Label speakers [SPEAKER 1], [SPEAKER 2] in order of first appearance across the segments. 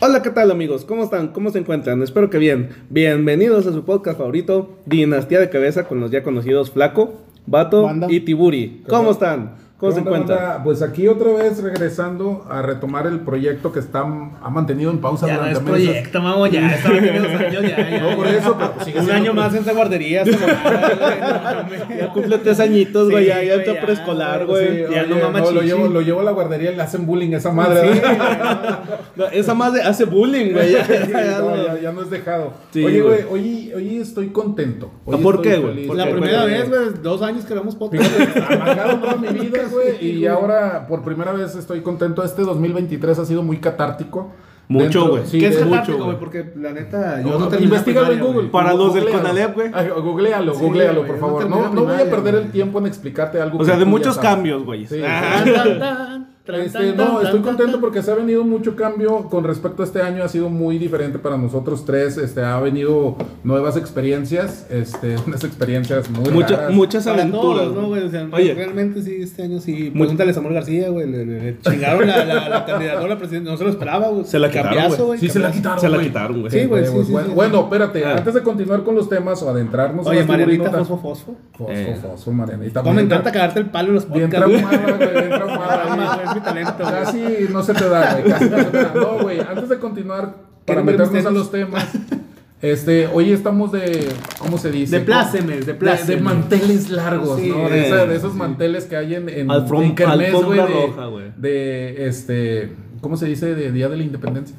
[SPEAKER 1] Hola, ¿qué tal amigos? ¿Cómo están? ¿Cómo se encuentran? Espero que bien. Bienvenidos a su podcast favorito, Dinastía de Cabeza, con los ya conocidos Flaco, Bato
[SPEAKER 2] Banda.
[SPEAKER 1] y Tiburi. ¿Cómo están? ¿Cómo se
[SPEAKER 3] ¿Qué onda,
[SPEAKER 1] encuentran?
[SPEAKER 3] banda? Pues aquí otra vez regresando a retomar el proyecto que está, ha mantenido en pausa
[SPEAKER 4] Ya no es
[SPEAKER 3] durante meses.
[SPEAKER 4] proyecto, mamo, ya estaba aquí dos años, ya, ya.
[SPEAKER 3] No por
[SPEAKER 4] ya.
[SPEAKER 3] eso, pero pues sigue
[SPEAKER 1] Un
[SPEAKER 3] siendo
[SPEAKER 1] año más en esa guardería. esta mamada, güey. No, ya cumple tres añitos, güey.
[SPEAKER 4] Sí,
[SPEAKER 1] ya ya
[SPEAKER 4] güey,
[SPEAKER 1] entró
[SPEAKER 4] ya,
[SPEAKER 1] preescolar,
[SPEAKER 3] proyecto, sí,
[SPEAKER 1] güey.
[SPEAKER 4] ya
[SPEAKER 3] oye,
[SPEAKER 4] no mama
[SPEAKER 3] lo,
[SPEAKER 4] chichi.
[SPEAKER 3] llevo, lo llevo a la guardería y le hacen bullying a esa madre. ¿verdad?
[SPEAKER 1] No, esa madre hace bullying, güey. Ya, ya,
[SPEAKER 3] Sí,
[SPEAKER 1] ya,
[SPEAKER 3] no,
[SPEAKER 1] no.
[SPEAKER 3] ya- ya no es dejado.
[SPEAKER 1] Sí,
[SPEAKER 3] oye,
[SPEAKER 1] güey.
[SPEAKER 3] güey, hoy, hoy estoy contento. Hoy
[SPEAKER 1] ¿Por
[SPEAKER 3] estoy
[SPEAKER 1] qué, güey?
[SPEAKER 3] feliz.
[SPEAKER 1] ¿Por
[SPEAKER 2] La
[SPEAKER 1] qué?
[SPEAKER 2] primera
[SPEAKER 1] Cuéntame.
[SPEAKER 2] vez, güey, dos años que vemos podcast.
[SPEAKER 3] Fíjate, amargado toda mi vida, güey. Y ahora, por primera vez, estoy contento. Este 2023 ha sido muy catártico.
[SPEAKER 1] Mucho,
[SPEAKER 3] Dentro-
[SPEAKER 1] güey.
[SPEAKER 3] sí,
[SPEAKER 2] ¿Qué es
[SPEAKER 3] de-
[SPEAKER 2] catártico,
[SPEAKER 1] mucho,
[SPEAKER 2] güey?
[SPEAKER 1] güey.
[SPEAKER 2] Porque la neta, yo
[SPEAKER 3] No,
[SPEAKER 2] no,
[SPEAKER 3] no,
[SPEAKER 2] terminé
[SPEAKER 3] investígalo en
[SPEAKER 2] primaria,
[SPEAKER 3] Google.
[SPEAKER 1] Para los del
[SPEAKER 3] Googlealo.
[SPEAKER 1] Conalep, güey.
[SPEAKER 3] Ay, Googlealo,
[SPEAKER 2] Sí,
[SPEAKER 3] googlealo,
[SPEAKER 2] güey,
[SPEAKER 3] por
[SPEAKER 2] no
[SPEAKER 3] favor.
[SPEAKER 2] terminé
[SPEAKER 3] No, no voy
[SPEAKER 2] primaria,
[SPEAKER 3] a perder
[SPEAKER 2] güey.
[SPEAKER 3] el tiempo en explicarte algo.
[SPEAKER 1] O sea,
[SPEAKER 3] que
[SPEAKER 1] de
[SPEAKER 3] tú ya
[SPEAKER 1] muchos
[SPEAKER 3] sabes.
[SPEAKER 1] cambios, güey.
[SPEAKER 3] Sí.
[SPEAKER 1] Ajá.
[SPEAKER 2] güey. Tan, tan, tan,
[SPEAKER 3] Este,
[SPEAKER 2] tan,
[SPEAKER 3] no,
[SPEAKER 2] tan,
[SPEAKER 3] estoy
[SPEAKER 2] tan,
[SPEAKER 3] contento
[SPEAKER 2] tan.
[SPEAKER 3] porque se ha venido mucho cambio con respecto a este año. Ha sido muy diferente para nosotros tres. Este, ha venido nuevas experiencias, este, unas experiencias muy
[SPEAKER 1] Mucha-
[SPEAKER 3] raras.
[SPEAKER 1] muchas
[SPEAKER 2] Para
[SPEAKER 1] aventuras.
[SPEAKER 2] todos, ¿no, güey? O sea,
[SPEAKER 1] Oye.
[SPEAKER 2] realmente sí, este año sí. Pregúntale a Samuel García, güey. Le, le- le chingaron la, la, la candidatura a presidente. No se lo esperaba, güey.
[SPEAKER 1] Se la quitaron,
[SPEAKER 2] Cambiazo,
[SPEAKER 1] güey.
[SPEAKER 2] güey.
[SPEAKER 3] Sí, se la
[SPEAKER 2] cambiazo.
[SPEAKER 3] quitaron.
[SPEAKER 1] Se la
[SPEAKER 3] güey.
[SPEAKER 1] quitaron, güey.
[SPEAKER 2] Sí, güey,
[SPEAKER 3] Eh,
[SPEAKER 2] sí,
[SPEAKER 3] bueno,
[SPEAKER 2] sí.
[SPEAKER 3] bueno, espérate,
[SPEAKER 1] Ah.
[SPEAKER 3] antes de continuar con los temas o adentrarnos
[SPEAKER 2] Oye,
[SPEAKER 3] las
[SPEAKER 2] Marianita,
[SPEAKER 3] tiburinotas-
[SPEAKER 2] fosfo, fosfo.
[SPEAKER 3] Fosfo,
[SPEAKER 1] Eh.
[SPEAKER 3] fosfo, Marianita.
[SPEAKER 2] Cómo me
[SPEAKER 3] Bien
[SPEAKER 2] encanta cagarte el palo en los
[SPEAKER 3] Bien
[SPEAKER 2] podcasts, güey.
[SPEAKER 3] traumada, güey, bien
[SPEAKER 2] Mames,
[SPEAKER 3] traumada.
[SPEAKER 2] güey, Es mi talento, güey.
[SPEAKER 3] Casi no se te da, güey. Casi no se te da. No, güey, antes de continuar, para
[SPEAKER 2] ¿Quieren ver
[SPEAKER 3] meternos a
[SPEAKER 2] misterios?
[SPEAKER 3] los temas, este, hoy estamos de, ¿cómo se dice?
[SPEAKER 2] De plácemes, de
[SPEAKER 3] De, de
[SPEAKER 2] plácemes.
[SPEAKER 3] manteles largos,
[SPEAKER 2] Sí,
[SPEAKER 3] ¿no? De,
[SPEAKER 1] eh,
[SPEAKER 3] esa- de esos manteles que hay en, en,
[SPEAKER 1] Alfom-
[SPEAKER 3] en Kermés, güey.
[SPEAKER 1] alfombra
[SPEAKER 3] de-
[SPEAKER 1] roja, güey.
[SPEAKER 3] de, este, ¿cómo se dice? De Día de la Independencia.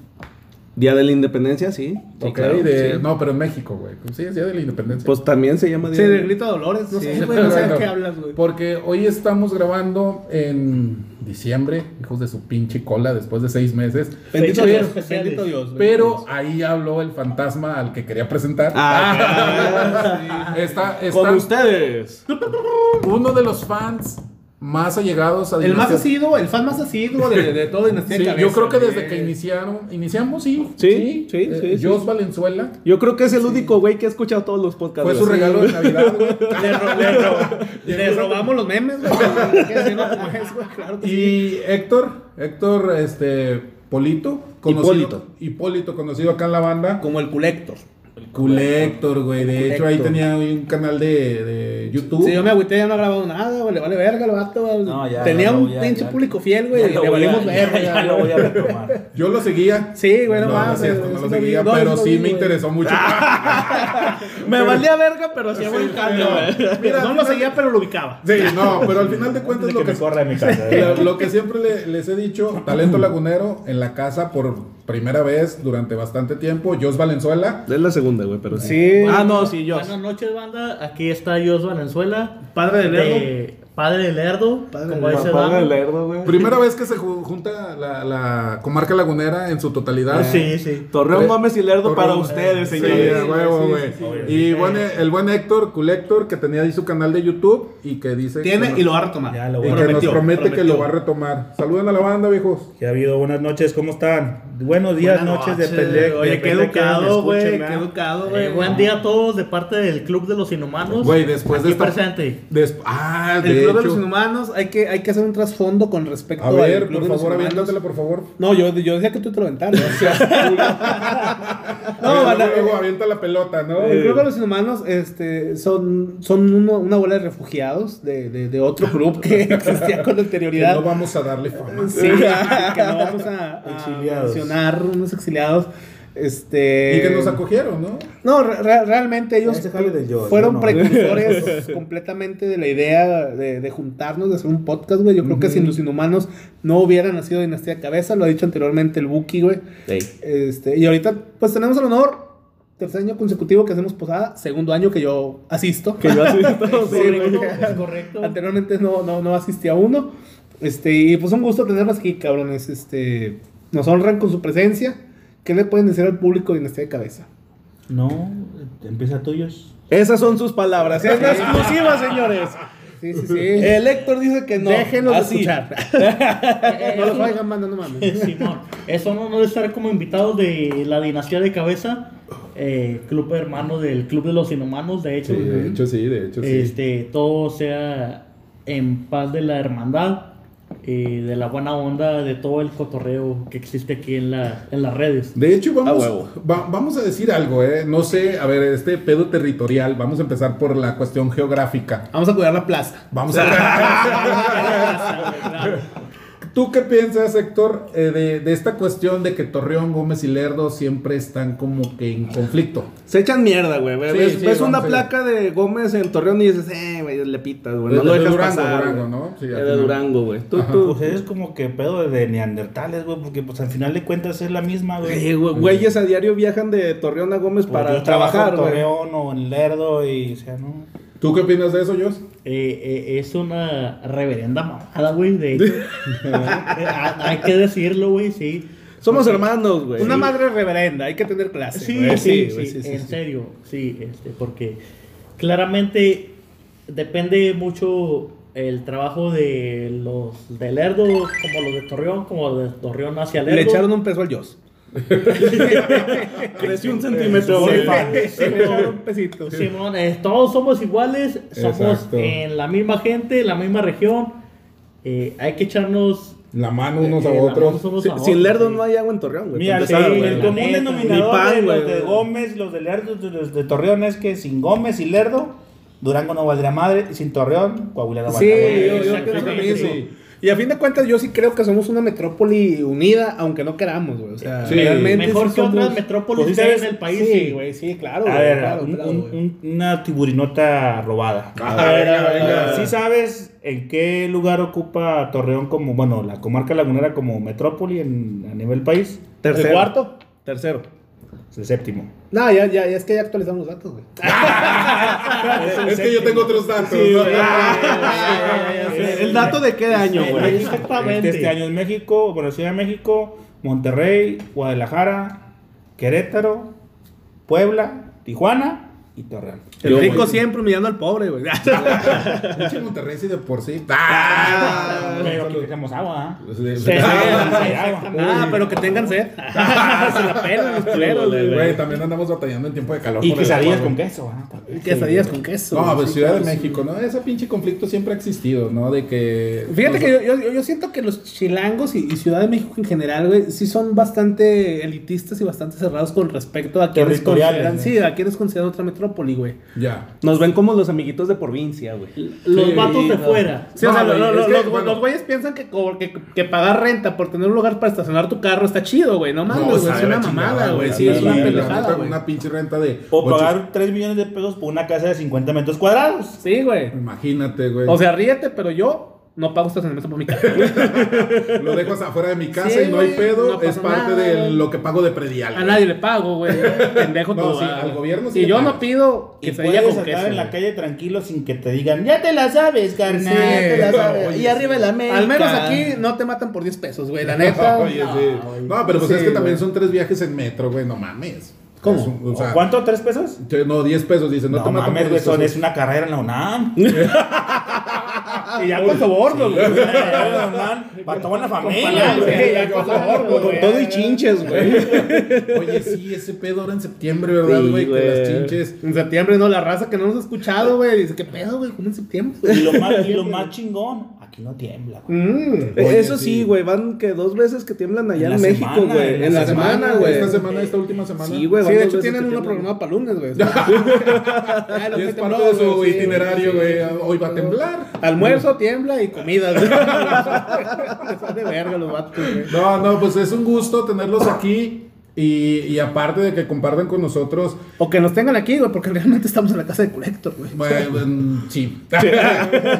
[SPEAKER 1] Día de la Independencia, sí. Sí,
[SPEAKER 3] Ok,
[SPEAKER 1] claro,
[SPEAKER 3] de-
[SPEAKER 1] sí.
[SPEAKER 3] No, pero en México, güey. Pues sí, es Día de la Independencia.
[SPEAKER 1] Pues también se llama
[SPEAKER 2] Sí,
[SPEAKER 1] Día
[SPEAKER 2] del
[SPEAKER 1] de
[SPEAKER 2] grito de Dolores. No
[SPEAKER 3] Sí,
[SPEAKER 2] sé, güey. No sé de
[SPEAKER 3] bueno,
[SPEAKER 2] qué hablas, güey.
[SPEAKER 3] Porque hoy estamos grabando en diciembre, hijos de su pinche cola, después de seis meses.
[SPEAKER 1] Bendito
[SPEAKER 3] Pero-
[SPEAKER 1] Dios,
[SPEAKER 2] especiales.
[SPEAKER 1] bendito Dios.
[SPEAKER 3] Pero ahí habló el fantasma al que quería presentar.
[SPEAKER 1] Ah,
[SPEAKER 3] está, está
[SPEAKER 1] Con ustedes.
[SPEAKER 3] uno de los fans más allegados a
[SPEAKER 2] El más
[SPEAKER 3] Dinastía-
[SPEAKER 2] asiduo, el fan más asiduo de, de todo Dinastía
[SPEAKER 3] Sí,
[SPEAKER 2] Cabeza.
[SPEAKER 3] yo creo que desde
[SPEAKER 2] güey.
[SPEAKER 3] que iniciaron, iniciamos, sí.
[SPEAKER 1] Sí, sí,
[SPEAKER 3] Eh,
[SPEAKER 1] sí, sí.
[SPEAKER 3] Jos Valenzuela
[SPEAKER 1] Yo creo que es el único güey que ha escuchado todos los podcasts.
[SPEAKER 3] fue su
[SPEAKER 1] güey.
[SPEAKER 3] regalo de Navidad, güey.
[SPEAKER 2] Le, ro- le ro- le robamos los memes, güey. ¿Qué decimos? Como es, güey, claro que sí.
[SPEAKER 3] Y Héctor, Héctor, este, Polito, conocido,
[SPEAKER 1] Hipólito.
[SPEAKER 3] Hipólito, conocido acá en la banda.
[SPEAKER 2] Como el culector.
[SPEAKER 3] Culector, güey. De hecho, ahí
[SPEAKER 2] Culector.
[SPEAKER 3] tenía ahí un canal de, de YouTube.
[SPEAKER 2] Si yo me agüité, ya no ha grabado nada, güey. Le vale verga el vato, güey.
[SPEAKER 4] No, ya,
[SPEAKER 2] Tenía
[SPEAKER 4] ya lo
[SPEAKER 2] un
[SPEAKER 4] voy a-
[SPEAKER 2] pinche
[SPEAKER 4] ya-
[SPEAKER 2] público fiel, güey.
[SPEAKER 4] Ya
[SPEAKER 2] y
[SPEAKER 4] lo
[SPEAKER 2] Le
[SPEAKER 4] voy a-
[SPEAKER 2] valimos
[SPEAKER 4] ya-
[SPEAKER 2] verga.
[SPEAKER 4] ya lo voy a retomar.
[SPEAKER 3] Yo lo seguía.
[SPEAKER 2] eh, Sí, güey, no
[SPEAKER 3] no, no,
[SPEAKER 2] mames,
[SPEAKER 3] es cierto,
[SPEAKER 2] güey,
[SPEAKER 3] no
[SPEAKER 2] eso
[SPEAKER 3] lo seguía,
[SPEAKER 2] vi, no,
[SPEAKER 3] pero
[SPEAKER 2] eso
[SPEAKER 3] sí
[SPEAKER 2] vi,
[SPEAKER 3] me
[SPEAKER 2] güey. Ah.
[SPEAKER 3] interesó mucho.
[SPEAKER 1] Me valía verga, pero hacía buen cambio, güey.
[SPEAKER 3] Mira,
[SPEAKER 2] no lo seguía, pero lo ubicaba.
[SPEAKER 3] Sí, no, pero al final de cuentas lo que,
[SPEAKER 4] corra de mi casa.
[SPEAKER 5] ¿eh?
[SPEAKER 3] lo, lo que siempre le- les he dicho, talento lagunero en la casa por primera vez durante bastante tiempo, Jos Valenzuela.
[SPEAKER 1] Es la segunda, güey, pero sí.
[SPEAKER 2] Sí.
[SPEAKER 1] Ah, no, sí, yo.
[SPEAKER 6] Buenas noches, banda. Aquí está Dios Valenzuela.
[SPEAKER 2] Padre de Lerdo.
[SPEAKER 6] de- Padre de Lerdo.
[SPEAKER 2] Padre
[SPEAKER 6] como
[SPEAKER 2] de
[SPEAKER 6] dice
[SPEAKER 1] Papá
[SPEAKER 6] Dama.
[SPEAKER 1] de Lerdo, güey.
[SPEAKER 3] Primera vez que se ju- junta la, la comarca lagunera en su totalidad.
[SPEAKER 6] Sí, sí.
[SPEAKER 1] Torreón, Mames y Lerdo
[SPEAKER 3] Torreón.
[SPEAKER 1] para ustedes,
[SPEAKER 3] Sí,
[SPEAKER 1] señores.
[SPEAKER 3] a huevo, güey. Y bueno, el buen Héctor, Culector, que tenía ahí su canal de YouTube y que dice que
[SPEAKER 2] Tiene
[SPEAKER 3] nos-
[SPEAKER 2] y lo va a retomar.
[SPEAKER 4] Ya lo
[SPEAKER 3] y
[SPEAKER 4] voy
[SPEAKER 3] que
[SPEAKER 4] a
[SPEAKER 3] nos
[SPEAKER 2] Prometió,
[SPEAKER 3] promete que
[SPEAKER 2] prometió.
[SPEAKER 3] lo va a retomar. Saluden a la banda, viejos.
[SPEAKER 5] ¿Qué ha habido? Buenas noches, ¿cómo están? Buenos días,
[SPEAKER 2] Buenas
[SPEAKER 5] noches,
[SPEAKER 2] noches,
[SPEAKER 5] depende.
[SPEAKER 2] Oye, qué
[SPEAKER 5] depende de que
[SPEAKER 2] educado,
[SPEAKER 5] me
[SPEAKER 2] güey.
[SPEAKER 5] escuchen,
[SPEAKER 2] Qué
[SPEAKER 5] ¿verdad?
[SPEAKER 2] educado, güey.
[SPEAKER 6] Eh, buen día a todos de parte del Club de los Inhumanos.
[SPEAKER 3] Güey, después
[SPEAKER 6] Aquí
[SPEAKER 3] de esta-
[SPEAKER 6] presente.
[SPEAKER 3] Des- ah,
[SPEAKER 2] El
[SPEAKER 3] de
[SPEAKER 2] Club de
[SPEAKER 3] hecho.
[SPEAKER 2] los Inhumanos, hay que, hay que hacer un trasfondo con respecto
[SPEAKER 3] A
[SPEAKER 2] al
[SPEAKER 3] ver, por
[SPEAKER 2] Club de los
[SPEAKER 3] favor,
[SPEAKER 2] Inhumanos.
[SPEAKER 3] aviéntatela, por favor.
[SPEAKER 2] No, yo, yo decía que tú te lo aventaras.
[SPEAKER 3] No,
[SPEAKER 2] no, banda,
[SPEAKER 3] luego avienta la pelota, ¿no?
[SPEAKER 2] el Club de los Inhumanos este, son, son uno- una bola de refugiados de, de- de otro club que existía con
[SPEAKER 3] Que
[SPEAKER 2] anterioridad.
[SPEAKER 3] no vamos a darle fama.
[SPEAKER 2] Sí, que no vamos a, a
[SPEAKER 5] Exiliados.
[SPEAKER 2] mencionar unos exiliados. Este,
[SPEAKER 3] Y que nos acogieron, ¿no?
[SPEAKER 2] No, re- re- realmente ellos
[SPEAKER 5] Este jale de yo,
[SPEAKER 2] fueron
[SPEAKER 5] yo no.
[SPEAKER 2] precursores completamente de la idea de, de juntarnos, de hacer un podcast, güey. Yo creo que sin los inhumanos no hubiera nacido Dinastía de Cabeza, lo ha dicho anteriormente el Buki, güey. Este, y ahorita, pues tenemos el honor, tercer año consecutivo que hacemos posada, segundo año que yo asisto.
[SPEAKER 1] Que yo así todo, sí, güey.
[SPEAKER 6] Correcto, es correcto.
[SPEAKER 2] Anteriormente no, no, no asistí a uno. Este, y pues un gusto tenerlos aquí, cabrones. Este, nos honran con su presencia. ¿Qué le pueden decir al público de Dinastía de Cabeza?
[SPEAKER 5] No, empieza tuyos.
[SPEAKER 1] Esas son sus palabras. Es la exclusiva, señores.
[SPEAKER 2] Sí, sí, sí.
[SPEAKER 1] El Héctor dice que no.
[SPEAKER 2] Déjenlos de
[SPEAKER 1] Así.
[SPEAKER 2] escuchar.
[SPEAKER 6] Eh,
[SPEAKER 2] no los
[SPEAKER 6] eso-
[SPEAKER 2] vayan mandando, no mames.
[SPEAKER 6] Simón, es un honor estar como invitados de la dinastía de cabeza, eh, club hermano del Club de los Inhumanos, de hecho.
[SPEAKER 3] Este, hecho sí, de hecho
[SPEAKER 6] este, todo sea en paz de la hermandad. y de la buena onda de todo el cotorreo que existe aquí en, la, en las redes.
[SPEAKER 3] De hecho, vamos,
[SPEAKER 1] A huevo.
[SPEAKER 3] va- vamos a decir algo, ¿eh? No sé, a ver, este pedo territorial, vamos a empezar por la cuestión geográfica.
[SPEAKER 2] Vamos a cuidar la plaza.
[SPEAKER 3] Vamos a... ¿Tú qué piensas, Héctor, eh, de, de esta cuestión de que Torreón, Gómez y Lerdo siempre están como que en conflicto?
[SPEAKER 1] Se echan mierda, güey. güey.
[SPEAKER 3] Sí,
[SPEAKER 1] ves
[SPEAKER 3] sí,
[SPEAKER 1] ves
[SPEAKER 3] vamos
[SPEAKER 1] una
[SPEAKER 3] allá.
[SPEAKER 1] placa de Gómez en Torreón y dices, eh, güey, le pitas, güey. No
[SPEAKER 3] De-
[SPEAKER 1] lo
[SPEAKER 3] de
[SPEAKER 1] dejas
[SPEAKER 3] Durango,
[SPEAKER 1] pasar.
[SPEAKER 3] Durango,
[SPEAKER 1] güey.
[SPEAKER 3] ¿no? Sí,
[SPEAKER 1] Eh,
[SPEAKER 3] al
[SPEAKER 1] de
[SPEAKER 3] final.
[SPEAKER 1] Durango, güey. Tú,
[SPEAKER 3] Ajá.
[SPEAKER 1] tú.
[SPEAKER 5] Pues es como que pedo de neandertales, güey, porque pues al final de cuentas es la misma,
[SPEAKER 1] Eh,
[SPEAKER 5] güey.
[SPEAKER 1] güey, Güeyes a diario viajan de Torreón a Gómez
[SPEAKER 5] Pues,
[SPEAKER 1] para
[SPEAKER 5] yo trabajo
[SPEAKER 1] trabajar,
[SPEAKER 5] en
[SPEAKER 1] güey.
[SPEAKER 5] Torreón o en Lerdo y, o sea, no.
[SPEAKER 3] ¿Tú qué opinas de eso, Jos?
[SPEAKER 6] Eh, eh, es una reverenda mamada, güey. De hecho, Eh, ha- hay que decirlo, güey, sí.
[SPEAKER 1] Somos hermanos, güey.
[SPEAKER 2] Una madre reverenda, hay que tener clase.
[SPEAKER 6] Sí,
[SPEAKER 2] güey.
[SPEAKER 6] sí,
[SPEAKER 2] güey,
[SPEAKER 6] sí,
[SPEAKER 2] sí, sí,
[SPEAKER 6] en
[SPEAKER 2] sí.
[SPEAKER 6] serio, sí, este, porque claramente depende mucho el trabajo de los de Lerdo, como los de Torreón, como de Torreón hacia Lerdo.
[SPEAKER 2] Le echaron un peso al Dios.
[SPEAKER 1] Creció
[SPEAKER 6] Este,
[SPEAKER 1] un centímetro, güey.
[SPEAKER 2] Le echaron un pesito.
[SPEAKER 6] Simón, eh, todos somos iguales, somos
[SPEAKER 3] Exacto.
[SPEAKER 6] en la misma gente, en la misma región. eh, hay que echarnos
[SPEAKER 3] La mano unos
[SPEAKER 6] eh,
[SPEAKER 3] a
[SPEAKER 6] la mano
[SPEAKER 3] otros.
[SPEAKER 6] unos a
[SPEAKER 1] Sin-
[SPEAKER 6] otros,
[SPEAKER 1] Sin Lerdo
[SPEAKER 6] sí.
[SPEAKER 1] no hay agua en Torreón, güey.
[SPEAKER 5] Mira,
[SPEAKER 1] Pues, para
[SPEAKER 5] sí,
[SPEAKER 1] empezar, güey.
[SPEAKER 5] el
[SPEAKER 6] la
[SPEAKER 5] común
[SPEAKER 6] neta.
[SPEAKER 1] Ni
[SPEAKER 5] denominador
[SPEAKER 1] pan,
[SPEAKER 5] de
[SPEAKER 1] güey.
[SPEAKER 5] los de Gómez, los de Lerdo, de los de Torreón es que sin Gómez y Lerdo, Durango no valdría madre, y sin Torreón, Coahuila no
[SPEAKER 2] Sí,
[SPEAKER 5] valdría madre.
[SPEAKER 2] yo, yo
[SPEAKER 6] Exactamente,
[SPEAKER 2] creo lo mismo.
[SPEAKER 3] sí.
[SPEAKER 2] Y a fin de cuentas, yo sí creo que somos una metrópoli unida, aunque no queramos, güey. O sea,
[SPEAKER 3] Sí.
[SPEAKER 2] realmente.
[SPEAKER 6] Mejor
[SPEAKER 2] sí
[SPEAKER 6] que
[SPEAKER 2] somos-
[SPEAKER 6] otras metrópolis
[SPEAKER 5] pues,
[SPEAKER 6] que hay en
[SPEAKER 5] ¿sabes?
[SPEAKER 6] el país, sí,
[SPEAKER 2] Sí,
[SPEAKER 6] güey.
[SPEAKER 2] güey, sí, claro.
[SPEAKER 5] A
[SPEAKER 2] güey,
[SPEAKER 5] ver,
[SPEAKER 2] claro,
[SPEAKER 5] un-
[SPEAKER 2] claro,
[SPEAKER 5] un-
[SPEAKER 2] güey.
[SPEAKER 5] un- una tiburinota robada.
[SPEAKER 3] Ah, venga, venga.
[SPEAKER 5] ¿Sí sabes en qué lugar ocupa Torreón como, bueno, la comarca lagunera como metrópoli en, a nivel país?
[SPEAKER 1] Tercero.
[SPEAKER 2] ¿El cuarto?
[SPEAKER 1] Tercero.
[SPEAKER 5] Es el séptimo.
[SPEAKER 2] No, ya, ya, ya es que ya actualizamos los datos, güey.
[SPEAKER 3] Es que yo tengo otros datos. ¿no?
[SPEAKER 1] ¿El dato de qué año, güey?
[SPEAKER 6] Exactamente.
[SPEAKER 5] Este, este año en México, bueno, Ciudad de México, Monterrey, Guadalajara, Querétaro, Puebla, Tijuana y Torreón.
[SPEAKER 2] El
[SPEAKER 1] Yo,
[SPEAKER 2] rico
[SPEAKER 1] güey.
[SPEAKER 2] siempre humillando al pobre, güey.
[SPEAKER 3] Pinche Monterrey sí de por sí. Pues, ¡Ah!
[SPEAKER 5] Pero aquí tenemos agua, ¿ah?
[SPEAKER 6] Sí, sí, sí,
[SPEAKER 2] Ah, pero que tengan sed. Se la pelan los culeros, güey.
[SPEAKER 3] Güey, también andamos batallando en tiempo de calor.
[SPEAKER 5] Y
[SPEAKER 3] por el
[SPEAKER 5] quesadillas
[SPEAKER 3] agua,
[SPEAKER 5] con
[SPEAKER 3] güey.
[SPEAKER 5] queso, ¿ah?
[SPEAKER 2] Quesadillas con queso.
[SPEAKER 3] No,
[SPEAKER 2] güey,
[SPEAKER 3] pues
[SPEAKER 2] sí,
[SPEAKER 3] Ciudad de
[SPEAKER 2] claro, sí.
[SPEAKER 3] México, ¿no? Ese pinche conflicto siempre ha existido, ¿no? De que.
[SPEAKER 2] Fíjate que yo, yo- yo siento que los chilangos y, y Ciudad de México en general, güey, sí son bastante elitistas y bastante cerrados con respecto a quienes
[SPEAKER 5] Territoriales,
[SPEAKER 2] consideran,
[SPEAKER 5] ¿no?
[SPEAKER 2] sí, a quienes consideran otra metrópoli, güey.
[SPEAKER 3] Ya.
[SPEAKER 1] Nos ven como los amiguitos de provincia, güey.
[SPEAKER 6] Los
[SPEAKER 3] Sí,
[SPEAKER 6] vatos de
[SPEAKER 2] no.
[SPEAKER 6] fuera.
[SPEAKER 2] Sí, o sea,
[SPEAKER 3] No,
[SPEAKER 2] lo-
[SPEAKER 3] güey,
[SPEAKER 2] lo-
[SPEAKER 3] es que,
[SPEAKER 2] los,
[SPEAKER 3] bueno.
[SPEAKER 2] los güeyes piensan que, co- que, que pagar renta por tener un lugar para estacionar tu carro está chido, güey. No mames,
[SPEAKER 3] No,
[SPEAKER 2] güey,
[SPEAKER 3] está
[SPEAKER 2] es
[SPEAKER 3] de la
[SPEAKER 2] una
[SPEAKER 3] chingada,
[SPEAKER 2] mamada, güey.
[SPEAKER 3] la
[SPEAKER 2] Sí, es una
[SPEAKER 3] neta, la
[SPEAKER 2] pendejada,
[SPEAKER 3] neta,
[SPEAKER 2] güey.
[SPEAKER 3] Una pinche renta de.
[SPEAKER 5] O
[SPEAKER 3] ocho-
[SPEAKER 5] pagar 3 millones de pesos por una casa de 50 metros cuadrados.
[SPEAKER 2] Sí, güey.
[SPEAKER 3] Imagínate, güey.
[SPEAKER 2] O sea, ríete, pero yo no pago estacionamiento por mi carro. güey.
[SPEAKER 3] lo dejas afuera de mi casa
[SPEAKER 2] Sí,
[SPEAKER 3] y no hay
[SPEAKER 2] güey,
[SPEAKER 3] pedo.
[SPEAKER 2] no
[SPEAKER 3] es
[SPEAKER 2] pasa
[SPEAKER 3] parte
[SPEAKER 2] nada,
[SPEAKER 3] de
[SPEAKER 2] güey.
[SPEAKER 3] lo que pago de predial.
[SPEAKER 2] A
[SPEAKER 3] güey.
[SPEAKER 2] nadie le pago, güey. Pendejo
[SPEAKER 3] No,
[SPEAKER 2] tú,
[SPEAKER 3] sí,
[SPEAKER 2] ah,
[SPEAKER 3] al
[SPEAKER 2] güey.
[SPEAKER 3] gobierno sí
[SPEAKER 2] Y
[SPEAKER 3] le
[SPEAKER 2] yo
[SPEAKER 3] pagas.
[SPEAKER 2] no pido
[SPEAKER 5] Y
[SPEAKER 2] que se
[SPEAKER 5] puedes
[SPEAKER 2] vaya con
[SPEAKER 5] andar
[SPEAKER 2] queso.
[SPEAKER 5] en la
[SPEAKER 2] güey.
[SPEAKER 5] calle tranquilo sin que te digan, ya te la sabes, carnal, ya te la
[SPEAKER 3] no,
[SPEAKER 5] sabes".
[SPEAKER 3] oye,
[SPEAKER 5] y arriba el América.
[SPEAKER 2] Al menos aquí no te matan por 10 pesos, güey. La neta.
[SPEAKER 3] Oye, sí. No, pero pues
[SPEAKER 2] Sí,
[SPEAKER 3] es que también
[SPEAKER 2] güey.
[SPEAKER 3] son tres viajes en metro, güey. No mames.
[SPEAKER 2] ¿Cómo?
[SPEAKER 3] Es un- o sea,
[SPEAKER 5] ¿Cuánto? ¿Tres pesos?
[SPEAKER 3] te- No, 10 pesos, dice. No,
[SPEAKER 5] No,
[SPEAKER 3] te matan
[SPEAKER 5] mames,
[SPEAKER 3] por
[SPEAKER 5] güey,
[SPEAKER 3] 10
[SPEAKER 5] son-
[SPEAKER 3] pesos.
[SPEAKER 5] es una carrera en la UNAM.
[SPEAKER 2] y ya con soborno, güey.
[SPEAKER 5] Para toda la familia,
[SPEAKER 2] Sí,
[SPEAKER 5] güey.
[SPEAKER 2] ya con soborno,
[SPEAKER 1] Con
[SPEAKER 2] güey.
[SPEAKER 1] todo y chinches, güey.
[SPEAKER 3] Oye, sí, ese pedo ahora en septiembre, ¿verdad,
[SPEAKER 1] Sí,
[SPEAKER 3] güey? que las
[SPEAKER 1] güey.
[SPEAKER 3] chinches.
[SPEAKER 2] En septiembre, no, la raza que no nos ha escuchado, güey. Dice, ¿qué pedo, güey? ¿Cómo en septiembre?
[SPEAKER 5] Pues, Y lo más, y lo más chingón, aquí no tiembla, güey.
[SPEAKER 2] Mm.
[SPEAKER 3] Oye,
[SPEAKER 1] Eso
[SPEAKER 3] sí.
[SPEAKER 1] sí, güey. Van que dos veces que tiemblan allá
[SPEAKER 5] En
[SPEAKER 1] en,
[SPEAKER 5] la
[SPEAKER 1] México,
[SPEAKER 5] semana,
[SPEAKER 1] güey. En la semana, güey.
[SPEAKER 3] Esta semana, esta última semana.
[SPEAKER 1] Sí, güey.
[SPEAKER 2] Sí,
[SPEAKER 1] van
[SPEAKER 2] de
[SPEAKER 1] dos
[SPEAKER 2] hecho
[SPEAKER 1] veces
[SPEAKER 2] tienen
[SPEAKER 1] que
[SPEAKER 2] uno
[SPEAKER 1] tiemblan.
[SPEAKER 2] programado para lunes, güey. Ya los
[SPEAKER 3] Y es
[SPEAKER 2] meten
[SPEAKER 3] parte de
[SPEAKER 2] todos,
[SPEAKER 3] su
[SPEAKER 2] güey, sí,
[SPEAKER 3] itinerario,
[SPEAKER 2] sí,
[SPEAKER 3] güey.
[SPEAKER 2] sí.
[SPEAKER 3] Hoy va a temblar.
[SPEAKER 2] Almuerzo, tiembla y comida, güey. Son de verga los vatos, güey.
[SPEAKER 3] No, no, pues es un gusto tenerlos aquí. Y, y aparte de que compartan con nosotros,
[SPEAKER 2] O que nos tengan aquí, güey, porque realmente estamos en la casa de Colector, güey.
[SPEAKER 3] bueno, mm, sí. y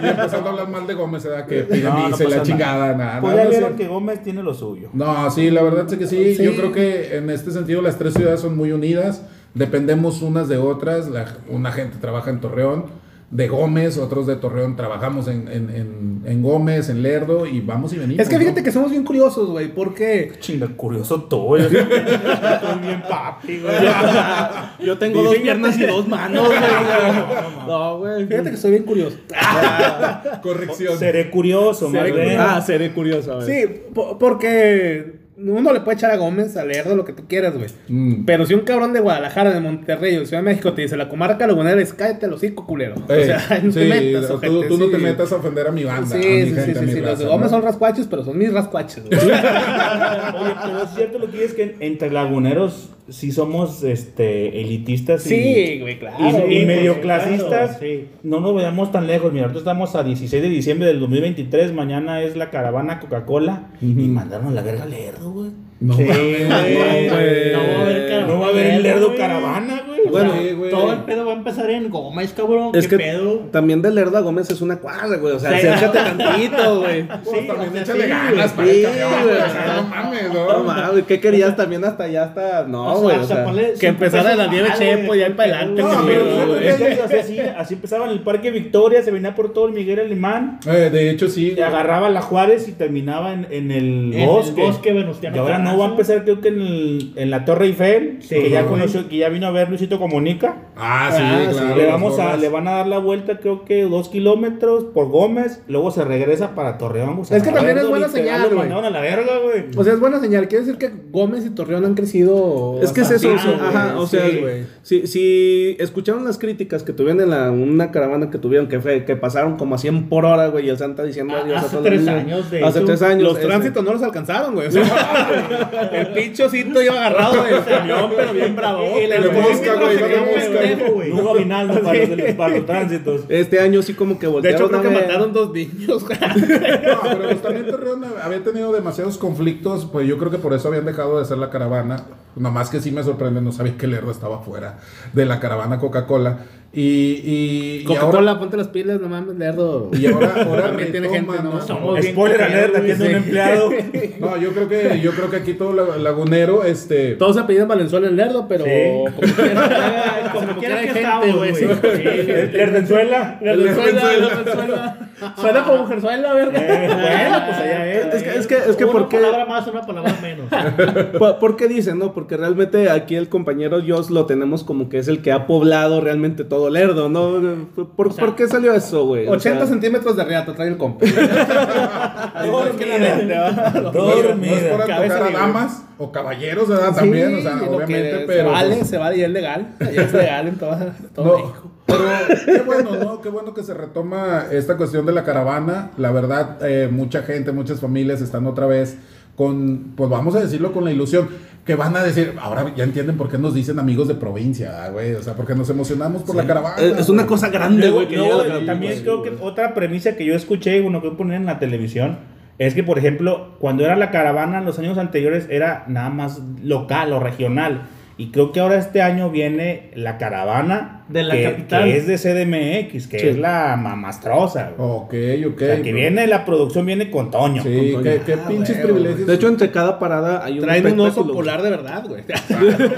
[SPEAKER 3] empezando a hablar mal de Gómez, ¿verdad? Que pide
[SPEAKER 5] No,
[SPEAKER 3] misa
[SPEAKER 5] no
[SPEAKER 3] y
[SPEAKER 5] pasa
[SPEAKER 3] la
[SPEAKER 5] nada.
[SPEAKER 3] chingada, nada. nada, Ah,
[SPEAKER 5] Pues ya
[SPEAKER 3] no es
[SPEAKER 5] vieron
[SPEAKER 3] cierto.
[SPEAKER 5] que Gómez tiene lo suyo.
[SPEAKER 3] No, sí, la verdad es que sí.
[SPEAKER 2] Sí.
[SPEAKER 3] Yo creo que en este sentido las tres ciudades son muy unidas. Dependemos unas de otras. La- una gente trabaja en Torreón, de Gómez, otros de Torreón trabajamos en, en- en- en Gómez, en Lerdo y vamos y venimos.
[SPEAKER 2] Es que fíjate
[SPEAKER 3] ¿no?
[SPEAKER 2] que somos bien curiosos, güey, porque...
[SPEAKER 5] Chinga, curioso todo. Yo estoy bien papi, güey.
[SPEAKER 1] Yo tengo dos piernas y dos manos, güey. No, güey.
[SPEAKER 2] Fíjate que soy bien curioso.
[SPEAKER 3] Corrección.
[SPEAKER 5] Seré curioso, más
[SPEAKER 1] Seré
[SPEAKER 5] bien.
[SPEAKER 1] curioso. Ah, seré curioso, a ver.
[SPEAKER 2] Sí, po- porque uno le puede echar a Gómez, a Lerdo, lo que tú quieras, güey.
[SPEAKER 3] Mm.
[SPEAKER 2] Pero si un cabrón de Guadalajara, de Monterrey o de Ciudad de México te dice la comarca lagunera es cállate a los cinco culero. o
[SPEAKER 3] Ey,
[SPEAKER 2] sea, no te
[SPEAKER 3] sí,
[SPEAKER 2] metas,
[SPEAKER 3] tú-
[SPEAKER 2] ojete,
[SPEAKER 3] tú, no te
[SPEAKER 2] sí.
[SPEAKER 3] metas a ofender a mi banda.
[SPEAKER 2] Sí,
[SPEAKER 3] a mi
[SPEAKER 2] sí,
[SPEAKER 3] gente,
[SPEAKER 2] sí,
[SPEAKER 3] a
[SPEAKER 2] sí,
[SPEAKER 3] mi
[SPEAKER 2] sí. Los
[SPEAKER 3] raza,
[SPEAKER 2] de Gómez
[SPEAKER 3] ¿no?
[SPEAKER 2] son rascuaches, pero son mis rascuaches, güey.
[SPEAKER 5] Oye, Ah, pero es cierto lo que dices que entre laguneros sí somos este, elitistas y,
[SPEAKER 2] Sí, güey, claro.
[SPEAKER 5] y- y
[SPEAKER 2] güey.
[SPEAKER 5] medio
[SPEAKER 6] claro,
[SPEAKER 5] clasistas.
[SPEAKER 6] sí.
[SPEAKER 5] No nos vayamos tan lejos. Mira, nosotros estamos a 16 de diciembre del 2023. Mañana es la caravana Coca-Cola. Y mandaron a la verga al Lerdo, güey.
[SPEAKER 3] No,
[SPEAKER 5] Sí,
[SPEAKER 3] mames,
[SPEAKER 5] güey.
[SPEAKER 3] no, güey.
[SPEAKER 6] No va a haber caravana.
[SPEAKER 5] No va a haber el Lerdo
[SPEAKER 6] güey.
[SPEAKER 5] caravana, güey.
[SPEAKER 6] O sea,
[SPEAKER 3] Bueno, sí, güey.
[SPEAKER 6] todo el pedo va a empezar en Gómez, cabrón.
[SPEAKER 1] Es
[SPEAKER 6] ¿Qué
[SPEAKER 1] que
[SPEAKER 6] pedo?
[SPEAKER 1] también de Lerdo a Gómez es una cuadra, güey. O sea,
[SPEAKER 6] Sí.
[SPEAKER 1] acércate tantito, güey.
[SPEAKER 3] Pues también
[SPEAKER 6] o sea,
[SPEAKER 3] échale
[SPEAKER 6] sí,
[SPEAKER 3] ganas para
[SPEAKER 1] güey.
[SPEAKER 3] el camión,
[SPEAKER 1] Sí,
[SPEAKER 3] güey,
[SPEAKER 1] güey.
[SPEAKER 3] o sea, No mames,
[SPEAKER 1] No
[SPEAKER 3] no.
[SPEAKER 1] mames, ¿qué querías también hasta allá hasta
[SPEAKER 6] O
[SPEAKER 1] no,
[SPEAKER 6] sea,
[SPEAKER 1] güey?
[SPEAKER 6] o
[SPEAKER 1] O
[SPEAKER 6] sea,
[SPEAKER 1] sea,
[SPEAKER 6] ponle
[SPEAKER 2] Que
[SPEAKER 6] cinco
[SPEAKER 2] empezara
[SPEAKER 6] pesos
[SPEAKER 2] de las 10
[SPEAKER 6] más,
[SPEAKER 2] Chepo
[SPEAKER 6] güey.
[SPEAKER 2] y ahí para adelante,
[SPEAKER 5] No,
[SPEAKER 2] Sí,
[SPEAKER 5] pero
[SPEAKER 2] güey.
[SPEAKER 5] es que así, así, así empezaba en el Parque Victoria, se venía por todo el Miguel Alemán,
[SPEAKER 3] Eh, de hecho, sí.
[SPEAKER 5] y
[SPEAKER 3] güey.
[SPEAKER 5] agarraba la Juárez y terminaba en, en el
[SPEAKER 6] En el
[SPEAKER 5] bosque.
[SPEAKER 6] bosque Venustiano
[SPEAKER 5] y ahora no
[SPEAKER 6] Carranza.
[SPEAKER 5] va a empezar, creo que en, el- en la Torre Eiffel,
[SPEAKER 6] Sí,
[SPEAKER 5] que, ya
[SPEAKER 6] güey.
[SPEAKER 5] conoció, que ya vino a ver Luisito Comunica.
[SPEAKER 3] Ah, sí,
[SPEAKER 2] Ah, sí,
[SPEAKER 3] claro.
[SPEAKER 5] le,
[SPEAKER 3] las
[SPEAKER 5] vamos a,
[SPEAKER 3] gorras.
[SPEAKER 5] le van a dar la vuelta, creo que dos kilómetros por Gómez, luego se regresa para Torreón. o sea,
[SPEAKER 2] Es que
[SPEAKER 5] la
[SPEAKER 2] también
[SPEAKER 5] verga,
[SPEAKER 2] es buena
[SPEAKER 5] literal,
[SPEAKER 2] señal,
[SPEAKER 5] lo
[SPEAKER 2] güey. Pues,
[SPEAKER 5] mandaron a la verga, güey.
[SPEAKER 2] O sea, es buena señal. Quiere decir que Gómez y Torreón han crecido.
[SPEAKER 1] Es que es eso,
[SPEAKER 2] bastante,
[SPEAKER 1] o sea,
[SPEAKER 2] güey.
[SPEAKER 1] ajá, o
[SPEAKER 2] Sí,
[SPEAKER 1] sea,
[SPEAKER 2] güey.
[SPEAKER 1] si, si escucharon las críticas que tuvieron en la, una caravana que tuvieron, que fue, que pasaron como a 100 por hora, güey, y el Santa diciendo
[SPEAKER 6] Ah,
[SPEAKER 1] adiós a
[SPEAKER 6] hace
[SPEAKER 1] todos los
[SPEAKER 6] tres
[SPEAKER 1] niños.
[SPEAKER 6] años, de
[SPEAKER 1] hace
[SPEAKER 6] hecho,
[SPEAKER 1] tres años.
[SPEAKER 2] Los
[SPEAKER 1] este.
[SPEAKER 2] tránsitos no los alcanzaron, güey. O sea, el pinchocito iba agarrado del camión, pero bien bravo.
[SPEAKER 6] El
[SPEAKER 3] Le busca,
[SPEAKER 6] alcoholímetro
[SPEAKER 3] güey, no le
[SPEAKER 6] se quedó
[SPEAKER 3] busca.
[SPEAKER 6] pendejo, güey.
[SPEAKER 5] No hubo aguinaldo para, los, para los tránsitos.
[SPEAKER 1] Este año sí como que
[SPEAKER 2] De
[SPEAKER 1] voltearon
[SPEAKER 2] hecho, creo que
[SPEAKER 1] a ver.
[SPEAKER 2] mataron dos niños. güey.
[SPEAKER 3] No, pero pues también Torreón había tenido demasiados conflictos, pues yo creo que por eso habían dejado de hacer la caravana. Nomás que sí me sorprende, no sabía que Lerdo estaba fuera de la caravana Coca-Cola. Y, y, y ahora,
[SPEAKER 2] Coca-Cola, ponte las pilas, no mames, Lerdo.
[SPEAKER 3] y ahora, ahora
[SPEAKER 2] También tiene gente,
[SPEAKER 3] retoman,
[SPEAKER 2] ¿no?
[SPEAKER 3] ¿no?
[SPEAKER 6] Somos bien
[SPEAKER 5] Spoiler alert, la
[SPEAKER 6] culeros,
[SPEAKER 5] tienda de
[SPEAKER 6] güey.
[SPEAKER 5] un empleado.
[SPEAKER 3] No, yo creo que, yo creo que aquí todo la- lagunero, este.
[SPEAKER 2] Todos se apellidan Valenzuela en Lerdo, pero.
[SPEAKER 5] Sí.
[SPEAKER 2] Como quiera,
[SPEAKER 6] Como
[SPEAKER 2] como quiera
[SPEAKER 6] quiera
[SPEAKER 2] hay
[SPEAKER 6] que estamos,
[SPEAKER 2] gente,
[SPEAKER 6] güey.
[SPEAKER 2] güey.
[SPEAKER 6] Sí,
[SPEAKER 2] sí.
[SPEAKER 6] güey.
[SPEAKER 5] Lerdenzuela.
[SPEAKER 2] Valenzuela, Valenzuela. Suena como Mujerzuela,
[SPEAKER 5] Eh,
[SPEAKER 2] ¿verdad?
[SPEAKER 5] bueno, pues allá es.
[SPEAKER 1] Es que, es que, es que
[SPEAKER 6] una
[SPEAKER 1] ¿por qué?
[SPEAKER 6] palabra más, una palabra menos.
[SPEAKER 1] ¿Por, por qué dicen, no? Porque realmente aquí el compañero Joss lo tenemos como que es el que ha poblado realmente todo Lerdo, ¿no? ¿Por, por- por qué salió eso, güey? O
[SPEAKER 2] 80
[SPEAKER 1] sea,
[SPEAKER 2] centímetros de riata trae el compa.
[SPEAKER 5] Dormida.
[SPEAKER 3] No es para
[SPEAKER 5] Dormida.
[SPEAKER 3] tocar a damas o caballeros, ¿verdad? También, o sea,
[SPEAKER 2] Sí, lo
[SPEAKER 3] obviamente,
[SPEAKER 2] que
[SPEAKER 3] pero.
[SPEAKER 2] Se vale,
[SPEAKER 3] pues,
[SPEAKER 2] se vale y es legal. Ya es legal en toda, todo
[SPEAKER 3] No,
[SPEAKER 2] México.
[SPEAKER 3] pero qué bueno, ¿no? Qué bueno que se retoma esta cuestión de la caravana. La verdad, eh, mucha gente, muchas familias están otra vez con, pues vamos a decirlo con la ilusión, que van a decir, ahora ya entienden por qué nos dicen amigos de provincia, ah, güey, o sea, porque nos emocionamos por la caravana.
[SPEAKER 1] es es una
[SPEAKER 3] güey.
[SPEAKER 1] cosa grande, güey. que
[SPEAKER 5] Luego,
[SPEAKER 1] llega la
[SPEAKER 5] luego,
[SPEAKER 1] caravana,
[SPEAKER 5] también
[SPEAKER 1] güey.
[SPEAKER 5] creo que otra premisa que yo escuché, bueno, que poner en la televisión, es que, por ejemplo, cuando era la caravana en los años anteriores era nada más local o regional. Y creo que ahora este año viene la caravana
[SPEAKER 6] De la
[SPEAKER 5] que,
[SPEAKER 6] capital.
[SPEAKER 5] que es de CDMX, que
[SPEAKER 1] Sí.
[SPEAKER 5] es la mamastrosa. güey.
[SPEAKER 3] Ok, ok.
[SPEAKER 5] o sea, que viene, la producción viene con Toño.
[SPEAKER 3] Sí,
[SPEAKER 1] Con
[SPEAKER 3] qué,
[SPEAKER 1] Toño.
[SPEAKER 3] qué
[SPEAKER 2] Ah,
[SPEAKER 3] pinches
[SPEAKER 2] güey,
[SPEAKER 3] privilegios.
[SPEAKER 1] De hecho, entre cada parada hay un
[SPEAKER 2] Traen un oso
[SPEAKER 1] espectáculo, güey.
[SPEAKER 2] polar de verdad, güey.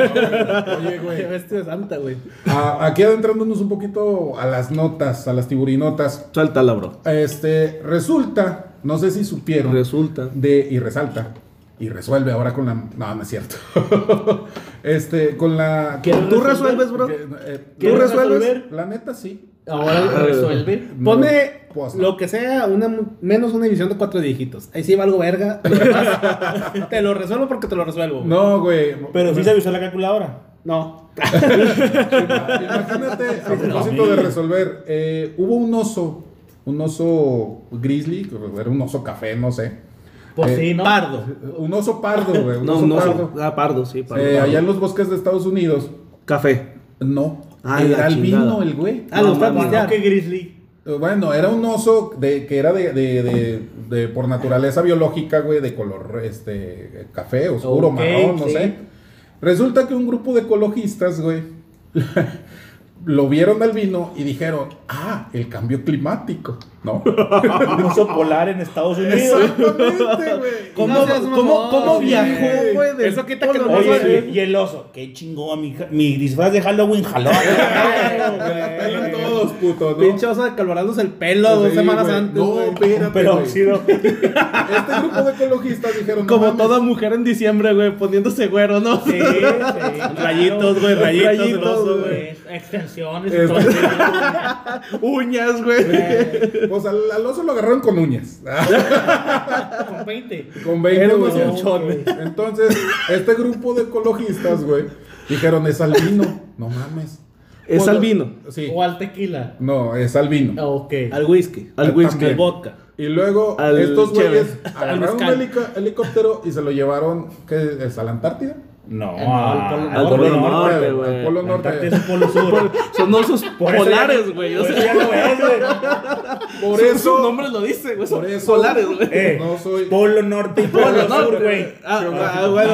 [SPEAKER 3] Oye, güey.
[SPEAKER 2] Qué bestia de santa, güey.
[SPEAKER 3] a- aquí adentrándonos un poquito a las notas, a las tiburinotas.
[SPEAKER 1] Suéltala, bro.
[SPEAKER 3] Este, resulta, no sé si supieron.
[SPEAKER 1] Resulta.
[SPEAKER 3] de y resalta y resuelve ahora con la no no es cierto este con la
[SPEAKER 1] ¿Tú
[SPEAKER 3] con-
[SPEAKER 1] resuelves, bro?
[SPEAKER 3] que, eh,
[SPEAKER 1] ¿Tú
[SPEAKER 3] la-
[SPEAKER 1] resuelves?
[SPEAKER 3] la neta sí
[SPEAKER 2] Ahora
[SPEAKER 1] Ah,
[SPEAKER 2] resuelve.
[SPEAKER 3] no,
[SPEAKER 2] Pone
[SPEAKER 3] pues, no.
[SPEAKER 2] lo que sea, una, menos una división de cuatro dígitos. Ahí sí valgo verga. Lo demás, te lo resuelvo porque te lo resuelvo. güey.
[SPEAKER 3] no güey
[SPEAKER 5] Pero sí se avisó la calculadora.
[SPEAKER 2] No.
[SPEAKER 3] imagínate a propósito de resolver eh, hubo un oso un oso grizzly que era un oso café no sé
[SPEAKER 6] Pues
[SPEAKER 3] Eh,
[SPEAKER 6] sí, ¿no?
[SPEAKER 2] Pardo.
[SPEAKER 3] un oso pardo güey un
[SPEAKER 1] No,
[SPEAKER 3] oso
[SPEAKER 1] no,
[SPEAKER 3] pardo
[SPEAKER 1] ah, pardo, sí, pardo.
[SPEAKER 3] Eh, allá en los bosques de Estados Unidos
[SPEAKER 1] Café.
[SPEAKER 3] no
[SPEAKER 1] Ah, la
[SPEAKER 3] era albino
[SPEAKER 1] chingada.
[SPEAKER 3] el güey
[SPEAKER 2] Ah, lo está
[SPEAKER 6] Bueno,
[SPEAKER 2] pisteando.
[SPEAKER 6] que Grizzly.
[SPEAKER 3] Eh, Bueno, era un oso de, que era de, de- de- de- por naturaleza biológica, güey, de color este café, oscuro,
[SPEAKER 6] Ok,
[SPEAKER 3] marrón, no
[SPEAKER 6] sí.
[SPEAKER 3] sé. Resulta que un grupo de ecologistas, güey, lo vieron al vino y dijeron, ah, el cambio climático, ¿no?
[SPEAKER 5] Un oso polar en Estados Unidos.
[SPEAKER 3] Exactamente, güey.
[SPEAKER 1] ¿Cómo,
[SPEAKER 2] No seas mamón,
[SPEAKER 1] cómo, cómo
[SPEAKER 2] sí.
[SPEAKER 1] viajó, güey? del
[SPEAKER 2] Eso quita que
[SPEAKER 1] polo
[SPEAKER 2] no
[SPEAKER 1] norte?
[SPEAKER 2] seas-
[SPEAKER 5] Oye, y el oso, qué chingón, mi, ja- mi disfraz de Halloween jaló.
[SPEAKER 3] Pelan todos, puto, ¿no?
[SPEAKER 2] Pinche oso de calorándose el pelo dos
[SPEAKER 3] Sí,
[SPEAKER 2] semanas
[SPEAKER 3] güey.
[SPEAKER 2] antes.
[SPEAKER 3] No,
[SPEAKER 2] güey.
[SPEAKER 3] espérate,
[SPEAKER 5] Pero
[SPEAKER 3] güey.
[SPEAKER 5] óxido.
[SPEAKER 3] Este grupo de ecologistas dijeron, no
[SPEAKER 1] Como
[SPEAKER 3] mames,
[SPEAKER 1] toda mujer en diciembre, güey, poniéndose güero, ¿no?
[SPEAKER 6] Sí, sí.
[SPEAKER 2] Rayitos, güey, rayitos.
[SPEAKER 1] Rayitos,
[SPEAKER 2] el oso,
[SPEAKER 1] güey.
[SPEAKER 2] güey.
[SPEAKER 6] Extensiones y
[SPEAKER 3] Este-
[SPEAKER 6] todo.
[SPEAKER 1] Uñas, güey.
[SPEAKER 6] Eh,
[SPEAKER 3] O sea, al Alonso lo agarraron con uñas.
[SPEAKER 6] Con 20.
[SPEAKER 3] Con 20
[SPEAKER 2] Era un
[SPEAKER 3] güey.
[SPEAKER 2] mamonchón, güey.
[SPEAKER 3] Entonces, este grupo de ecologistas, güey, dijeron, es albino. No mames.
[SPEAKER 1] Es
[SPEAKER 3] Cuando-
[SPEAKER 1] albino.
[SPEAKER 3] Sí.
[SPEAKER 6] O al tequila.
[SPEAKER 3] No, es albino.
[SPEAKER 6] Ah, Ok.
[SPEAKER 1] Al whisky. Al
[SPEAKER 3] Al
[SPEAKER 1] whisky.
[SPEAKER 3] Ah, también.
[SPEAKER 1] Al vodka.
[SPEAKER 3] Y luego
[SPEAKER 1] Al
[SPEAKER 3] estos güeyes
[SPEAKER 1] chévere.
[SPEAKER 3] agarraron un
[SPEAKER 6] mezcal.
[SPEAKER 3] helico- helicóptero y se lo llevaron, ¿qué es? ¿A la Antártida?
[SPEAKER 5] No,
[SPEAKER 6] Ah, no, al Polo
[SPEAKER 1] Al Polo Norte,
[SPEAKER 3] Al
[SPEAKER 1] güey.
[SPEAKER 3] Polo
[SPEAKER 5] La Antártida
[SPEAKER 3] Norte.
[SPEAKER 5] es un polo sur.
[SPEAKER 1] Son osos
[SPEAKER 5] Por eso
[SPEAKER 1] polares,
[SPEAKER 5] ya-
[SPEAKER 1] güey. O
[SPEAKER 5] Por eso
[SPEAKER 1] sea,
[SPEAKER 5] ya no es, güey.
[SPEAKER 3] Por
[SPEAKER 1] su-
[SPEAKER 3] eso,
[SPEAKER 1] Su nombre lo dice, güey.
[SPEAKER 3] por
[SPEAKER 1] Son
[SPEAKER 3] eso-
[SPEAKER 1] polares, güey.
[SPEAKER 5] Eh,
[SPEAKER 3] No soy-
[SPEAKER 5] Polo norte y polo
[SPEAKER 1] Polo
[SPEAKER 5] sur,
[SPEAKER 1] Norte,
[SPEAKER 5] güey.
[SPEAKER 1] Ah, ah, bueno.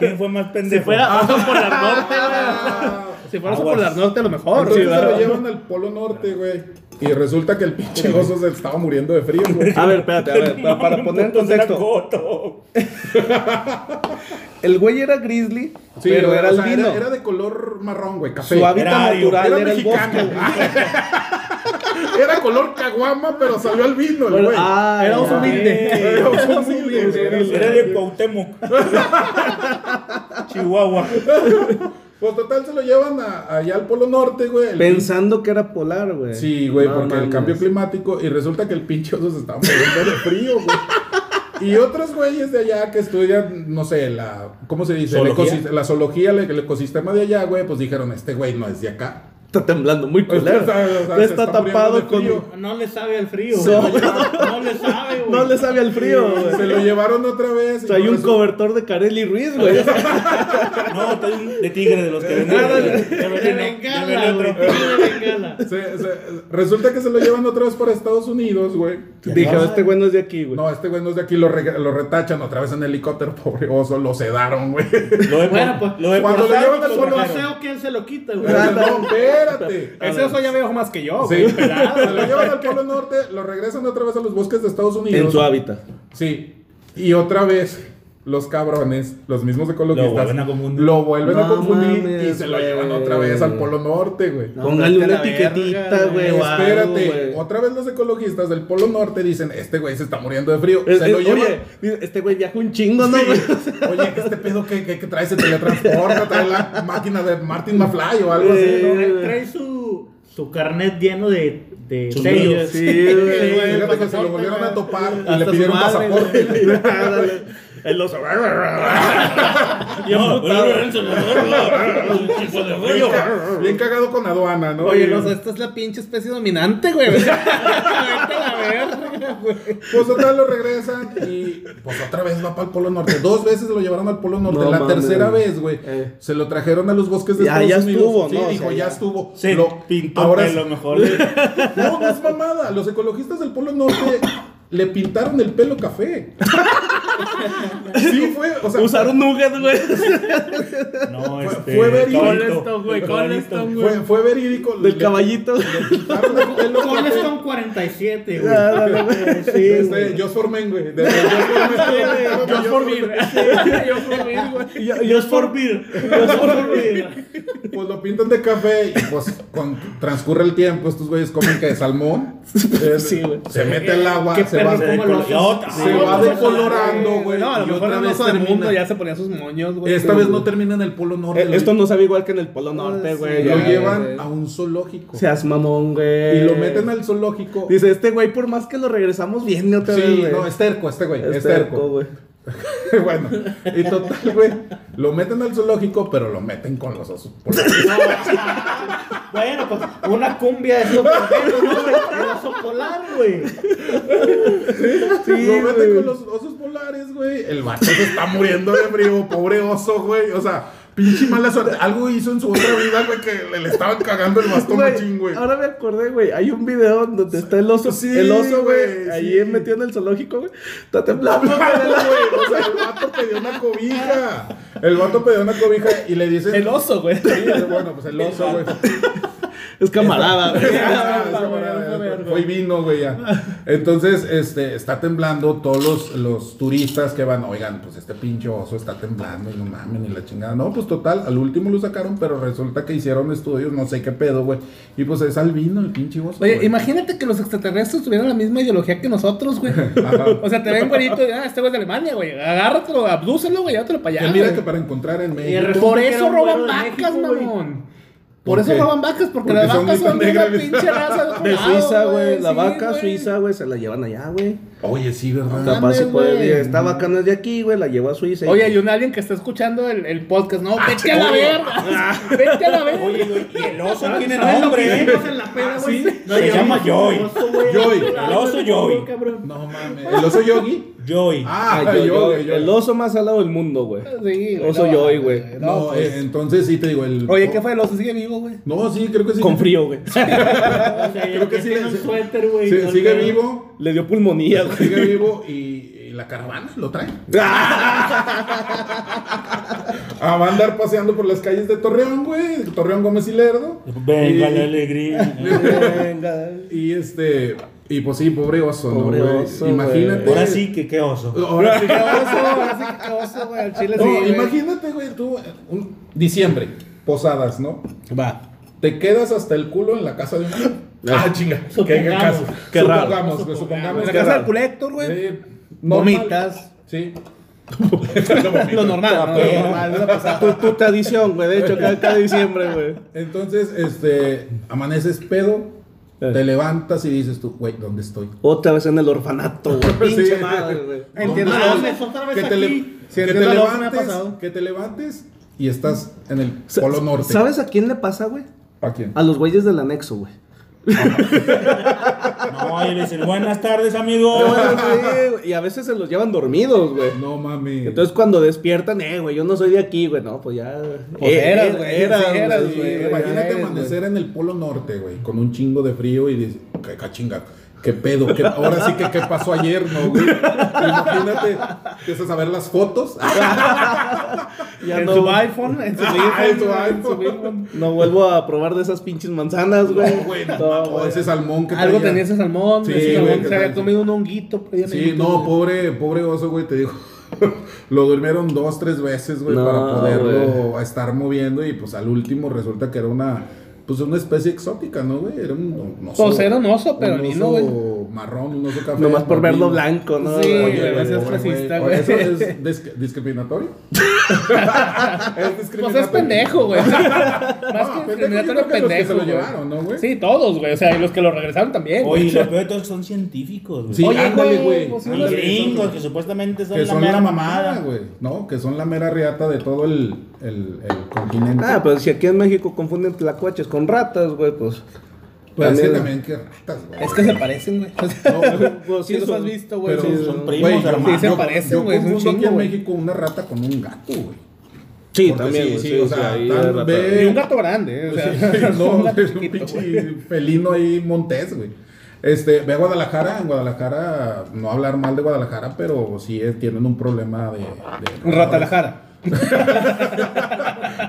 [SPEAKER 5] ¿Quién fue más pendejo?
[SPEAKER 6] Si fuera oso por la norte,
[SPEAKER 3] Ah,
[SPEAKER 2] Si fueras
[SPEAKER 5] Aguas.
[SPEAKER 2] por la norte, a lo mejor.
[SPEAKER 3] entonces
[SPEAKER 2] Sí,
[SPEAKER 3] se lo
[SPEAKER 2] ¿verdad?
[SPEAKER 3] llevan al Polo Norte, güey. Y resulta que el pinche oso se estaba muriendo de frío, güey.
[SPEAKER 1] A ver, espérate, a ver, para, para poner en contexto.
[SPEAKER 5] contexto.
[SPEAKER 1] El güey era grizzly,
[SPEAKER 3] Sí,
[SPEAKER 1] pero
[SPEAKER 3] o
[SPEAKER 1] era
[SPEAKER 3] sea,
[SPEAKER 1] albino.
[SPEAKER 3] Era de color marrón, güey, café.
[SPEAKER 1] Su hábitat
[SPEAKER 5] Era-
[SPEAKER 1] natural
[SPEAKER 3] Era
[SPEAKER 1] era, el
[SPEAKER 3] mexicano.
[SPEAKER 1] bosque. güey.
[SPEAKER 3] Era color caguama, pero salió albino, el güey.
[SPEAKER 1] Ah,
[SPEAKER 2] Era
[SPEAKER 1] ya.
[SPEAKER 2] oso humilde.
[SPEAKER 3] Era un humilde, güey.
[SPEAKER 5] Era de Cuauhtémoc. Chihuahua.
[SPEAKER 3] Pues total, se lo llevan a- allá al Polo Norte, güey. El
[SPEAKER 1] Pensando que era polar, güey.
[SPEAKER 3] Sí, güey,
[SPEAKER 1] No
[SPEAKER 3] porque el
[SPEAKER 1] mames.
[SPEAKER 3] cambio climático y resulta que el pinche oso se está muriendo de frío, güey. Y otros güeyes de allá que estudian, no sé, la, ¿cómo se dice? El
[SPEAKER 5] ¿Zoología?
[SPEAKER 3] ecosis- la zoología, el, el ecosistema de allá, güey, pues dijeron, este güey no es de acá.
[SPEAKER 1] Está temblando muy culero.
[SPEAKER 3] Está- está-
[SPEAKER 1] Está,
[SPEAKER 3] se muriendo de
[SPEAKER 1] tapado con.
[SPEAKER 3] frío.
[SPEAKER 6] no le sabe al frío.
[SPEAKER 1] So-
[SPEAKER 6] No, le sabe, güey.
[SPEAKER 1] No le sabe al frío, güey.
[SPEAKER 3] Se lo llevaron otra vez.
[SPEAKER 1] O
[SPEAKER 3] y
[SPEAKER 1] sea, hay
[SPEAKER 3] por
[SPEAKER 1] un
[SPEAKER 3] eso-
[SPEAKER 1] cobertor de Carelli Ruiz, güey.
[SPEAKER 5] No, está un de tigre de los que venían.
[SPEAKER 1] Nada,
[SPEAKER 6] De
[SPEAKER 5] De
[SPEAKER 6] bengala,
[SPEAKER 5] otro.
[SPEAKER 6] güey. De bengala.
[SPEAKER 3] se- se- resulta que se lo llevan otra vez para Estados Unidos, güey.
[SPEAKER 1] Dije, este güey no es de aquí, güey.
[SPEAKER 3] No, este güey no es de aquí, lo, re- lo retachan otra vez en helicóptero, pobre oso, lo sedaron, güey.
[SPEAKER 5] Lo de-
[SPEAKER 6] Bueno, pues,
[SPEAKER 5] lo de
[SPEAKER 3] cuando lo
[SPEAKER 5] Portal,
[SPEAKER 3] llevan al
[SPEAKER 5] lo
[SPEAKER 6] Por
[SPEAKER 3] Polo
[SPEAKER 5] trajeron.
[SPEAKER 6] paseo, ¿quién se lo quita, güey?
[SPEAKER 3] Pero No, espérate.
[SPEAKER 2] Ese oso ya me ojo más que yo.
[SPEAKER 3] Sí,
[SPEAKER 2] güey.
[SPEAKER 3] se lo llevan al Polo Norte, lo regresan otra vez a los bosques de Estados Unidos.
[SPEAKER 1] En su hábitat.
[SPEAKER 3] Sí. Y otra vez, los cabrones, los mismos ecologistas,
[SPEAKER 5] Lo vuelven a confundir.
[SPEAKER 3] lo vuelven a
[SPEAKER 1] No
[SPEAKER 3] confundir y
[SPEAKER 1] mames,
[SPEAKER 3] se lo
[SPEAKER 1] güey.
[SPEAKER 3] llevan otra vez al Polo Norte, güey.
[SPEAKER 1] Póngale
[SPEAKER 2] vete a
[SPEAKER 1] una
[SPEAKER 2] la
[SPEAKER 1] etiquetita,
[SPEAKER 2] verga,
[SPEAKER 1] güey. o algo,
[SPEAKER 3] Eh, Espérate,
[SPEAKER 1] güey.
[SPEAKER 3] otra vez los ecologistas del Polo Norte dicen, este güey se está muriendo de frío.
[SPEAKER 1] Es-
[SPEAKER 3] se lo
[SPEAKER 1] es-
[SPEAKER 3] llevan.
[SPEAKER 1] Eh, oye, dice, este güey viaja un chingo, ¿no, güey?
[SPEAKER 3] Oye, este pedo que, que, que trae se teletransporta, trae la máquina de Martin McFly o algo así, ¿no?
[SPEAKER 6] Trae trae su, su carnet lleno de, de
[SPEAKER 5] Sus brillos.
[SPEAKER 6] sellos.
[SPEAKER 1] Sí, güey.
[SPEAKER 3] Fíjate que se lo volvieron a topar y le pidieron pasaporte.
[SPEAKER 1] El oso.
[SPEAKER 5] No,
[SPEAKER 1] Ah,
[SPEAKER 3] Bien ca- Bien cagado con aduana, ¿no?
[SPEAKER 2] Oye,
[SPEAKER 3] Y-
[SPEAKER 2] no, o sea, esta es la pinche especie dominante, güey. Vete a la verga, güey.
[SPEAKER 3] Pues otra vez lo regresan y pues otra vez va para el Polo Norte. Dos veces lo llevaron al Polo Norte.
[SPEAKER 1] No
[SPEAKER 3] la
[SPEAKER 1] mames.
[SPEAKER 3] tercera vez, güey,
[SPEAKER 1] Eh.
[SPEAKER 3] se lo trajeron a los bosques de
[SPEAKER 1] Ya-
[SPEAKER 3] Estados
[SPEAKER 1] ya
[SPEAKER 3] Unidos.
[SPEAKER 1] estuvo,
[SPEAKER 3] sí,
[SPEAKER 1] ¿no? O
[SPEAKER 3] dijo,
[SPEAKER 1] sea,
[SPEAKER 3] ya,
[SPEAKER 1] ya.
[SPEAKER 3] estuvo.
[SPEAKER 5] Se
[SPEAKER 3] Lo-
[SPEAKER 5] pintó
[SPEAKER 3] ahora
[SPEAKER 5] pelo
[SPEAKER 3] sí-
[SPEAKER 5] mejor.
[SPEAKER 3] No, no es mamada. Los ecologistas del Polo Norte le pintaron el pelo café. Sí, fue, o sea,
[SPEAKER 1] Usaron nuggets, güey.
[SPEAKER 5] No,
[SPEAKER 3] Fue-
[SPEAKER 5] este.
[SPEAKER 3] fue verídico.
[SPEAKER 6] Colestone, güey, Colestone,
[SPEAKER 3] fue, fue verídico.
[SPEAKER 1] Del
[SPEAKER 3] Le-
[SPEAKER 1] caballito.
[SPEAKER 3] le pintaron el pelo
[SPEAKER 6] Con
[SPEAKER 3] café.
[SPEAKER 6] son 47, güey.
[SPEAKER 1] Sí,
[SPEAKER 3] Este,
[SPEAKER 1] güey.
[SPEAKER 3] Yo formé, güey. De- de- Joss Forman.
[SPEAKER 6] Yo por mí. Yo por mí, güey. Yo es por mí. Yo es por mí.
[SPEAKER 3] Pues lo pintan de café y pues con- transcurre el tiempo, estos güeyes comen que salmón. Eh, Se mete el agua,
[SPEAKER 6] Qué
[SPEAKER 3] Ah, se va,
[SPEAKER 6] perro
[SPEAKER 3] se
[SPEAKER 6] como los
[SPEAKER 5] Y otra.
[SPEAKER 3] va
[SPEAKER 6] Ah,
[SPEAKER 3] decolorando, güey.
[SPEAKER 2] No, a lo
[SPEAKER 3] y
[SPEAKER 2] mejor
[SPEAKER 3] otra
[SPEAKER 2] el
[SPEAKER 3] vez
[SPEAKER 2] oso del
[SPEAKER 3] termina.
[SPEAKER 2] mundo ya se ponía sus moños, güey.
[SPEAKER 3] Esta vez no termina en el Polo Norte.
[SPEAKER 1] Eh,
[SPEAKER 3] güey.
[SPEAKER 1] Esto no sabe igual que en el Polo Norte, güey.
[SPEAKER 3] Ah, lo
[SPEAKER 1] Ya,
[SPEAKER 3] llevan
[SPEAKER 1] güey.
[SPEAKER 3] a un zoológico.
[SPEAKER 1] Seas mamón, güey.
[SPEAKER 3] y lo meten al zoológico.
[SPEAKER 1] Dice, este güey, por más que lo regresamos, viene otra vez,
[SPEAKER 3] Sí,
[SPEAKER 1] güey.
[SPEAKER 3] no, es terco este güey, es,
[SPEAKER 1] Es terco,
[SPEAKER 3] terco.
[SPEAKER 1] güey.
[SPEAKER 3] bueno, y total, güey, lo meten al zoológico, pero lo meten con los osos. polares.
[SPEAKER 6] Bueno, pues una cumbia es lo primero, ¿no? El oso polar, güey.
[SPEAKER 1] Sí,
[SPEAKER 3] lo meten
[SPEAKER 1] güey.
[SPEAKER 3] con los osos polares, güey. El vato se está muriendo de frío, pobre oso, güey. O sea, pinche mala suerte. Algo hizo en su otra vida, güey, que le, le estaban cagando el bastón
[SPEAKER 1] Güey,
[SPEAKER 3] machín, güey.
[SPEAKER 1] Ahora me acordé, güey. Hay un video donde está el oso,
[SPEAKER 3] Sí,
[SPEAKER 1] el oso, güey.
[SPEAKER 3] güey,
[SPEAKER 1] Ahí
[SPEAKER 3] sí.
[SPEAKER 1] metido en el zoológico, güey. Está temblando,
[SPEAKER 3] Claro,
[SPEAKER 1] güey.
[SPEAKER 3] güey. O sea, el vato pidió una cobija. El vato pidió una cobija y le dicen.
[SPEAKER 2] El oso, güey.
[SPEAKER 3] Sí, bueno, pues el oso, güey.
[SPEAKER 1] Es camarada, güey.
[SPEAKER 3] Ah, esa camarada, Hoy vino, güey, ya. Entonces, este, está temblando todos los, los turistas que van, oigan, pues este pinche oso está temblando y no mamen y la chingada. No, pues total, al último lo sacaron, pero resulta que hicieron estudios, no sé qué pedo, güey. Y pues es albino el pinche oso.
[SPEAKER 2] Oye,
[SPEAKER 3] güey.
[SPEAKER 2] imagínate que los extraterrestres tuvieran la misma ideología que nosotros, güey.
[SPEAKER 3] Ajá.
[SPEAKER 2] O sea, te ven güerito y ah, este güey es de Alemania, güey. Agárratelo, abdúcelo, güey, llévatelo para
[SPEAKER 3] Que
[SPEAKER 2] allá.
[SPEAKER 3] mira
[SPEAKER 2] güey.
[SPEAKER 3] que para encontrar en
[SPEAKER 6] Y
[SPEAKER 3] México.
[SPEAKER 6] resulta
[SPEAKER 2] Por
[SPEAKER 6] que era
[SPEAKER 2] eso
[SPEAKER 6] un
[SPEAKER 2] roban
[SPEAKER 6] güero de
[SPEAKER 2] vacas,
[SPEAKER 6] México, güey.
[SPEAKER 2] mamón. Por eso
[SPEAKER 1] qué?
[SPEAKER 2] roban vacas,
[SPEAKER 3] Porque
[SPEAKER 2] porque, las
[SPEAKER 3] son
[SPEAKER 2] vacas
[SPEAKER 3] muy
[SPEAKER 2] son de una
[SPEAKER 3] negras.
[SPEAKER 2] pinche raza de otro
[SPEAKER 1] De
[SPEAKER 2] lado,
[SPEAKER 1] Suiza, güey. La
[SPEAKER 2] sí,
[SPEAKER 1] vaca
[SPEAKER 2] güey.
[SPEAKER 1] suiza, güey, se la llevan allá, güey.
[SPEAKER 3] Oye, sí, ¿verdad?
[SPEAKER 1] Capaz se puede.
[SPEAKER 2] güey.
[SPEAKER 1] Esta vaca no es de aquí, güey, la llevo a Suiza. y-
[SPEAKER 2] Oye, hay un alguien que está escuchando el, el podcast. No, vete a la verga. Vete a la verga.
[SPEAKER 5] Oye, güey, y el oso tiene
[SPEAKER 6] ¿Sabes lo que
[SPEAKER 5] nombre, ¿eh?
[SPEAKER 6] hicimos en la
[SPEAKER 2] Ah,
[SPEAKER 6] peda, güey? Nos
[SPEAKER 5] Se
[SPEAKER 6] llevamos
[SPEAKER 5] llama Joy.
[SPEAKER 6] un oso, güey,
[SPEAKER 3] Joy.
[SPEAKER 6] al lado
[SPEAKER 5] El oso
[SPEAKER 6] del
[SPEAKER 5] Joy.
[SPEAKER 6] culo, cabrón.
[SPEAKER 3] No mames. ¿El oso yogi?
[SPEAKER 5] Joy.
[SPEAKER 3] Ah,
[SPEAKER 1] Ah, yo- yo-
[SPEAKER 3] yogi, yogi.
[SPEAKER 1] el oso más salado del mundo, güey.
[SPEAKER 2] Sí, güey,
[SPEAKER 1] Oso
[SPEAKER 2] no,
[SPEAKER 1] Joy, güey.
[SPEAKER 2] No,
[SPEAKER 3] No,
[SPEAKER 2] pues.
[SPEAKER 3] eh, entonces sí te digo el.
[SPEAKER 2] Oye, ¿qué fue? El oso sigue vivo, güey.
[SPEAKER 3] No, sí, creo que sí.
[SPEAKER 1] Con frío, güey.
[SPEAKER 6] O sea,
[SPEAKER 3] Creo que sí
[SPEAKER 6] tiene
[SPEAKER 3] le-
[SPEAKER 6] un Este suéter, güey.
[SPEAKER 3] Sí,
[SPEAKER 6] no
[SPEAKER 3] sigue
[SPEAKER 6] le-
[SPEAKER 3] vivo.
[SPEAKER 1] Le dio pulmonía, güey.
[SPEAKER 3] Sigue vivo y, y la caravana lo trae. Ah, va a andar paseando por las calles de Torreón, güey. Torreón Gómez y Lerdo.
[SPEAKER 5] Venga
[SPEAKER 3] Y-
[SPEAKER 5] la alegría.
[SPEAKER 3] Y este. Y pues sí, pobre oso,
[SPEAKER 1] Pobre
[SPEAKER 3] ¿no? güey?
[SPEAKER 1] oso,
[SPEAKER 3] imagínate.
[SPEAKER 1] güey.
[SPEAKER 5] Ahora sí que qué oso.
[SPEAKER 3] Ahora sí.
[SPEAKER 2] Qué oso, ahora sí que qué oso, güey. Al chile
[SPEAKER 3] No,
[SPEAKER 2] sí, güey.
[SPEAKER 3] imagínate, güey, tú. un- diciembre, posadas, ¿no?
[SPEAKER 2] Va.
[SPEAKER 3] Te quedas hasta el culo en la casa de un. Ah, chinga.
[SPEAKER 6] Supongamos.
[SPEAKER 1] Qué
[SPEAKER 3] supongamos,
[SPEAKER 1] raro.
[SPEAKER 3] güey, supongamos.
[SPEAKER 2] En la casa del culector, güey.
[SPEAKER 3] Sí, normal.
[SPEAKER 2] Vomitas.
[SPEAKER 3] Sí.
[SPEAKER 2] Lo normal, ¿no? Lo normal, una pasada.
[SPEAKER 1] Tu tu tradición, güey. De hecho, cada, cada diciembre, güey.
[SPEAKER 3] Entonces, este, amaneces pedo,
[SPEAKER 1] Eh.
[SPEAKER 3] te levantas y dices tú, güey, ¿dónde estoy?
[SPEAKER 1] Otra vez en el orfanato, güey. Pinche madre, güey.
[SPEAKER 2] Entiendo.
[SPEAKER 3] ¿Dónde estoy?
[SPEAKER 6] mames, Ah, pues, otra vez
[SPEAKER 3] que te, le-
[SPEAKER 6] aquí.
[SPEAKER 3] que te
[SPEAKER 2] entiendo lo que me ha
[SPEAKER 3] levantes,
[SPEAKER 2] pasado.
[SPEAKER 3] que te levantes y estás en el
[SPEAKER 1] Sa-
[SPEAKER 3] Polo Norte.
[SPEAKER 1] ¿Sabes Ah. a quién le pasa, güey?
[SPEAKER 3] ¿A quién?
[SPEAKER 1] A los güeyes del anexo, güey.
[SPEAKER 5] No, y le dicen, buenas tardes, amigo.
[SPEAKER 1] Sí, güey, y a veces se los llevan dormidos, güey.
[SPEAKER 3] No mami.
[SPEAKER 1] Entonces cuando despiertan, eh, güey, yo no soy de aquí, güey, no, pues ya.
[SPEAKER 2] Pues
[SPEAKER 1] Eh,
[SPEAKER 2] eras,
[SPEAKER 1] era-
[SPEAKER 2] güey,
[SPEAKER 1] era,
[SPEAKER 2] sí eras,
[SPEAKER 1] güey.
[SPEAKER 2] güey.
[SPEAKER 3] imagínate
[SPEAKER 2] eres,
[SPEAKER 3] amanecer en el Polo Norte, güey, con un chingo de frío y dices, qué cachinga. ¿Qué pedo? ¿Qué- ahora sí que qué pasó ayer, ¿no, güey? Imagínate, empiezas a ver las fotos.
[SPEAKER 1] Ya
[SPEAKER 2] en
[SPEAKER 1] no,
[SPEAKER 2] su iPhone, en su
[SPEAKER 3] Ah, en su
[SPEAKER 2] iPhone, en su
[SPEAKER 3] iPhone.
[SPEAKER 2] iPhone.
[SPEAKER 1] no vuelvo a probar de esas pinches manzanas, güey.
[SPEAKER 3] No, güey, no,
[SPEAKER 1] No,
[SPEAKER 3] mames,
[SPEAKER 1] güey.
[SPEAKER 3] ese salmón que
[SPEAKER 2] Algo
[SPEAKER 3] traía.
[SPEAKER 2] tenía ese salmón,
[SPEAKER 3] Sí,
[SPEAKER 2] ese
[SPEAKER 3] güey,
[SPEAKER 2] salmón
[SPEAKER 3] que
[SPEAKER 2] se había
[SPEAKER 3] tal.
[SPEAKER 2] comido un honguito. pues, por ahí en
[SPEAKER 3] Sí,
[SPEAKER 2] el
[SPEAKER 3] no,
[SPEAKER 2] YouTube,
[SPEAKER 3] pobre, pobre oso, güey, te digo. Lo durmieron dos, tres veces, güey,
[SPEAKER 1] No,
[SPEAKER 3] para poderlo estar moviendo. Y pues al último resulta que era una. Pues una especie exótica, ¿no, güey? Era un, un oso.
[SPEAKER 2] Pues era un oso, pero
[SPEAKER 3] un
[SPEAKER 2] ni
[SPEAKER 3] oso
[SPEAKER 2] no, güey.
[SPEAKER 3] marrón, un oso café.
[SPEAKER 1] Nomás por verlo
[SPEAKER 3] marino.
[SPEAKER 1] blanco, ¿no?
[SPEAKER 2] Sí,
[SPEAKER 1] Oye,
[SPEAKER 2] güey,
[SPEAKER 1] güey,
[SPEAKER 2] no seas
[SPEAKER 1] güey.
[SPEAKER 2] racista,
[SPEAKER 3] Oye, ¿Eso
[SPEAKER 2] güey.
[SPEAKER 3] es dis- discriminatorio? es
[SPEAKER 2] Pues es
[SPEAKER 3] discriminatorio.
[SPEAKER 2] pendejo, güey. Más
[SPEAKER 3] No, pendejo,
[SPEAKER 2] que
[SPEAKER 3] yo creo
[SPEAKER 2] discriminatorio,
[SPEAKER 3] que los que se
[SPEAKER 2] pendejo.
[SPEAKER 3] lo
[SPEAKER 2] güey.
[SPEAKER 3] llevaron, ¿no, güey?
[SPEAKER 2] Sí, todos, güey. O sea, y los que lo regresaron también.
[SPEAKER 5] Oye,
[SPEAKER 2] güey.
[SPEAKER 5] y lo peor de todo es que son científicos, güey.
[SPEAKER 3] Sí,
[SPEAKER 2] Oye,
[SPEAKER 3] ándale,
[SPEAKER 2] güey,
[SPEAKER 3] güey.
[SPEAKER 2] pues,
[SPEAKER 5] Son
[SPEAKER 3] ándale,
[SPEAKER 5] gringos
[SPEAKER 3] son-
[SPEAKER 5] que supuestamente son
[SPEAKER 3] que
[SPEAKER 5] la
[SPEAKER 3] son
[SPEAKER 5] mera mamada.
[SPEAKER 3] güey. No, que son la mera riata de todo el, el, el continente.
[SPEAKER 1] Ah, pero si aquí en México confunden tlacuaches con ratas, güey, pues.
[SPEAKER 3] Pero es que
[SPEAKER 1] también-
[SPEAKER 3] también, qué ratas, güey.
[SPEAKER 2] Es que se parecen, güey. O sea,
[SPEAKER 3] No, güey,
[SPEAKER 1] Pues,
[SPEAKER 2] Sí, los
[SPEAKER 1] son-
[SPEAKER 2] has visto, güey.
[SPEAKER 3] pero
[SPEAKER 2] Sí,
[SPEAKER 1] son
[SPEAKER 3] güey,
[SPEAKER 5] primos,
[SPEAKER 3] yo-
[SPEAKER 5] hermanos.
[SPEAKER 2] Sí, se
[SPEAKER 3] yo-
[SPEAKER 2] parecen,
[SPEAKER 3] yo
[SPEAKER 2] güey, es un
[SPEAKER 3] confundo aquí
[SPEAKER 2] chingo,
[SPEAKER 3] en
[SPEAKER 2] güey.
[SPEAKER 3] México una rata con un gato, güey.
[SPEAKER 1] Sí,
[SPEAKER 3] Porque
[SPEAKER 1] también,
[SPEAKER 3] sí,
[SPEAKER 1] güey,
[SPEAKER 3] sí, o sea,
[SPEAKER 1] ahí
[SPEAKER 3] tan
[SPEAKER 1] de ratas.
[SPEAKER 3] ve-
[SPEAKER 2] Y un gato grande, eh, o sea,
[SPEAKER 3] Pues Sí,
[SPEAKER 2] son
[SPEAKER 3] no,
[SPEAKER 2] gatos
[SPEAKER 3] es un
[SPEAKER 2] chiquitos,
[SPEAKER 3] pinche
[SPEAKER 2] güey.
[SPEAKER 3] felino ahí montés, güey. Este, ve a Guadalajara, en Guadalajara, no hablar mal de Guadalajara, pero sí eh, tienen un problema de... de
[SPEAKER 2] Un ratalajara.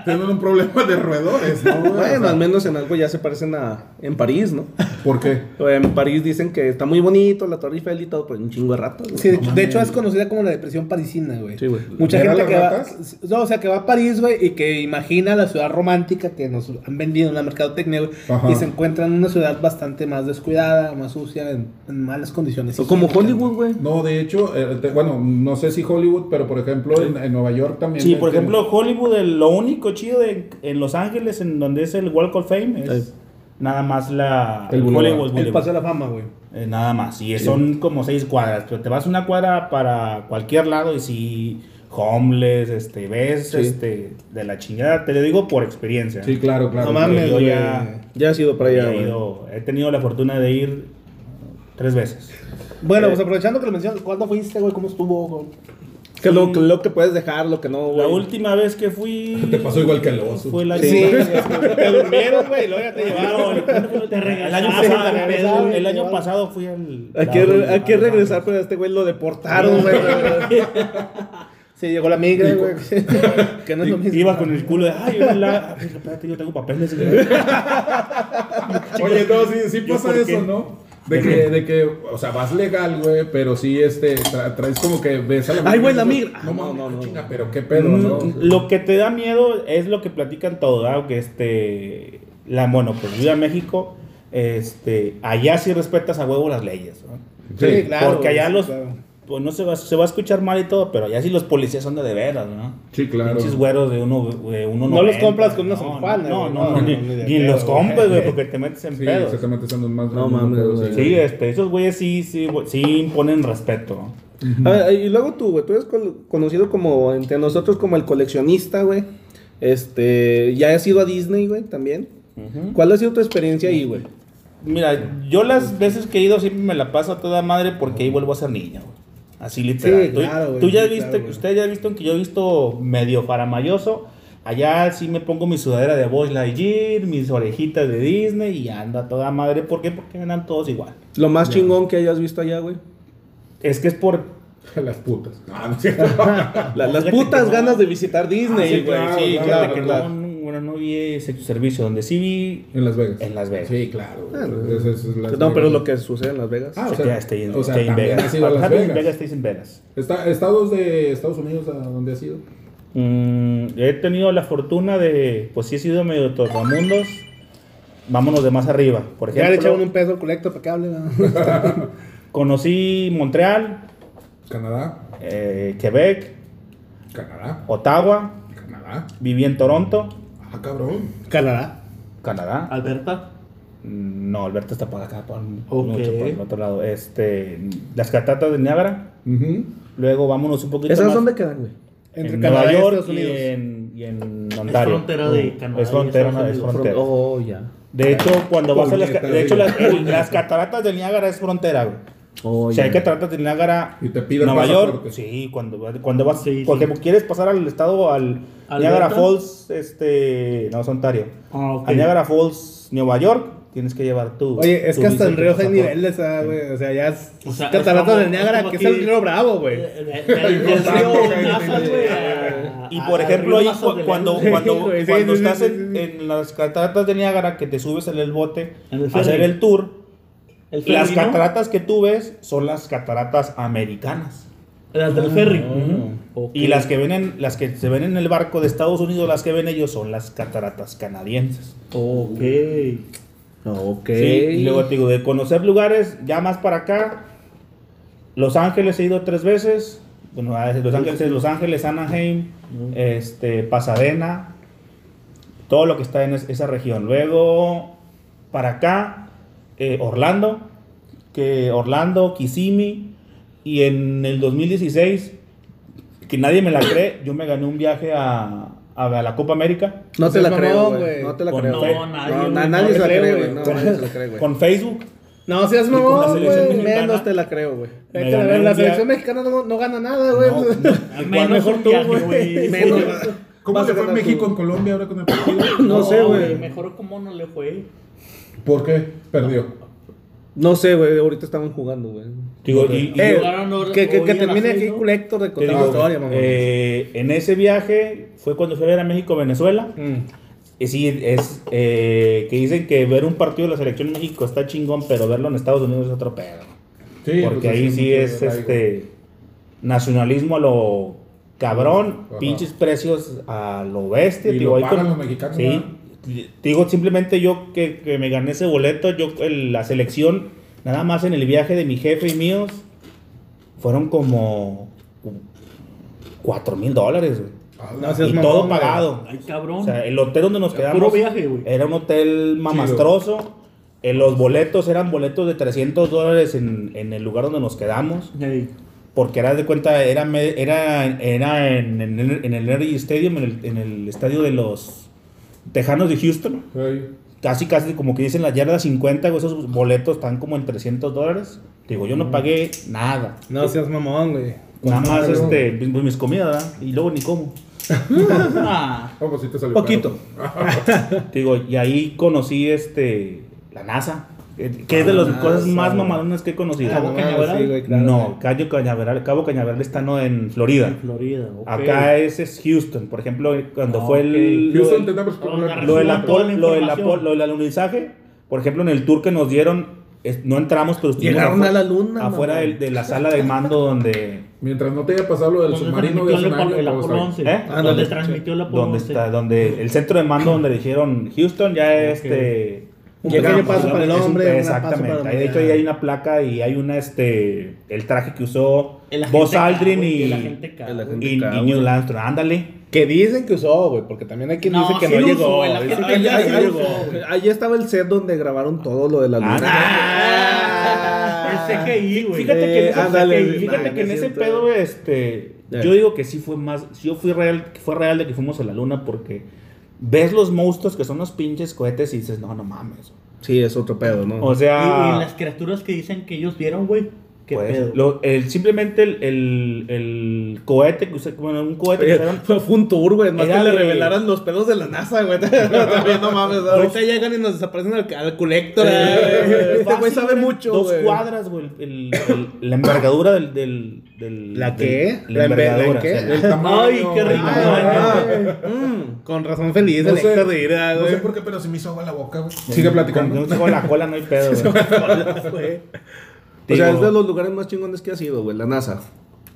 [SPEAKER 3] Tienen un problema de roedores, ¿no? güey? O
[SPEAKER 1] Bueno,
[SPEAKER 3] sea,
[SPEAKER 1] al menos en algo ya se parecen a. En París, ¿no?
[SPEAKER 3] ¿Por qué?
[SPEAKER 1] En París dicen que está muy bonito la Torre Eiffel y todo, pero un chingo de ratas, güey.
[SPEAKER 2] Sí, de, de hecho es conocida como la depresión parisina, güey.
[SPEAKER 1] Sí, güey.
[SPEAKER 2] Mucha
[SPEAKER 3] ¿Ver a
[SPEAKER 2] gente
[SPEAKER 3] las
[SPEAKER 2] que va,
[SPEAKER 3] ratas?
[SPEAKER 2] no, o sea, que va a París, güey, y que imagina la ciudad romántica que nos han vendido en la mercadotecnia, güey,
[SPEAKER 3] Ajá.
[SPEAKER 2] y se encuentra en una ciudad bastante más descuidada, más sucia, en, en malas condiciones.
[SPEAKER 1] O como
[SPEAKER 2] higiénicas,
[SPEAKER 1] Hollywood, güey.
[SPEAKER 3] No, de hecho, eh, te- bueno, no sé si Hollywood, pero por ejemplo en, en Nueva York también.
[SPEAKER 5] Sí,
[SPEAKER 3] eh,
[SPEAKER 5] por
[SPEAKER 3] tienen-
[SPEAKER 5] ejemplo, Hollywood, el- lo único chido de, en Los Ángeles, en donde es el Walk of Fame, es
[SPEAKER 1] Sí.
[SPEAKER 5] nada más la
[SPEAKER 3] El
[SPEAKER 5] Hollywood
[SPEAKER 3] Boulevard.
[SPEAKER 2] güey.
[SPEAKER 5] Boulevard.
[SPEAKER 2] El paso de la fama, güey.
[SPEAKER 5] Eh, nada más. Y son como seis cuadras. Pero te vas una cuadra para cualquier lado y si homeless, este, ves,
[SPEAKER 1] Sí.
[SPEAKER 5] este, de la chingada. Te lo digo por experiencia.
[SPEAKER 3] Sí, claro, claro.
[SPEAKER 2] No
[SPEAKER 3] claro.
[SPEAKER 2] mames,
[SPEAKER 5] yo
[SPEAKER 2] güey.
[SPEAKER 5] ya-
[SPEAKER 1] Ya has ido para allá,
[SPEAKER 5] He,
[SPEAKER 1] güey.
[SPEAKER 5] ido- he tenido la fortuna de ir tres veces.
[SPEAKER 2] Bueno,
[SPEAKER 1] Eh.
[SPEAKER 2] pues aprovechando que lo mencionas, ¿cuándo fuiste, güey? ¿Cómo estuvo, güey?
[SPEAKER 1] Que lo, que lo que puedes dejar, lo que no, güey.
[SPEAKER 5] La última vez que fui.
[SPEAKER 3] Te pasó igual que al oso.
[SPEAKER 5] Fue la
[SPEAKER 2] Sí, te durmieron, güey, y luego ya te
[SPEAKER 5] No,
[SPEAKER 2] llevaron.
[SPEAKER 5] el,
[SPEAKER 6] Te
[SPEAKER 5] el año
[SPEAKER 6] regresaban,
[SPEAKER 5] pasado,
[SPEAKER 2] te
[SPEAKER 5] el,
[SPEAKER 2] regresaban,
[SPEAKER 5] el
[SPEAKER 2] te
[SPEAKER 5] año
[SPEAKER 2] llevaban.
[SPEAKER 5] pasado fui al.
[SPEAKER 1] Aquí,
[SPEAKER 5] la-
[SPEAKER 1] aquí regresar, pero a este güey lo deportaron, güey.
[SPEAKER 2] Sí, llegó la migra, güey. que no es lo mismo.
[SPEAKER 5] Iba con el culo de. Ay, hola. Espérate, yo tengo papeles. güey".
[SPEAKER 3] Oye, no, sí, sí
[SPEAKER 5] ¿Yo
[SPEAKER 3] pasa
[SPEAKER 5] por qué?
[SPEAKER 3] eso, ¿no? De que, de que, o sea, vas legal, güey, pero sí, este, tra- traes como que ves a la
[SPEAKER 1] Ay, güey, la
[SPEAKER 3] migra.
[SPEAKER 1] migra.
[SPEAKER 3] No,
[SPEAKER 1] Ah,
[SPEAKER 3] no,
[SPEAKER 1] no, no, no.
[SPEAKER 3] chinga, pero qué pedo,
[SPEAKER 5] Mm,
[SPEAKER 3] ¿no?
[SPEAKER 5] Lo que te da miedo es lo que platican todos, ¿verdad? que este, la, bueno, pues yo a México, este, allá sí respetas a huevo las leyes, ¿no?
[SPEAKER 3] Sí.
[SPEAKER 2] Sí, claro.
[SPEAKER 5] Porque allá
[SPEAKER 2] sí,
[SPEAKER 5] los
[SPEAKER 2] claro.
[SPEAKER 5] pues no se va, se va a escuchar mal y todo, pero ya si los policías son de, de veras, ¿no?
[SPEAKER 3] Sí, claro.
[SPEAKER 5] Pinches güeros de uno, de uno
[SPEAKER 2] No los compras con una
[SPEAKER 5] No,
[SPEAKER 2] zampana,
[SPEAKER 5] No,
[SPEAKER 2] güey.
[SPEAKER 5] no, no,
[SPEAKER 2] No,
[SPEAKER 5] ni,
[SPEAKER 2] no, ni de
[SPEAKER 5] ni los
[SPEAKER 2] pedo,
[SPEAKER 5] compras,
[SPEAKER 2] güey.
[SPEAKER 5] güey, porque te metes en
[SPEAKER 3] Sí,
[SPEAKER 5] pedos.
[SPEAKER 3] exactamente son los más
[SPEAKER 1] No
[SPEAKER 3] más
[SPEAKER 1] mames,
[SPEAKER 3] pedos,
[SPEAKER 1] güey.
[SPEAKER 5] Sí, este, esos güeyes sí, sí, güey, sí imponen respeto. ¿no?
[SPEAKER 1] A ver, y luego tú, güey, tú eres col- conocido como, entre nosotros, como el coleccionista, güey. Este, ya has ido a Disney, güey, también. ¿Cuál ha sido tu experiencia ahí, güey?
[SPEAKER 5] Mira, yo las veces que he ido siempre me la paso a toda madre porque ahí vuelvo a ser niño. güey. Así literal.
[SPEAKER 2] Sí,
[SPEAKER 5] Tú-
[SPEAKER 2] claro,
[SPEAKER 5] tú,
[SPEAKER 2] güey,
[SPEAKER 5] ya
[SPEAKER 2] sí,
[SPEAKER 5] viste,
[SPEAKER 2] claro, güey.
[SPEAKER 5] ustedes ya viste que yo he visto medio faramayoso. Allá sí me pongo mi sudadera de Buzz Lightyear, mis orejitas de Disney y anda toda madre. ¿Por qué? Porque me dan todos igual.
[SPEAKER 1] Lo más chingón que hayas visto allá, güey.
[SPEAKER 5] Es que es por...
[SPEAKER 3] Las putas. Ah, no es cierto.
[SPEAKER 1] La- las
[SPEAKER 5] Fíjate
[SPEAKER 1] putas
[SPEAKER 5] que no.
[SPEAKER 1] ganas de visitar Disney,
[SPEAKER 5] Sí,
[SPEAKER 1] güey.
[SPEAKER 5] güey, sí,
[SPEAKER 1] claro,
[SPEAKER 5] fíjate que no,
[SPEAKER 1] claro.
[SPEAKER 5] no, bueno, no vi ese servicio donde sí vi...
[SPEAKER 3] en Las Vegas.
[SPEAKER 5] En Las Vegas.
[SPEAKER 3] Sí, claro.
[SPEAKER 1] Ah, no.
[SPEAKER 3] Ese es Las
[SPEAKER 1] No, pero
[SPEAKER 3] Vegas.
[SPEAKER 1] lo que sucede en Las Vegas.
[SPEAKER 3] Ah, o
[SPEAKER 5] se
[SPEAKER 3] sea,
[SPEAKER 5] queda este, Stay in-
[SPEAKER 3] o sea,
[SPEAKER 5] Stay in
[SPEAKER 3] también
[SPEAKER 5] Vegas.
[SPEAKER 3] has ido a Las
[SPEAKER 5] Manhattan,
[SPEAKER 3] Vegas.
[SPEAKER 5] Stays in Vegas.
[SPEAKER 3] Está- estados de Estados Unidos, ¿a dónde has ido?
[SPEAKER 5] Mm, he tenido la fortuna de, pues sí he sido medio tornamundos. Vámonos de más arriba. Por
[SPEAKER 2] Ya le echaron
[SPEAKER 5] ejemplo,
[SPEAKER 2] un peso al colector para que hable. ¿no?
[SPEAKER 5] conocí Montreal,
[SPEAKER 3] Canadá,
[SPEAKER 5] eh, Quebec,
[SPEAKER 3] Canadá,
[SPEAKER 5] Ottawa,
[SPEAKER 3] Canadá.
[SPEAKER 5] viví en Toronto,
[SPEAKER 3] Ah, cabrón.
[SPEAKER 2] Canadá.
[SPEAKER 5] Canadá.
[SPEAKER 6] Alberta.
[SPEAKER 5] Mm, No, Alberta está para acá, para un-
[SPEAKER 6] Ok.
[SPEAKER 5] mucho para el otro lado. Este, las cataratas de Niágara.
[SPEAKER 3] Ujú.
[SPEAKER 5] Luego vámonos un poquito
[SPEAKER 1] ¿Esas
[SPEAKER 5] más.
[SPEAKER 1] dónde quedan, güey?
[SPEAKER 2] Entre
[SPEAKER 5] en
[SPEAKER 2] Canadá
[SPEAKER 5] Nueva
[SPEAKER 2] y
[SPEAKER 5] York
[SPEAKER 2] Estados
[SPEAKER 5] y
[SPEAKER 2] Unidos.
[SPEAKER 5] en, y en Ontario.
[SPEAKER 6] frontera de Canadá
[SPEAKER 5] Es
[SPEAKER 6] y
[SPEAKER 5] frontera,
[SPEAKER 6] Estados
[SPEAKER 5] es
[SPEAKER 6] Unidos.
[SPEAKER 5] frontera.
[SPEAKER 1] Oh, ya.
[SPEAKER 5] De hecho, cuando vas a las, ca-
[SPEAKER 3] Puñetas,
[SPEAKER 5] de hecho,
[SPEAKER 3] güey.
[SPEAKER 5] las, el- las cataratas del Niágara es frontera, güey.
[SPEAKER 1] Oh,
[SPEAKER 5] si
[SPEAKER 1] ya.
[SPEAKER 5] hay cataratas del Niágara,
[SPEAKER 3] Y te piden
[SPEAKER 5] Nueva
[SPEAKER 3] pasaporte.
[SPEAKER 5] York, sí, cuando, vas- cuando vas,
[SPEAKER 6] Sí, sí.
[SPEAKER 5] porque quieres pasar al estado, al
[SPEAKER 6] ¿Alberta?
[SPEAKER 5] Niágara Falls, este, no, es Ontario.
[SPEAKER 6] Ah, ok.
[SPEAKER 5] Al Niágara Falls, Nueva York, tienes que llevar tu.
[SPEAKER 2] Oye, es
[SPEAKER 5] tu
[SPEAKER 2] que hasta
[SPEAKER 5] visa
[SPEAKER 2] en
[SPEAKER 5] y tu
[SPEAKER 2] Río hay
[SPEAKER 5] pasaporte.
[SPEAKER 2] niveles, ah, güey. O sea, ya es
[SPEAKER 6] O sea, es
[SPEAKER 2] Cataratas
[SPEAKER 6] como-
[SPEAKER 2] del
[SPEAKER 6] es
[SPEAKER 2] Niágara,
[SPEAKER 6] como
[SPEAKER 2] que es
[SPEAKER 6] aquí-
[SPEAKER 2] el río bravo,
[SPEAKER 6] Eh,
[SPEAKER 2] güey.
[SPEAKER 6] eh, eh, del río Nazas, güey, a-
[SPEAKER 5] Y
[SPEAKER 6] a-
[SPEAKER 5] por
[SPEAKER 6] a-
[SPEAKER 5] ejemplo,
[SPEAKER 6] al
[SPEAKER 5] ahí
[SPEAKER 6] Ah, río Nazas
[SPEAKER 5] cu-
[SPEAKER 6] del
[SPEAKER 5] cuando,
[SPEAKER 6] Lerdo.
[SPEAKER 5] cuando,
[SPEAKER 2] Sí, güey, sí,
[SPEAKER 5] cuando
[SPEAKER 2] sí,
[SPEAKER 5] estás
[SPEAKER 2] sí,
[SPEAKER 5] en,
[SPEAKER 2] sí, sí.
[SPEAKER 5] en las cataratas de Niágara, que te subes en el bote,
[SPEAKER 6] En el
[SPEAKER 5] a hacer
[SPEAKER 6] ferry.
[SPEAKER 5] el tour,
[SPEAKER 6] El ferry,
[SPEAKER 5] las
[SPEAKER 6] ¿no?
[SPEAKER 5] cataratas que tú ves son las cataratas americanas.
[SPEAKER 6] Las del ferry. Ok.
[SPEAKER 5] Y las que, ven en- las que se ven en el barco de Estados Unidos, las que ven ellos son las cataratas canadienses.
[SPEAKER 6] Ok.
[SPEAKER 1] Ok.
[SPEAKER 5] Sí, Y luego te digo, de conocer lugares, ya más para acá, Los Ángeles he ido tres veces. Bueno, a veces Los Ángeles, es Los Ángeles, Anaheim, este, Pasadena, todo lo que está en es- esa región. Luego, para acá, eh, Orlando, que Orlando, Kissimmee, y en el 2016, que nadie me la cree, yo me gané un viaje a, a la Copa América
[SPEAKER 1] No te
[SPEAKER 2] Seas
[SPEAKER 1] la creo,
[SPEAKER 2] mamón,
[SPEAKER 1] güey.
[SPEAKER 2] güey.
[SPEAKER 1] No te la
[SPEAKER 5] Con-
[SPEAKER 1] creo.
[SPEAKER 5] no,
[SPEAKER 1] güey.
[SPEAKER 6] nadie,
[SPEAKER 1] No,
[SPEAKER 6] güey,
[SPEAKER 1] na-
[SPEAKER 6] no
[SPEAKER 1] nadie
[SPEAKER 2] te
[SPEAKER 1] se la
[SPEAKER 2] creo,
[SPEAKER 1] cree, güey.
[SPEAKER 2] güey.
[SPEAKER 1] No, nadie se la cree, güey.
[SPEAKER 5] con Facebook.
[SPEAKER 2] No, seas
[SPEAKER 5] con la
[SPEAKER 2] mamón,
[SPEAKER 5] selección
[SPEAKER 2] güey.
[SPEAKER 5] mexicana.
[SPEAKER 1] Menos te la creo, güey.
[SPEAKER 5] Me
[SPEAKER 2] Vete a la
[SPEAKER 5] gané
[SPEAKER 2] verga,
[SPEAKER 5] un
[SPEAKER 2] La
[SPEAKER 5] día-
[SPEAKER 2] selección mexicana no, no gana nada, güey.
[SPEAKER 5] No,
[SPEAKER 6] Al
[SPEAKER 2] Igual
[SPEAKER 6] menos
[SPEAKER 2] mejor
[SPEAKER 6] un
[SPEAKER 2] tú,
[SPEAKER 6] viaje,
[SPEAKER 2] güey.
[SPEAKER 6] güey.
[SPEAKER 1] Menos.
[SPEAKER 3] ¿Cómo
[SPEAKER 1] Vas
[SPEAKER 3] le
[SPEAKER 1] a
[SPEAKER 3] fue a
[SPEAKER 1] ganar tú.
[SPEAKER 3] México en Colombia ahora con el partido?
[SPEAKER 1] No sé, güey.
[SPEAKER 6] Mejor como no le
[SPEAKER 5] Eh,
[SPEAKER 6] fue.
[SPEAKER 3] ¿Por qué? Perdió.
[SPEAKER 1] No sé, güey. Ahorita estaban jugando, güey.
[SPEAKER 5] Digo, y- y-
[SPEAKER 2] Eh,
[SPEAKER 6] Jugaron
[SPEAKER 2] que, que,
[SPEAKER 6] hoy
[SPEAKER 2] que
[SPEAKER 6] a las
[SPEAKER 2] termine
[SPEAKER 6] seis,
[SPEAKER 2] aquí
[SPEAKER 6] ¿no?
[SPEAKER 2] Colector de
[SPEAKER 5] Te
[SPEAKER 2] contar la
[SPEAKER 5] digo,
[SPEAKER 2] historia, mamón.
[SPEAKER 5] eh, en ese viaje fue cuando fui a ver a México Venezuela
[SPEAKER 2] Mm.
[SPEAKER 5] y sí es eh, que dicen que ver un partido de la selección de México está chingón pero verlo en Estados Unidos es otro pedo
[SPEAKER 3] Sí,
[SPEAKER 5] porque
[SPEAKER 3] pues,
[SPEAKER 5] ahí sí
[SPEAKER 3] mucho
[SPEAKER 5] es
[SPEAKER 3] arraigo.
[SPEAKER 5] este nacionalismo a lo cabrón
[SPEAKER 3] Ajá.
[SPEAKER 5] pinches precios a lo bestia
[SPEAKER 3] Y
[SPEAKER 5] digo,
[SPEAKER 3] lo
[SPEAKER 5] ahí
[SPEAKER 3] pagan los mexicanos,
[SPEAKER 5] sí,
[SPEAKER 3] ¿verdad?
[SPEAKER 5] Te digo simplemente yo que, que me gané ese boleto yo el- la selección nada más en el viaje de mi jefe y míos fueron como cuatro mil dólares güey.
[SPEAKER 3] Ah,
[SPEAKER 2] No
[SPEAKER 5] Y
[SPEAKER 2] seas mamón,
[SPEAKER 5] todo
[SPEAKER 2] güey.
[SPEAKER 5] pagado.
[SPEAKER 6] Ay, cabrón.
[SPEAKER 5] O sea, el hotel donde nos quedamos
[SPEAKER 6] Puro viaje, güey.
[SPEAKER 5] era un hotel mamastroso. Eh, los boletos eran boletos de 300 dólares en, en el lugar donde nos quedamos.
[SPEAKER 6] Ey.
[SPEAKER 5] Porque era de cuenta, era, me- era, era en, en el- en el Energy Stadium, en el, en el estadio de los Tejanos de Houston.
[SPEAKER 3] Ey,
[SPEAKER 5] Casi, casi como que dicen las yardas 50, güey, esos boletos están como en 300 dólares. Digo, yo no pagué nada.
[SPEAKER 2] No seas mamón, güey.
[SPEAKER 5] Nada más
[SPEAKER 3] Pero-
[SPEAKER 5] este, mis, mis comidas, ¿verdad? Y luego ni como.
[SPEAKER 6] Ah,
[SPEAKER 3] oh, pues sí te salió
[SPEAKER 1] Poquito.
[SPEAKER 3] caro. Ah,
[SPEAKER 5] Te Digo, y ahí conocí este la NASA, eh, que que es
[SPEAKER 6] Ah,
[SPEAKER 5] de las cosas más mamalonas que he conocido.
[SPEAKER 2] Ah,
[SPEAKER 6] Cabo
[SPEAKER 2] no,
[SPEAKER 6] Cañaveral.
[SPEAKER 2] sí, güey, claro,
[SPEAKER 5] no,
[SPEAKER 2] güey.
[SPEAKER 5] Cayo Cañaveral, Cabo Cañaveral está no en Florida.
[SPEAKER 6] Florida. ok.
[SPEAKER 5] Acá ese es Houston, por ejemplo, eh, cuando
[SPEAKER 6] Ah,
[SPEAKER 5] fue el,
[SPEAKER 6] ok.
[SPEAKER 5] lo,
[SPEAKER 3] Houston,
[SPEAKER 5] del-
[SPEAKER 3] tenemos problemas.
[SPEAKER 6] agarra-
[SPEAKER 5] lo del
[SPEAKER 6] Resuman
[SPEAKER 5] apol-
[SPEAKER 6] toda la
[SPEAKER 5] lo del
[SPEAKER 6] información.
[SPEAKER 5] apol- lo del alunizaje, por ejemplo, en el tour que nos dieron es- no entramos, pero estuvimos
[SPEAKER 1] Llegaron
[SPEAKER 5] afu-
[SPEAKER 1] a la luna,
[SPEAKER 5] afuera
[SPEAKER 1] mamón.
[SPEAKER 5] del- de, la sala de mando donde
[SPEAKER 3] Mientras no te haya pasado lo del
[SPEAKER 6] Donde
[SPEAKER 3] submarino de
[SPEAKER 6] transmitió el,
[SPEAKER 3] tsunami,
[SPEAKER 6] Apolo- el
[SPEAKER 3] todo está
[SPEAKER 6] Apolo
[SPEAKER 3] bien.
[SPEAKER 6] 11.
[SPEAKER 5] ¿Eh?
[SPEAKER 1] Ah,
[SPEAKER 6] Donde
[SPEAKER 1] dale.
[SPEAKER 6] transmitió el Apolo
[SPEAKER 5] donde
[SPEAKER 6] 11.
[SPEAKER 5] está donde el centro de mando donde dijeron Houston ya este
[SPEAKER 2] Un
[SPEAKER 5] Llegamos,
[SPEAKER 2] pequeño paso
[SPEAKER 5] ¿no?
[SPEAKER 2] para el
[SPEAKER 5] Es un-
[SPEAKER 2] hombre, una paso para la
[SPEAKER 5] Exactamente. Ahí, de hecho, ahí hay una placa y hay una, este, el traje que usó Buzz Aldrin y,
[SPEAKER 6] La gente cae.
[SPEAKER 1] el agente
[SPEAKER 5] y, y
[SPEAKER 1] K, güey.
[SPEAKER 5] Neil Armstrong. Ándale.
[SPEAKER 2] Que dicen que usó, güey, porque también hay quien
[SPEAKER 6] No,
[SPEAKER 2] dice que
[SPEAKER 6] sí
[SPEAKER 2] no
[SPEAKER 6] lo
[SPEAKER 2] llegó.
[SPEAKER 6] usó, el
[SPEAKER 2] dicen
[SPEAKER 6] agente
[SPEAKER 2] que
[SPEAKER 1] Ahí,
[SPEAKER 2] ya
[SPEAKER 1] ahí-
[SPEAKER 2] sí
[SPEAKER 1] ahí-
[SPEAKER 2] llegó, güey.
[SPEAKER 1] ahí estaba el set donde grabaron todo lo de la luna.
[SPEAKER 6] Ah, el CGI, güey.
[SPEAKER 5] Fíjate que en
[SPEAKER 1] Eh,
[SPEAKER 5] ese,
[SPEAKER 1] ándale,
[SPEAKER 5] fíjate-
[SPEAKER 1] güey.
[SPEAKER 5] fíjate
[SPEAKER 1] Nah,
[SPEAKER 5] que en
[SPEAKER 1] no es
[SPEAKER 5] ese
[SPEAKER 1] cierto.
[SPEAKER 5] pedo, este,
[SPEAKER 1] Ya.
[SPEAKER 5] yo digo que sí fue más, yo fui real, que fue real de que fuimos a la luna porque ves los monstruos que son los pinches cohetes y dices, no, no mames.
[SPEAKER 1] Sí, es otro pedo, ¿no?
[SPEAKER 5] O
[SPEAKER 6] Y, y
[SPEAKER 5] sea,
[SPEAKER 6] las criaturas que dicen que ellos vieron, güey. Qué
[SPEAKER 5] Ah. pues,
[SPEAKER 6] pedo.
[SPEAKER 5] lo- el, simplemente el, el- el cohete que usaron, bueno, un cohete que
[SPEAKER 1] Oye,
[SPEAKER 5] usaron,
[SPEAKER 1] Fue, fue un tour, güey. Más
[SPEAKER 5] Era
[SPEAKER 1] que le
[SPEAKER 5] de-
[SPEAKER 1] revelaran los pedos de la NASA, güey. Mm. También no mames. ¿no?
[SPEAKER 2] Ahorita llegan y nos desaparecen al, al colector.
[SPEAKER 1] Este güey
[SPEAKER 5] eh, Fácil,
[SPEAKER 1] sabe mucho,
[SPEAKER 5] Dos
[SPEAKER 1] güey.
[SPEAKER 5] cuadras, güey. el- el- la envergadura del. del, del-
[SPEAKER 2] ¿La
[SPEAKER 5] del-
[SPEAKER 2] qué?
[SPEAKER 5] La
[SPEAKER 2] ¿La enver- la
[SPEAKER 5] envergadura.
[SPEAKER 2] qué?
[SPEAKER 5] o sea, la-
[SPEAKER 6] Ay, qué rico.
[SPEAKER 1] Ah,
[SPEAKER 2] Ay, Mm, Con razón feliz,
[SPEAKER 3] No
[SPEAKER 2] el
[SPEAKER 3] sé,
[SPEAKER 2] Héctor de Ira,
[SPEAKER 3] no
[SPEAKER 2] güey.
[SPEAKER 3] sé por qué, pero se me hizo agua en la boca, güey. Sigue platicando.
[SPEAKER 5] Con, con la cola no hay pedo, güey.
[SPEAKER 1] O sea,
[SPEAKER 5] Digo,
[SPEAKER 1] es de los lugares más chingones que ha sido, güey, la NASA.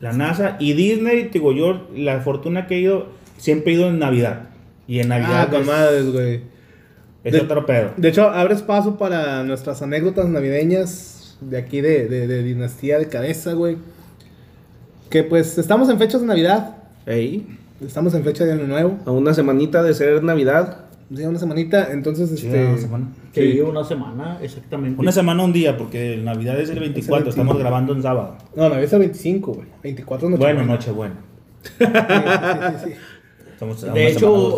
[SPEAKER 5] La NASA y Disney, digo, yo la fortuna que he ido, siempre he ido en Navidad. Y en Navidad
[SPEAKER 2] Ah, con
[SPEAKER 5] es-
[SPEAKER 2] madres, güey.
[SPEAKER 5] es
[SPEAKER 2] De-
[SPEAKER 5] otro pedo.
[SPEAKER 2] De hecho, abres paso para nuestras anécdotas navideñas de aquí de, de- de Dinastía de Cabeza, güey. Que pues estamos en fechas de Navidad,
[SPEAKER 1] Ey,
[SPEAKER 2] estamos en fecha de Año Nuevo,
[SPEAKER 1] a una semanita de ser Navidad.
[SPEAKER 2] ya una semanita, entonces
[SPEAKER 5] Sí,
[SPEAKER 2] este...
[SPEAKER 5] una, semana.
[SPEAKER 6] Sí, una semana, exactamente.
[SPEAKER 5] Una semana, un día, porque el Navidad es el 24, estamos grabando en sábado.
[SPEAKER 2] No, no, es el 25, güey. 24 noche.
[SPEAKER 5] Bueno, nochebuena.
[SPEAKER 2] Sí, sí, sí, sí.
[SPEAKER 5] Estamos a
[SPEAKER 6] De
[SPEAKER 5] una semana, dos
[SPEAKER 6] hecho,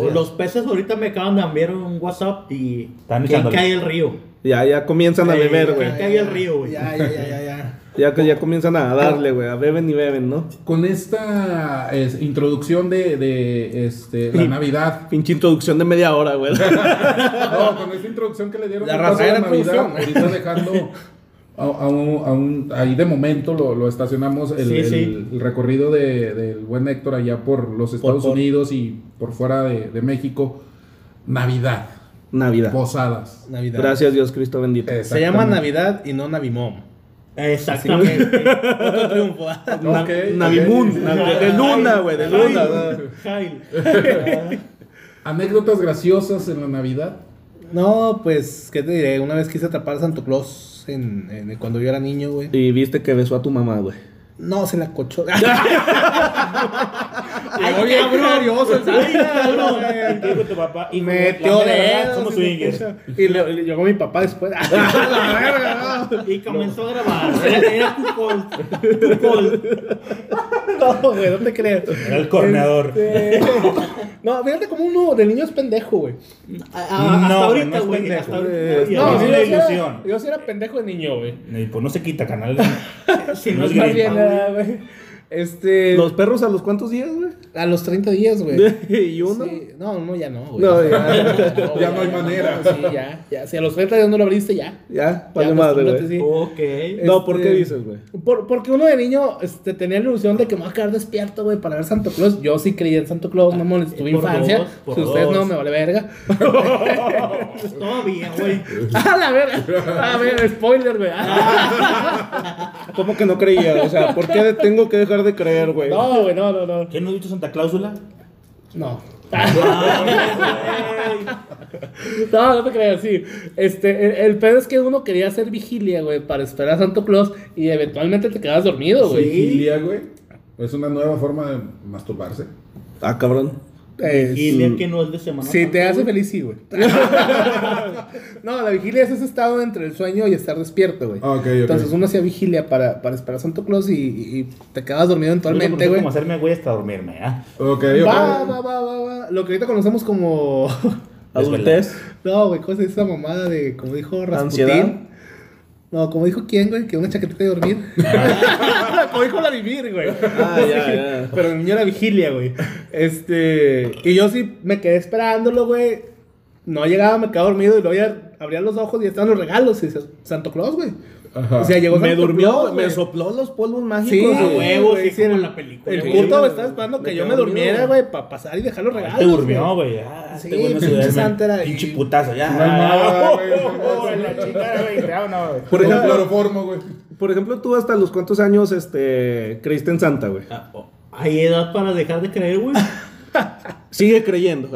[SPEAKER 5] días.
[SPEAKER 6] los peces ahorita me acaban de enviar un WhatsApp y
[SPEAKER 5] Están
[SPEAKER 6] ¿Quién
[SPEAKER 5] echándole.
[SPEAKER 6] cae el río.
[SPEAKER 1] Ya, ya comienzan a
[SPEAKER 6] Ey,
[SPEAKER 1] beber,
[SPEAKER 6] ya,
[SPEAKER 1] güey.
[SPEAKER 6] Cae el río, güey.
[SPEAKER 2] Ya, ya, ya, ya, ya.
[SPEAKER 1] Ya, que ya comienzan a darle, güey. A beben y beben, ¿no?
[SPEAKER 3] Con esta es, introducción de, de, este, la Navidad.
[SPEAKER 1] Pinche introducción de media hora, güey.
[SPEAKER 3] No, con esta introducción que le dieron
[SPEAKER 2] La
[SPEAKER 3] al paso de
[SPEAKER 2] rastrera
[SPEAKER 3] Navidad,
[SPEAKER 2] introducción.
[SPEAKER 3] ahorita dejando a, a un, a un- ahí de momento lo, lo estacionamos el,
[SPEAKER 6] Sí,
[SPEAKER 3] el-
[SPEAKER 6] sí.
[SPEAKER 3] el recorrido de- del buen Héctor allá por los Estados
[SPEAKER 5] por-
[SPEAKER 3] Unidos y por fuera de, de México. Navidad,
[SPEAKER 1] Navidad.
[SPEAKER 3] posadas.
[SPEAKER 2] Navidad.
[SPEAKER 1] Gracias, Dios Cristo bendito.
[SPEAKER 2] Se llama
[SPEAKER 3] Exactamente.
[SPEAKER 2] Navidad y no Navimom.
[SPEAKER 6] Exactamente.
[SPEAKER 2] Otro triunfo.
[SPEAKER 1] Na-
[SPEAKER 3] Ok,
[SPEAKER 1] Navimun.
[SPEAKER 3] ok.
[SPEAKER 1] na- de- de luna, güey, de luna. ¿no?
[SPEAKER 6] Jail.
[SPEAKER 3] Anécdotas graciosas en la Navidad.
[SPEAKER 2] No, pues, ¿qué te diré? Una vez quise atrapar a Santo Claus en, en- cuando yo era niño, güey.
[SPEAKER 1] Y viste que besó a tu mamá, güey.
[SPEAKER 2] No, se la cochó.
[SPEAKER 6] Ay,
[SPEAKER 2] Oye,
[SPEAKER 6] cabrón.
[SPEAKER 2] glorioso el
[SPEAKER 6] Ay, cabrón.
[SPEAKER 5] Y te digo tu papá, y
[SPEAKER 2] Metió
[SPEAKER 5] la mera verdad,
[SPEAKER 2] dedos.
[SPEAKER 5] Somos
[SPEAKER 2] y se
[SPEAKER 5] swingers.
[SPEAKER 2] puso- Y le, le llegó mi papá después. la verga,
[SPEAKER 6] Y comenzó a grabar. Era, era tu call. Tu call.
[SPEAKER 2] no. No, güey, no te creas.
[SPEAKER 5] Era el coordinador.
[SPEAKER 2] Este, No, fíjate como uno de niño es pendejo, güey.
[SPEAKER 6] A- a-
[SPEAKER 5] No,
[SPEAKER 6] Hasta
[SPEAKER 5] no
[SPEAKER 6] ahorita,
[SPEAKER 5] es
[SPEAKER 6] güey.
[SPEAKER 5] pendejo.
[SPEAKER 6] Hasta ahorita.
[SPEAKER 5] Eh, No,
[SPEAKER 6] Ya,
[SPEAKER 5] sí
[SPEAKER 2] yo
[SPEAKER 5] la
[SPEAKER 2] sí era-
[SPEAKER 5] ilusión.
[SPEAKER 2] Yo sí era pendejo de niño, güey.
[SPEAKER 5] Y pues no se quita, canal.
[SPEAKER 6] si
[SPEAKER 5] no
[SPEAKER 6] no
[SPEAKER 5] es
[SPEAKER 6] es
[SPEAKER 2] Más bien,
[SPEAKER 6] gripa,
[SPEAKER 2] nada, güey. Este.
[SPEAKER 1] ¿Los perros a los cuántos días, güey?
[SPEAKER 2] A los 30 días, güey.
[SPEAKER 1] ¿Y uno?
[SPEAKER 2] Eh. Sí. No, no, ya no, güey.
[SPEAKER 1] No, ya.
[SPEAKER 3] Ya no hay manera.
[SPEAKER 2] Sí, ya, ya. Si a los 30 días no lo abriste, ya.
[SPEAKER 1] Ya,
[SPEAKER 2] Ya, pues,
[SPEAKER 1] vale madre, güey.
[SPEAKER 2] acostúmbrate, sí.
[SPEAKER 6] Ok.
[SPEAKER 1] No, ¿por qué
[SPEAKER 2] Este,
[SPEAKER 1] dices, güey?
[SPEAKER 2] Por- porque uno de niño este, tenía la ilusión de que me voy a quedar despierto, güey, para ver Santo Claus. Yo sí creía en Santo Claus, no molesté tu
[SPEAKER 6] Por
[SPEAKER 2] infancia.
[SPEAKER 6] dos, por
[SPEAKER 2] si ustedes
[SPEAKER 6] dos.
[SPEAKER 2] no, me vale verga.
[SPEAKER 6] Pues todavía, güey.
[SPEAKER 2] a Ah, la verga. A ver, spoiler, güey. Ah,
[SPEAKER 1] ¿Cómo que no creía? O sea, ¿por qué tengo que dejar de creer, güey?
[SPEAKER 2] no, güey, no, no, no.
[SPEAKER 5] ¿Qué no has visto Santa Cláusula?
[SPEAKER 2] No. No, no te creas, sí. Este, el, el pedo es que uno quería hacer vigilia, güey, para esperar a Santo Claus y eventualmente te quedabas dormido, güey.
[SPEAKER 3] Vigilia, güey. Es una nueva forma de masturbarse.
[SPEAKER 1] Ah, cabrón.
[SPEAKER 2] Eh,
[SPEAKER 6] Y el día que no es de semana.
[SPEAKER 2] Si te
[SPEAKER 6] Santa,
[SPEAKER 2] hace
[SPEAKER 6] güey.
[SPEAKER 2] feliz, sí, güey. no, la vigilia es ese estado entre el sueño y estar despierto, güey.
[SPEAKER 3] Ah, ok, ok.
[SPEAKER 2] Entonces uno hacía vigilia para, para esperar a Santo Claus y, y- y te quedabas dormido eventualmente,
[SPEAKER 5] Yo no conozco
[SPEAKER 2] güey.
[SPEAKER 5] cómo hacerme güey hasta dormirme, ¿ah?
[SPEAKER 3] Ok,
[SPEAKER 2] Va,
[SPEAKER 3] ok.
[SPEAKER 2] va, va, va, va. Lo que ahorita conocemos como.
[SPEAKER 1] Adultez.
[SPEAKER 2] no, güey, ¿cómo se dice esa mamada de. Como dijo Rasputín.
[SPEAKER 1] Ansiedad.
[SPEAKER 2] No, como dijo quién, güey, que una chaquetita de dormir. como dijo la vivir, güey.
[SPEAKER 1] Ah, ya, ya.
[SPEAKER 2] Pero el niño era vigilia, güey. Este. Y yo sí me quedé esperándolo, güey. No llegaba, me quedaba dormido y luego ya abría los ojos y estaban los regalos. Y dices, Santo Claus, güey.
[SPEAKER 3] Ajá.
[SPEAKER 2] O sea, llegó
[SPEAKER 1] Me
[SPEAKER 2] Santo
[SPEAKER 1] durmió,
[SPEAKER 2] Claus,
[SPEAKER 1] me
[SPEAKER 2] güey.
[SPEAKER 1] sopló los polvos
[SPEAKER 2] Sí,
[SPEAKER 1] mágicos.
[SPEAKER 6] A
[SPEAKER 1] güey.
[SPEAKER 2] güey,
[SPEAKER 6] huevo, sí,
[SPEAKER 2] sí,
[SPEAKER 6] como
[SPEAKER 2] el-
[SPEAKER 6] en la película.
[SPEAKER 2] El
[SPEAKER 1] Sí,
[SPEAKER 2] puto me
[SPEAKER 1] güey.
[SPEAKER 2] estaba esperando que
[SPEAKER 1] Me
[SPEAKER 2] yo me
[SPEAKER 1] quedé
[SPEAKER 2] durmiera,
[SPEAKER 1] dormido.
[SPEAKER 2] güey, para pasar y dejar los regalos.
[SPEAKER 5] Ah, Te durmió,
[SPEAKER 2] güey.
[SPEAKER 5] güey. Ah,
[SPEAKER 2] Sí,
[SPEAKER 5] este güey no se
[SPEAKER 2] pinche
[SPEAKER 5] duerme.
[SPEAKER 2] santa era-
[SPEAKER 5] Pinche putazo, ya.
[SPEAKER 3] No hay nada,
[SPEAKER 5] Oh,
[SPEAKER 3] güey.
[SPEAKER 5] oh, oh, la chingada, güey, te hago una, güey.
[SPEAKER 1] Por
[SPEAKER 3] Por ejemplo,
[SPEAKER 1] ejemplo-
[SPEAKER 3] cloroformo, güey.
[SPEAKER 1] Por ejemplo, tú hasta los cuántos años este, creíste en Santa, güey.
[SPEAKER 6] Ah, oh. Hay edad para dejar de creer, güey.
[SPEAKER 1] Sigue creyendo.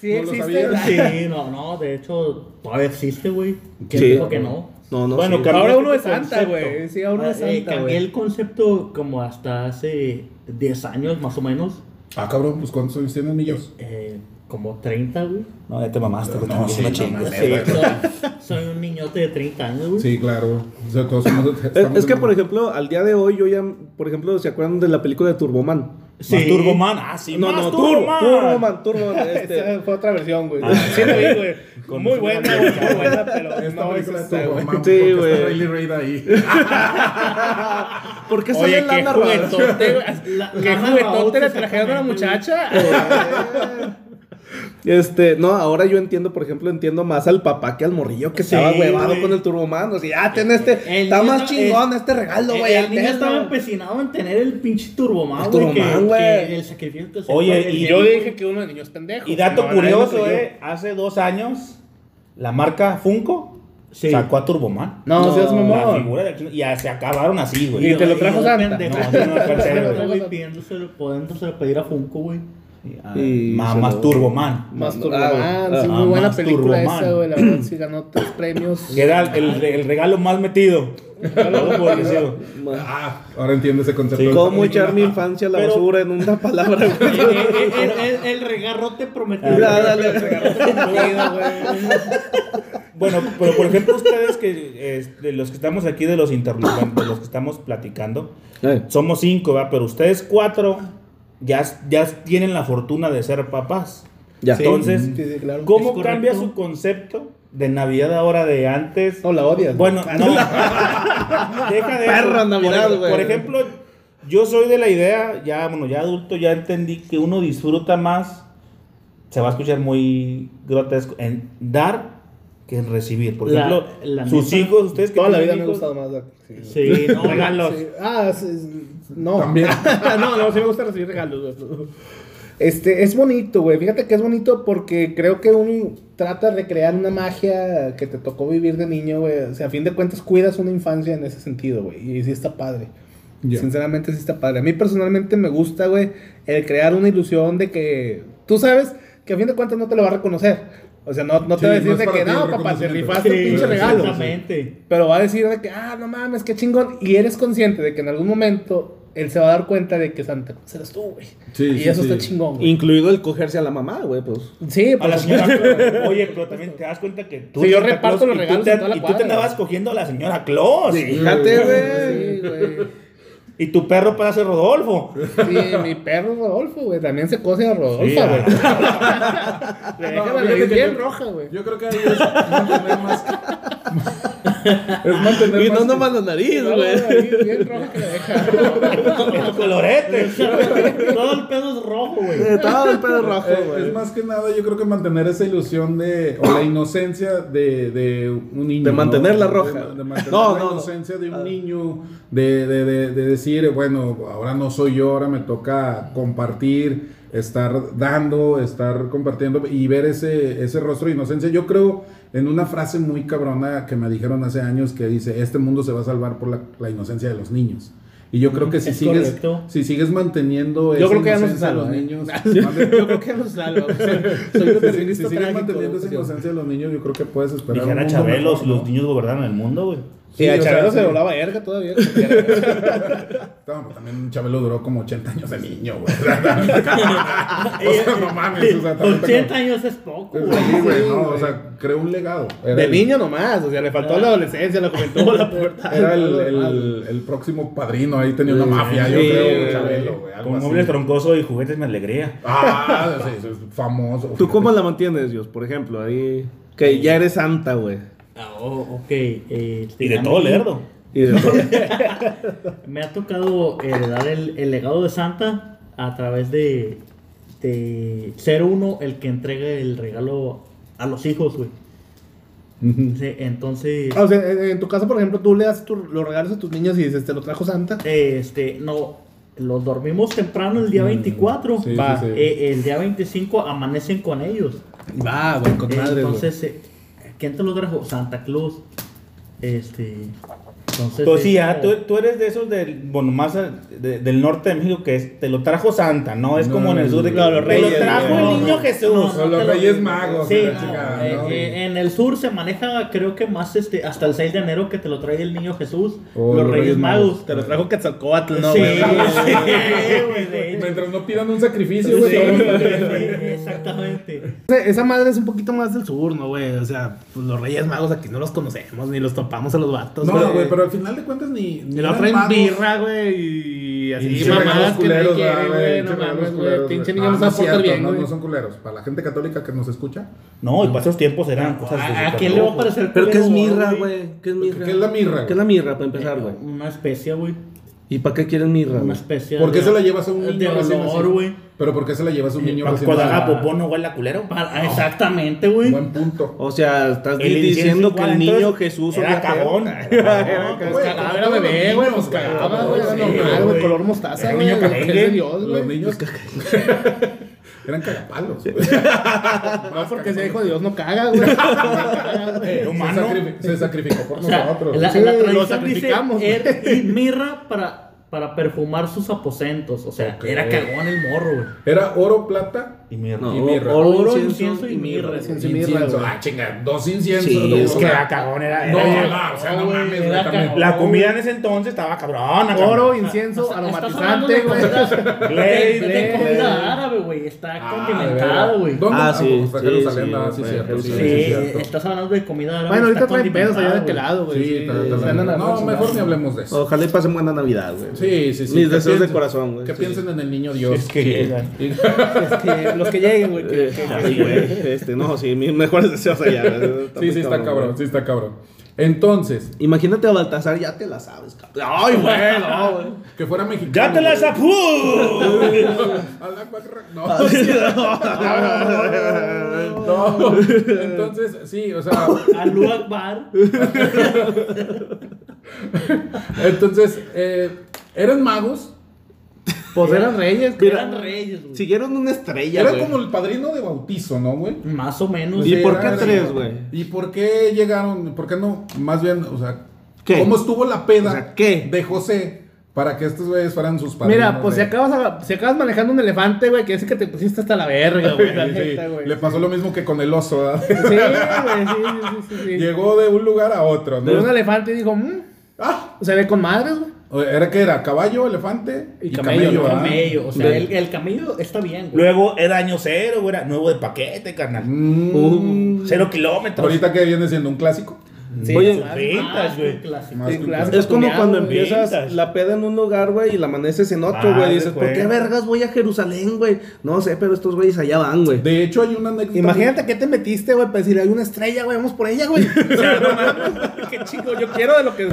[SPEAKER 2] Sí
[SPEAKER 3] No lo
[SPEAKER 2] existe.
[SPEAKER 3] sabía.
[SPEAKER 6] Sí, no, no, de hecho, todavía existe, güey. ¿Quién
[SPEAKER 1] Sí.
[SPEAKER 6] dijo que no?
[SPEAKER 1] No, no.
[SPEAKER 5] Bueno,
[SPEAKER 1] sí.
[SPEAKER 5] Cambiaste
[SPEAKER 2] Ahora uno
[SPEAKER 5] tu
[SPEAKER 2] es santa,
[SPEAKER 5] concepto.
[SPEAKER 2] güey. Sí, ahora uno es
[SPEAKER 6] Ah, eh,
[SPEAKER 2] santa,
[SPEAKER 6] cambié
[SPEAKER 2] güey.
[SPEAKER 6] el concepto como hasta hace 10 años, más o menos.
[SPEAKER 3] Ah, cabrón, pues ¿cuántos años tienen ellos?
[SPEAKER 6] Eh, como 30, güey.
[SPEAKER 5] No, ya te mamaste, güey.
[SPEAKER 3] No,
[SPEAKER 5] también,
[SPEAKER 3] sí,
[SPEAKER 5] no
[SPEAKER 3] no
[SPEAKER 5] chingues.
[SPEAKER 3] mames.
[SPEAKER 6] Sí, soy, soy un niñote de 30 años, güey.
[SPEAKER 3] Sí, claro. O sea, todos somos-
[SPEAKER 1] Es,
[SPEAKER 3] estamos
[SPEAKER 1] es que,
[SPEAKER 3] en-
[SPEAKER 1] por ejemplo, al día de hoy, yo ya, por ejemplo, ¿se acuerdan de la película de Turboman?
[SPEAKER 6] Sí.
[SPEAKER 5] Más Turboman. Ah, sí,
[SPEAKER 1] no,
[SPEAKER 5] más
[SPEAKER 1] no,
[SPEAKER 5] Turboman.
[SPEAKER 1] Turboman, Turboman. Este,
[SPEAKER 2] Esa fue otra versión, güey.
[SPEAKER 5] Ah.
[SPEAKER 2] sí, la vi, güey.
[SPEAKER 5] Con-
[SPEAKER 2] Muy buena, güey. Muy buena, pero
[SPEAKER 3] Esta
[SPEAKER 2] no es
[SPEAKER 3] película
[SPEAKER 2] esa,
[SPEAKER 3] de
[SPEAKER 2] güey.
[SPEAKER 3] Turboman,
[SPEAKER 1] Sí,
[SPEAKER 3] porque
[SPEAKER 1] güey.
[SPEAKER 3] está Riley Reid ahí.
[SPEAKER 1] ¿Por qué sale
[SPEAKER 2] Oye, qué
[SPEAKER 1] Lana Rhodes?
[SPEAKER 2] juguetote, güey.
[SPEAKER 6] La-
[SPEAKER 2] Qué
[SPEAKER 6] Lana
[SPEAKER 2] juguetote
[SPEAKER 6] Rhodes,
[SPEAKER 2] le trajeron a la
[SPEAKER 6] exactamente,
[SPEAKER 2] muchacha.
[SPEAKER 1] Este, no, ahora yo entiendo, por ejemplo, entiendo más al papá que al morrillo que
[SPEAKER 6] Sí,
[SPEAKER 1] estaba huevado
[SPEAKER 6] güey. Eh,
[SPEAKER 1] con el Turboman. O sea, ya ten este,
[SPEAKER 6] El
[SPEAKER 1] está
[SPEAKER 6] niño
[SPEAKER 1] más
[SPEAKER 6] es-
[SPEAKER 1] chingón este regalo,
[SPEAKER 6] El-
[SPEAKER 1] güey.
[SPEAKER 6] el
[SPEAKER 1] ya
[SPEAKER 6] niño estaba
[SPEAKER 1] tenlo.
[SPEAKER 6] empecinado en tener el pinche Turboman,
[SPEAKER 1] El
[SPEAKER 6] güey. que-
[SPEAKER 1] Turboman, güey.
[SPEAKER 6] que El sacrificio que se
[SPEAKER 5] Oye,
[SPEAKER 6] fue,
[SPEAKER 5] y
[SPEAKER 6] el
[SPEAKER 2] Yo
[SPEAKER 6] genio,
[SPEAKER 2] dije que uno de niños pendejos.
[SPEAKER 5] Y dato
[SPEAKER 2] No, nadie me
[SPEAKER 5] curioso,
[SPEAKER 2] creyó.
[SPEAKER 5] eh, hace dos años la marca Funko
[SPEAKER 6] Sí.
[SPEAKER 5] sacó a Turboman.
[SPEAKER 2] No,
[SPEAKER 1] No,
[SPEAKER 2] seas
[SPEAKER 5] La
[SPEAKER 2] mamón.
[SPEAKER 5] figura de- y ya se acabaron así,
[SPEAKER 6] güey.
[SPEAKER 5] güey.
[SPEAKER 2] Y te lo
[SPEAKER 6] yo-
[SPEAKER 2] trajo
[SPEAKER 6] yo
[SPEAKER 2] Santa.
[SPEAKER 6] pendejo,
[SPEAKER 5] No, no, no, fue en serio, güey.
[SPEAKER 6] güey, pidiéndoselo, podiéndoselo pedir a Funko, güey.
[SPEAKER 5] Ah,
[SPEAKER 1] Y
[SPEAKER 5] ma-
[SPEAKER 1] se
[SPEAKER 5] más
[SPEAKER 1] lo-
[SPEAKER 5] Turboman.
[SPEAKER 2] Más
[SPEAKER 1] Ah, ah,
[SPEAKER 2] Turboman. Sí, muy buena
[SPEAKER 5] más
[SPEAKER 2] película
[SPEAKER 5] Turboman.
[SPEAKER 2] esa, güey. La verdad, sí ganó tres premios.
[SPEAKER 5] Que era el, el regalo más metido. Todo por decirlo.
[SPEAKER 3] Ah, ahora entiendo ese concepto.
[SPEAKER 5] Sí,
[SPEAKER 3] de-
[SPEAKER 1] ¿Cómo echar mi infancia a la
[SPEAKER 5] Pero-
[SPEAKER 1] basura en una palabra, güey?
[SPEAKER 6] el, el- Eh, el- el- el regarrote
[SPEAKER 5] Ah,
[SPEAKER 6] prometido.
[SPEAKER 1] Ya, dale.
[SPEAKER 5] Bueno, pero por ejemplo, ustedes que eh, de los que estamos aquí, de los interrogantes, de los que estamos platicando,
[SPEAKER 1] Eh,
[SPEAKER 5] somos cinco, ¿va? Pero ustedes cuatro ya, ya tienen la fortuna de ser papás.
[SPEAKER 1] Ya.
[SPEAKER 5] Entonces,
[SPEAKER 2] Sí, sí, claro.
[SPEAKER 6] Es
[SPEAKER 5] ¿cómo
[SPEAKER 6] correcto.
[SPEAKER 5] cambia su concepto de Navidad ahora de antes?
[SPEAKER 2] No la odias.
[SPEAKER 5] Bueno, no. Deja de eso.
[SPEAKER 1] Perra Navidad,
[SPEAKER 5] por,
[SPEAKER 1] güey.
[SPEAKER 5] por ejemplo, yo soy de la idea, ya, bueno, ya adulto, ya entendí que uno disfruta más, se va a escuchar muy grotesco, en dar que en recibir. Por
[SPEAKER 6] La-
[SPEAKER 5] ejemplo,
[SPEAKER 6] la
[SPEAKER 5] sus
[SPEAKER 6] neta.
[SPEAKER 5] hijos, ustedes que
[SPEAKER 2] Toda la vida
[SPEAKER 5] tienen
[SPEAKER 2] me ha
[SPEAKER 5] hijos,
[SPEAKER 2] gustado más. la- sí.
[SPEAKER 6] Sí, no,
[SPEAKER 5] regalos.
[SPEAKER 2] Sí. Ah, sí, no.
[SPEAKER 3] También.
[SPEAKER 2] no, no, sí me gusta recibir regalos. güey. Este, es bonito, güey. Fíjate que es bonito porque creo que uno trata de recrear una magia que te tocó vivir de niño, güey. O sea, a fin de cuentas cuidas una infancia en ese sentido, güey. Y sí está padre.
[SPEAKER 3] Ya.
[SPEAKER 2] Sinceramente sí está padre. A mí personalmente me gusta, güey, el crear una ilusión de que tú sabes que a fin de cuentas no te lo va a reconocer. O sea, no, no te
[SPEAKER 3] Sí,
[SPEAKER 2] va
[SPEAKER 3] no
[SPEAKER 2] a decir
[SPEAKER 3] es
[SPEAKER 2] de
[SPEAKER 3] para
[SPEAKER 2] que
[SPEAKER 3] ti el
[SPEAKER 2] no, papá, te
[SPEAKER 3] reconocimiento".
[SPEAKER 2] rifaste un
[SPEAKER 3] Sí,
[SPEAKER 2] pinche regalo.
[SPEAKER 6] Exactamente.
[SPEAKER 2] Pero va a decir de que, ah, no mames, qué chingón. Y eres consciente de que en algún momento él se va a dar cuenta de que Santa Claus eres tú, güey.
[SPEAKER 3] Sí,
[SPEAKER 2] y
[SPEAKER 3] sí,
[SPEAKER 2] eso
[SPEAKER 3] sí.
[SPEAKER 2] está chingón, güey.
[SPEAKER 1] Incluido el cogerse a la mamá, güey, pues.
[SPEAKER 2] Sí,
[SPEAKER 5] A
[SPEAKER 2] por
[SPEAKER 5] la
[SPEAKER 2] supuesto.
[SPEAKER 5] señora Oye, pero también te das cuenta que tú.
[SPEAKER 2] Sí, yo
[SPEAKER 5] Santa
[SPEAKER 2] reparto
[SPEAKER 5] Claus,
[SPEAKER 2] los
[SPEAKER 5] y tú
[SPEAKER 2] regalos
[SPEAKER 5] te-
[SPEAKER 2] en toda la
[SPEAKER 5] Y tú te
[SPEAKER 2] cuadra.
[SPEAKER 5] andabas cogiendo a la señora Claus.
[SPEAKER 1] Fíjate,
[SPEAKER 2] Sí,
[SPEAKER 1] güey.
[SPEAKER 2] güey.
[SPEAKER 5] Y tu perro parece Rodolfo.
[SPEAKER 2] Sí, mi perro Rodolfo, güey. También se cose a Rodolfo,
[SPEAKER 3] ah.
[SPEAKER 5] Sí, a
[SPEAKER 2] güey.
[SPEAKER 5] la-
[SPEAKER 3] No,
[SPEAKER 2] Le deja la
[SPEAKER 3] fíjate
[SPEAKER 2] nariz
[SPEAKER 3] que
[SPEAKER 2] bien
[SPEAKER 3] yo-
[SPEAKER 2] roja, güey.
[SPEAKER 3] Yo creo que ahí es mantener más. es mantener
[SPEAKER 1] Y no
[SPEAKER 3] más-
[SPEAKER 1] nomás la nariz,
[SPEAKER 2] No,
[SPEAKER 1] güey.
[SPEAKER 2] la nariz bien roja que la deja.
[SPEAKER 5] El colorete.
[SPEAKER 6] Todo el pedo es rojo, güey.
[SPEAKER 1] Todo el pedo rojo,
[SPEAKER 3] Eh,
[SPEAKER 1] güey.
[SPEAKER 3] es más que nada, yo creo que mantener esa ilusión de. o la inocencia de, de un niño.
[SPEAKER 1] De
[SPEAKER 3] ¿no?
[SPEAKER 1] mantenerla roja.
[SPEAKER 3] De, de mantener
[SPEAKER 1] No,
[SPEAKER 3] la
[SPEAKER 1] no, no.
[SPEAKER 3] inocencia
[SPEAKER 2] Ah.
[SPEAKER 3] de un niño, de, de, de, de decir, bueno, ahora no soy yo, ahora me toca compartir, estar dando, estar compartiendo y ver ese, ese rostro de inocencia. Yo creo en una frase muy cabrona que me dijeron hace años que dice: Este mundo se va a salvar por la, la inocencia de los niños. Y yo creo que si
[SPEAKER 6] Es
[SPEAKER 3] sigues,
[SPEAKER 6] correcto.
[SPEAKER 3] si sigues manteniendo
[SPEAKER 2] Yo
[SPEAKER 3] esa
[SPEAKER 2] creo que ya no se
[SPEAKER 3] inocencia de los
[SPEAKER 2] salva, ¿eh?
[SPEAKER 3] niños,
[SPEAKER 2] Yo creo que nos salva, güey. Soy un
[SPEAKER 3] si,
[SPEAKER 2] determinista
[SPEAKER 3] si sigues
[SPEAKER 2] trágico,
[SPEAKER 3] manteniendo esa
[SPEAKER 2] güey.
[SPEAKER 3] inocencia de los niños, yo creo que puedes esperar. un
[SPEAKER 5] Dijera
[SPEAKER 3] mundo
[SPEAKER 5] Chabelo,
[SPEAKER 3] mejor,
[SPEAKER 5] si
[SPEAKER 3] ¿no?
[SPEAKER 5] los niños gobernaran el mundo, güey.
[SPEAKER 2] Sí, a
[SPEAKER 3] o sea,
[SPEAKER 2] Chabelo se
[SPEAKER 3] sí.
[SPEAKER 2] volaba verga todavía. como quiera.
[SPEAKER 3] No, pero también Chabelo duró como 80 años de niño, güey. o sea, no mames. O sea, también
[SPEAKER 6] 80 años es poco,
[SPEAKER 3] como-
[SPEAKER 6] güey.
[SPEAKER 3] Sí, güey, no,
[SPEAKER 2] güey.
[SPEAKER 3] o sea, creó un legado. Era
[SPEAKER 2] De
[SPEAKER 3] el-
[SPEAKER 2] niño nomás, o sea, le faltó la adolescencia, la juventud, la pubertad.
[SPEAKER 3] Era el,
[SPEAKER 2] todo lo demás.
[SPEAKER 3] el- el próximo padrino, ahí tenía una mafia, yo
[SPEAKER 1] sí,
[SPEAKER 3] creo,
[SPEAKER 1] güey.
[SPEAKER 3] Chabelo, güey. algo
[SPEAKER 5] Con
[SPEAKER 3] así.
[SPEAKER 5] muebles troncosos y juguetes me alegría.
[SPEAKER 3] Ah, sí, sí, es famoso.
[SPEAKER 1] ¿Tú cómo la mantienes, Dios? Por ejemplo, ahí. Que ya eres santa, güey.
[SPEAKER 6] Ah, oh, ok. eh,
[SPEAKER 5] Y de
[SPEAKER 6] a
[SPEAKER 5] todo
[SPEAKER 6] mí
[SPEAKER 5] lerdo.
[SPEAKER 1] Y de todo.
[SPEAKER 6] Me ha tocado heredar el, el legado de Santa a través de, de ser uno el que entrega el regalo a los hijos, güey. Sí, Entonces,
[SPEAKER 2] Ah, o sea, en en tu caso, por ejemplo, tú le das tu- los regalos a tus niños y dices, te lo trajo Santa.
[SPEAKER 6] este, no, los dormimos temprano el día 24.
[SPEAKER 3] Sí, sí,
[SPEAKER 2] Va,
[SPEAKER 3] sí.
[SPEAKER 6] Eh, el día 25 amanecen con ellos.
[SPEAKER 2] Va, güey, con
[SPEAKER 6] Eh,
[SPEAKER 2] madre, güey.
[SPEAKER 6] Entonces, eh, ¿quién te lo trajo? Santa Claus. Este. Entonces,
[SPEAKER 5] Entonces, Pues sí,
[SPEAKER 6] es
[SPEAKER 5] ya,
[SPEAKER 6] como-
[SPEAKER 5] tú, tú eres de esos del, bueno, más al- de- del norte de México que es, te lo trajo Santa, ¿no? Es como en el sur de que
[SPEAKER 6] No, los
[SPEAKER 5] te lo
[SPEAKER 6] reyes,
[SPEAKER 5] trajo
[SPEAKER 6] güey.
[SPEAKER 5] el niño Jesús.
[SPEAKER 6] No,
[SPEAKER 3] O los
[SPEAKER 6] te lo-
[SPEAKER 3] Reyes Magos.
[SPEAKER 6] Sí,
[SPEAKER 3] la
[SPEAKER 6] no,
[SPEAKER 3] chingada,
[SPEAKER 6] eh,
[SPEAKER 3] ¿no?
[SPEAKER 6] eh, en el sur se maneja, creo que más este, hasta el 6 de enero que te lo trae el niño Jesús.
[SPEAKER 3] Oh,
[SPEAKER 6] los Reyes Magos.
[SPEAKER 2] Te lo trajo Quetzalcóatl, ¿no,
[SPEAKER 6] sí,
[SPEAKER 2] güey?
[SPEAKER 6] sí, güey, de hecho.
[SPEAKER 3] Mientras no pidan un sacrificio,
[SPEAKER 6] Sí,
[SPEAKER 3] güey.
[SPEAKER 6] sí,
[SPEAKER 3] todo lo-
[SPEAKER 6] exactamente.
[SPEAKER 2] Ese- Esa madre es un poquito más del sur, ¿no, güey? O sea, pues los Reyes Magos aquí no los conocemos, ni los topamos a los vatos,
[SPEAKER 3] No, güey, pero al final de cuentas ni.
[SPEAKER 2] Y
[SPEAKER 3] ni
[SPEAKER 2] lo
[SPEAKER 3] eran
[SPEAKER 2] traen
[SPEAKER 3] magos.
[SPEAKER 2] birra, güey, y así,
[SPEAKER 3] Y
[SPEAKER 2] y mamadas
[SPEAKER 3] regalos
[SPEAKER 2] que nadie
[SPEAKER 3] culeros, ah,
[SPEAKER 2] quiere, güey. No
[SPEAKER 3] pinche regalos
[SPEAKER 2] mames,
[SPEAKER 3] culeros,
[SPEAKER 2] güey. Pinche
[SPEAKER 3] güey.
[SPEAKER 2] niño
[SPEAKER 3] Ah,
[SPEAKER 2] no sabe
[SPEAKER 3] es
[SPEAKER 2] portar
[SPEAKER 3] cierto,
[SPEAKER 2] bien,
[SPEAKER 3] no,
[SPEAKER 2] güey.
[SPEAKER 3] no son culeros. Para la gente católica que nos escucha.
[SPEAKER 5] No, y para esos tiempos eran cosas de
[SPEAKER 6] Ah, ¿A
[SPEAKER 5] super
[SPEAKER 6] quién le va a
[SPEAKER 5] locos.
[SPEAKER 6] parecer
[SPEAKER 1] Pero ¿qué es
[SPEAKER 6] culero,
[SPEAKER 1] mirra, güey? ¿Qué es mirra?
[SPEAKER 3] ¿Qué es la mirra?
[SPEAKER 1] ¿Qué es la mirra, para empezar, güey?
[SPEAKER 6] Una especia, güey.
[SPEAKER 1] ¿Y para qué quieres mirra?
[SPEAKER 6] Una
[SPEAKER 1] güey?
[SPEAKER 6] especia.
[SPEAKER 3] ¿Por qué
[SPEAKER 6] de-
[SPEAKER 3] se la llevas a un niño
[SPEAKER 6] de
[SPEAKER 3] recién
[SPEAKER 6] olor,
[SPEAKER 3] nacido?
[SPEAKER 6] güey?
[SPEAKER 3] Pero ¿por qué se la llevas a un niño
[SPEAKER 5] Para
[SPEAKER 3] recién
[SPEAKER 5] Cuando haga
[SPEAKER 3] nacido?
[SPEAKER 5] popó no huele a culero.
[SPEAKER 6] Para- Ah, Exactamente, güey.
[SPEAKER 3] Buen punto.
[SPEAKER 1] O sea, estás
[SPEAKER 5] El incienso
[SPEAKER 1] diciendo que
[SPEAKER 5] igual,
[SPEAKER 1] el niño
[SPEAKER 5] entonces,
[SPEAKER 1] Jesús
[SPEAKER 5] era
[SPEAKER 1] olía feo.
[SPEAKER 5] cagón.
[SPEAKER 1] Era cagón.
[SPEAKER 3] Güey,
[SPEAKER 2] Cagaba,
[SPEAKER 3] como
[SPEAKER 2] Pues era
[SPEAKER 3] todos los
[SPEAKER 2] bebé, güey,
[SPEAKER 3] niños,
[SPEAKER 2] nos
[SPEAKER 3] güey,
[SPEAKER 2] cagaba,
[SPEAKER 3] todos,
[SPEAKER 2] Ah, güey, era
[SPEAKER 3] sí,
[SPEAKER 2] normal,
[SPEAKER 5] güey.
[SPEAKER 2] güey, color mostaza,
[SPEAKER 5] Era
[SPEAKER 2] güey, lo
[SPEAKER 5] niño
[SPEAKER 2] que es
[SPEAKER 5] calengue.
[SPEAKER 2] de Dios,
[SPEAKER 3] Los
[SPEAKER 2] güey.
[SPEAKER 3] niños eran cagapalos. güey.
[SPEAKER 2] No, porque ese hijo de Dios no caga, güey. No caga, güey.
[SPEAKER 5] Era
[SPEAKER 3] Se,
[SPEAKER 5] humano.
[SPEAKER 3] sacrifi- se sacrificó por
[SPEAKER 6] O sea,
[SPEAKER 3] nosotros.
[SPEAKER 6] la,
[SPEAKER 2] Sí,
[SPEAKER 6] la
[SPEAKER 2] lo
[SPEAKER 6] tradición dice
[SPEAKER 2] sacrificamos.
[SPEAKER 6] er- y mirra para, para perfumar sus aposentos. O sea,
[SPEAKER 3] Ok.
[SPEAKER 6] era cagón el morro, güey.
[SPEAKER 3] Era oro, plata.
[SPEAKER 5] Y mierda.
[SPEAKER 1] No,
[SPEAKER 3] Y mirra.
[SPEAKER 1] oro,
[SPEAKER 6] Oro,
[SPEAKER 1] incienso y mirra.
[SPEAKER 6] güey.
[SPEAKER 2] Sí, mirra,
[SPEAKER 3] Incienso.
[SPEAKER 2] güey.
[SPEAKER 3] Ah, chinga, dos inciensos.
[SPEAKER 1] Sí,
[SPEAKER 3] dos-
[SPEAKER 1] es
[SPEAKER 5] Es que era cagón, era.
[SPEAKER 3] No,
[SPEAKER 5] era-
[SPEAKER 3] no, o sea, no
[SPEAKER 6] güey,
[SPEAKER 3] mames,
[SPEAKER 6] era
[SPEAKER 3] güey, también.
[SPEAKER 6] cagón.
[SPEAKER 5] La comida en ese entonces estaba cabrona.
[SPEAKER 2] Oro,
[SPEAKER 5] cabrón.
[SPEAKER 6] O
[SPEAKER 2] incienso,
[SPEAKER 6] sea, estás hablando
[SPEAKER 2] aromatizante,
[SPEAKER 6] de
[SPEAKER 2] güey.
[SPEAKER 6] comida-
[SPEAKER 5] Blade,
[SPEAKER 6] de-
[SPEAKER 5] blade.
[SPEAKER 6] de comida árabe, güey. Está
[SPEAKER 3] Ah,
[SPEAKER 6] condimentado,
[SPEAKER 3] de
[SPEAKER 6] güey.
[SPEAKER 3] veras. ¿Dónde?
[SPEAKER 1] Ah,
[SPEAKER 3] Ah,
[SPEAKER 1] sí,
[SPEAKER 3] pues,
[SPEAKER 1] sí,
[SPEAKER 3] Jerusalén,
[SPEAKER 1] sí,
[SPEAKER 3] ah, sí,
[SPEAKER 1] fue
[SPEAKER 3] cierto,
[SPEAKER 6] Sí,
[SPEAKER 1] Jerusalén.
[SPEAKER 3] sí, cierto.
[SPEAKER 6] estás hablando de comida árabe.
[SPEAKER 2] Bueno, ahorita
[SPEAKER 6] está
[SPEAKER 2] traen pedos allá de
[SPEAKER 6] condimentado,
[SPEAKER 2] aquel
[SPEAKER 6] güey.
[SPEAKER 2] lado, güey.
[SPEAKER 3] Sí,
[SPEAKER 2] Sí,
[SPEAKER 3] tal- tal-
[SPEAKER 2] se andan a la
[SPEAKER 3] No,
[SPEAKER 2] chingada.
[SPEAKER 3] mejor ni hablemos de eso.
[SPEAKER 1] Ojalá y pasen buena Navidad, güey.
[SPEAKER 3] Sí, sí, sí.
[SPEAKER 1] Mis
[SPEAKER 3] que
[SPEAKER 1] deseos de
[SPEAKER 3] piensen-
[SPEAKER 1] corazón, güey,
[SPEAKER 3] Que
[SPEAKER 1] sí.
[SPEAKER 3] piensen en el niño Dios.
[SPEAKER 5] Es que llegan.
[SPEAKER 2] Este, los que lleguen, güey. que-
[SPEAKER 1] Eh, ay, güey, este, no, sí, mis mejores deseos allá. güey.
[SPEAKER 3] Sí, sí, está cabrón, sí, está cabrón. Entonces,
[SPEAKER 1] Imagínate a Baltasar, ya te la sabes, cabrón. Ay, güey, no, güey.
[SPEAKER 3] que fuera mexicano.
[SPEAKER 5] ¡Ya te la
[SPEAKER 3] güey.
[SPEAKER 5] sapú!
[SPEAKER 3] A la cuacra- No, no. Entonces, sí, o sea,
[SPEAKER 6] Alú Akbar.
[SPEAKER 3] entonces, eh, eran magos.
[SPEAKER 2] Pues eran reyes, güey.
[SPEAKER 6] Eran reyes, güey.
[SPEAKER 1] Siguieron una estrella,
[SPEAKER 3] Era
[SPEAKER 1] güey.
[SPEAKER 3] como el padrino de bautizo, ¿no, güey?
[SPEAKER 6] Más o menos.
[SPEAKER 1] ¿Y
[SPEAKER 3] Pues Sí,
[SPEAKER 1] por
[SPEAKER 3] era-
[SPEAKER 1] qué
[SPEAKER 3] era-
[SPEAKER 1] tres, güey?
[SPEAKER 3] ¿Y por qué llegaron? ¿Por qué no? Más bien, o sea,
[SPEAKER 1] ¿Qué?
[SPEAKER 3] ¿cómo estuvo la peda
[SPEAKER 1] O sea, ¿qué?
[SPEAKER 3] de José para que estos güeyes fueran sus padres?
[SPEAKER 2] Mira, pues si acabas, a- si acabas manejando un elefante, güey, que dice que te pusiste hasta la verga, güey. la neta, güey.
[SPEAKER 3] Le pasó lo mismo que con el oso, ¿verdad?
[SPEAKER 2] Sí, güey, sí, sí, sí, sí.
[SPEAKER 3] Llegó de un lugar a otro,
[SPEAKER 2] Vio un
[SPEAKER 3] ¿no?
[SPEAKER 2] elefante y dijo, mmm,
[SPEAKER 3] Ah,
[SPEAKER 2] se ve con madres, güey.
[SPEAKER 3] ¿Era qué era? ¿Caballo, elefante?
[SPEAKER 2] Y camello, ¿no?
[SPEAKER 3] ¿verdad?
[SPEAKER 6] Camello. O sea,
[SPEAKER 1] Ve-
[SPEAKER 6] el, el camello está bien, güey.
[SPEAKER 5] Ah, Luego era año cero, güey, era nuevo de paquete, carnal.
[SPEAKER 2] Uh.
[SPEAKER 3] Mm.
[SPEAKER 5] Cero kilómetros.
[SPEAKER 3] Ahorita que viene siendo un clásico.
[SPEAKER 2] Sí,
[SPEAKER 1] Oye,
[SPEAKER 2] más-
[SPEAKER 6] Ah,
[SPEAKER 5] Ventas, güey.
[SPEAKER 6] un clásico.
[SPEAKER 3] Más
[SPEAKER 2] Sí,
[SPEAKER 3] que un
[SPEAKER 2] claro.
[SPEAKER 3] clásico.
[SPEAKER 1] Es como cuando
[SPEAKER 2] Vintage.
[SPEAKER 1] empiezas la peda en un lugar, güey, y la amaneces en otro, güey.
[SPEAKER 5] Madre,
[SPEAKER 1] Dices, ¿por qué
[SPEAKER 5] güey.
[SPEAKER 1] vergas voy a Jerusalén, güey? No sé, pero estos güeyes allá van, güey.
[SPEAKER 3] De hecho, hay una anécdota.
[SPEAKER 2] Imagínate que te metiste, güey, para decir, hay una estrella, güey, vamos por ella, güey. O sea, no mames, qué chico, yo quiero de lo que...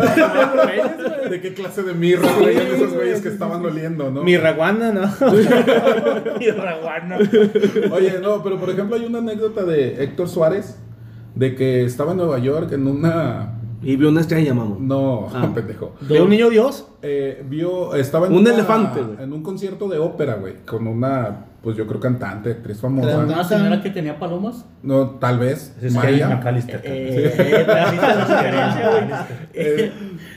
[SPEAKER 3] ¿De qué clase de mirra traían esos güeyes que estaban oliendo, no?
[SPEAKER 2] Mi raguana, ¿no?
[SPEAKER 5] Y raguana.
[SPEAKER 3] Oye, no, pero por ejemplo, hay una anécdota de Héctor Suárez de que estaba en Nueva York en una.
[SPEAKER 1] Y vi una estrella, mamón.
[SPEAKER 3] No,
[SPEAKER 1] Ah.
[SPEAKER 3] pendejo.
[SPEAKER 2] De un niño dios.
[SPEAKER 3] Eh, vio, estaba en
[SPEAKER 1] Un
[SPEAKER 3] una-
[SPEAKER 1] elefante, güey.
[SPEAKER 3] En un concierto de ópera, güey. Con una, pues yo creo cantante, actriz
[SPEAKER 6] Una
[SPEAKER 3] famosa.
[SPEAKER 6] señora que tenía palomas.
[SPEAKER 3] No, tal vez.
[SPEAKER 5] Es María
[SPEAKER 3] María.
[SPEAKER 5] McAllister.
[SPEAKER 6] Eh, eh, así está la sugerencia, güey.
[SPEAKER 3] Eh,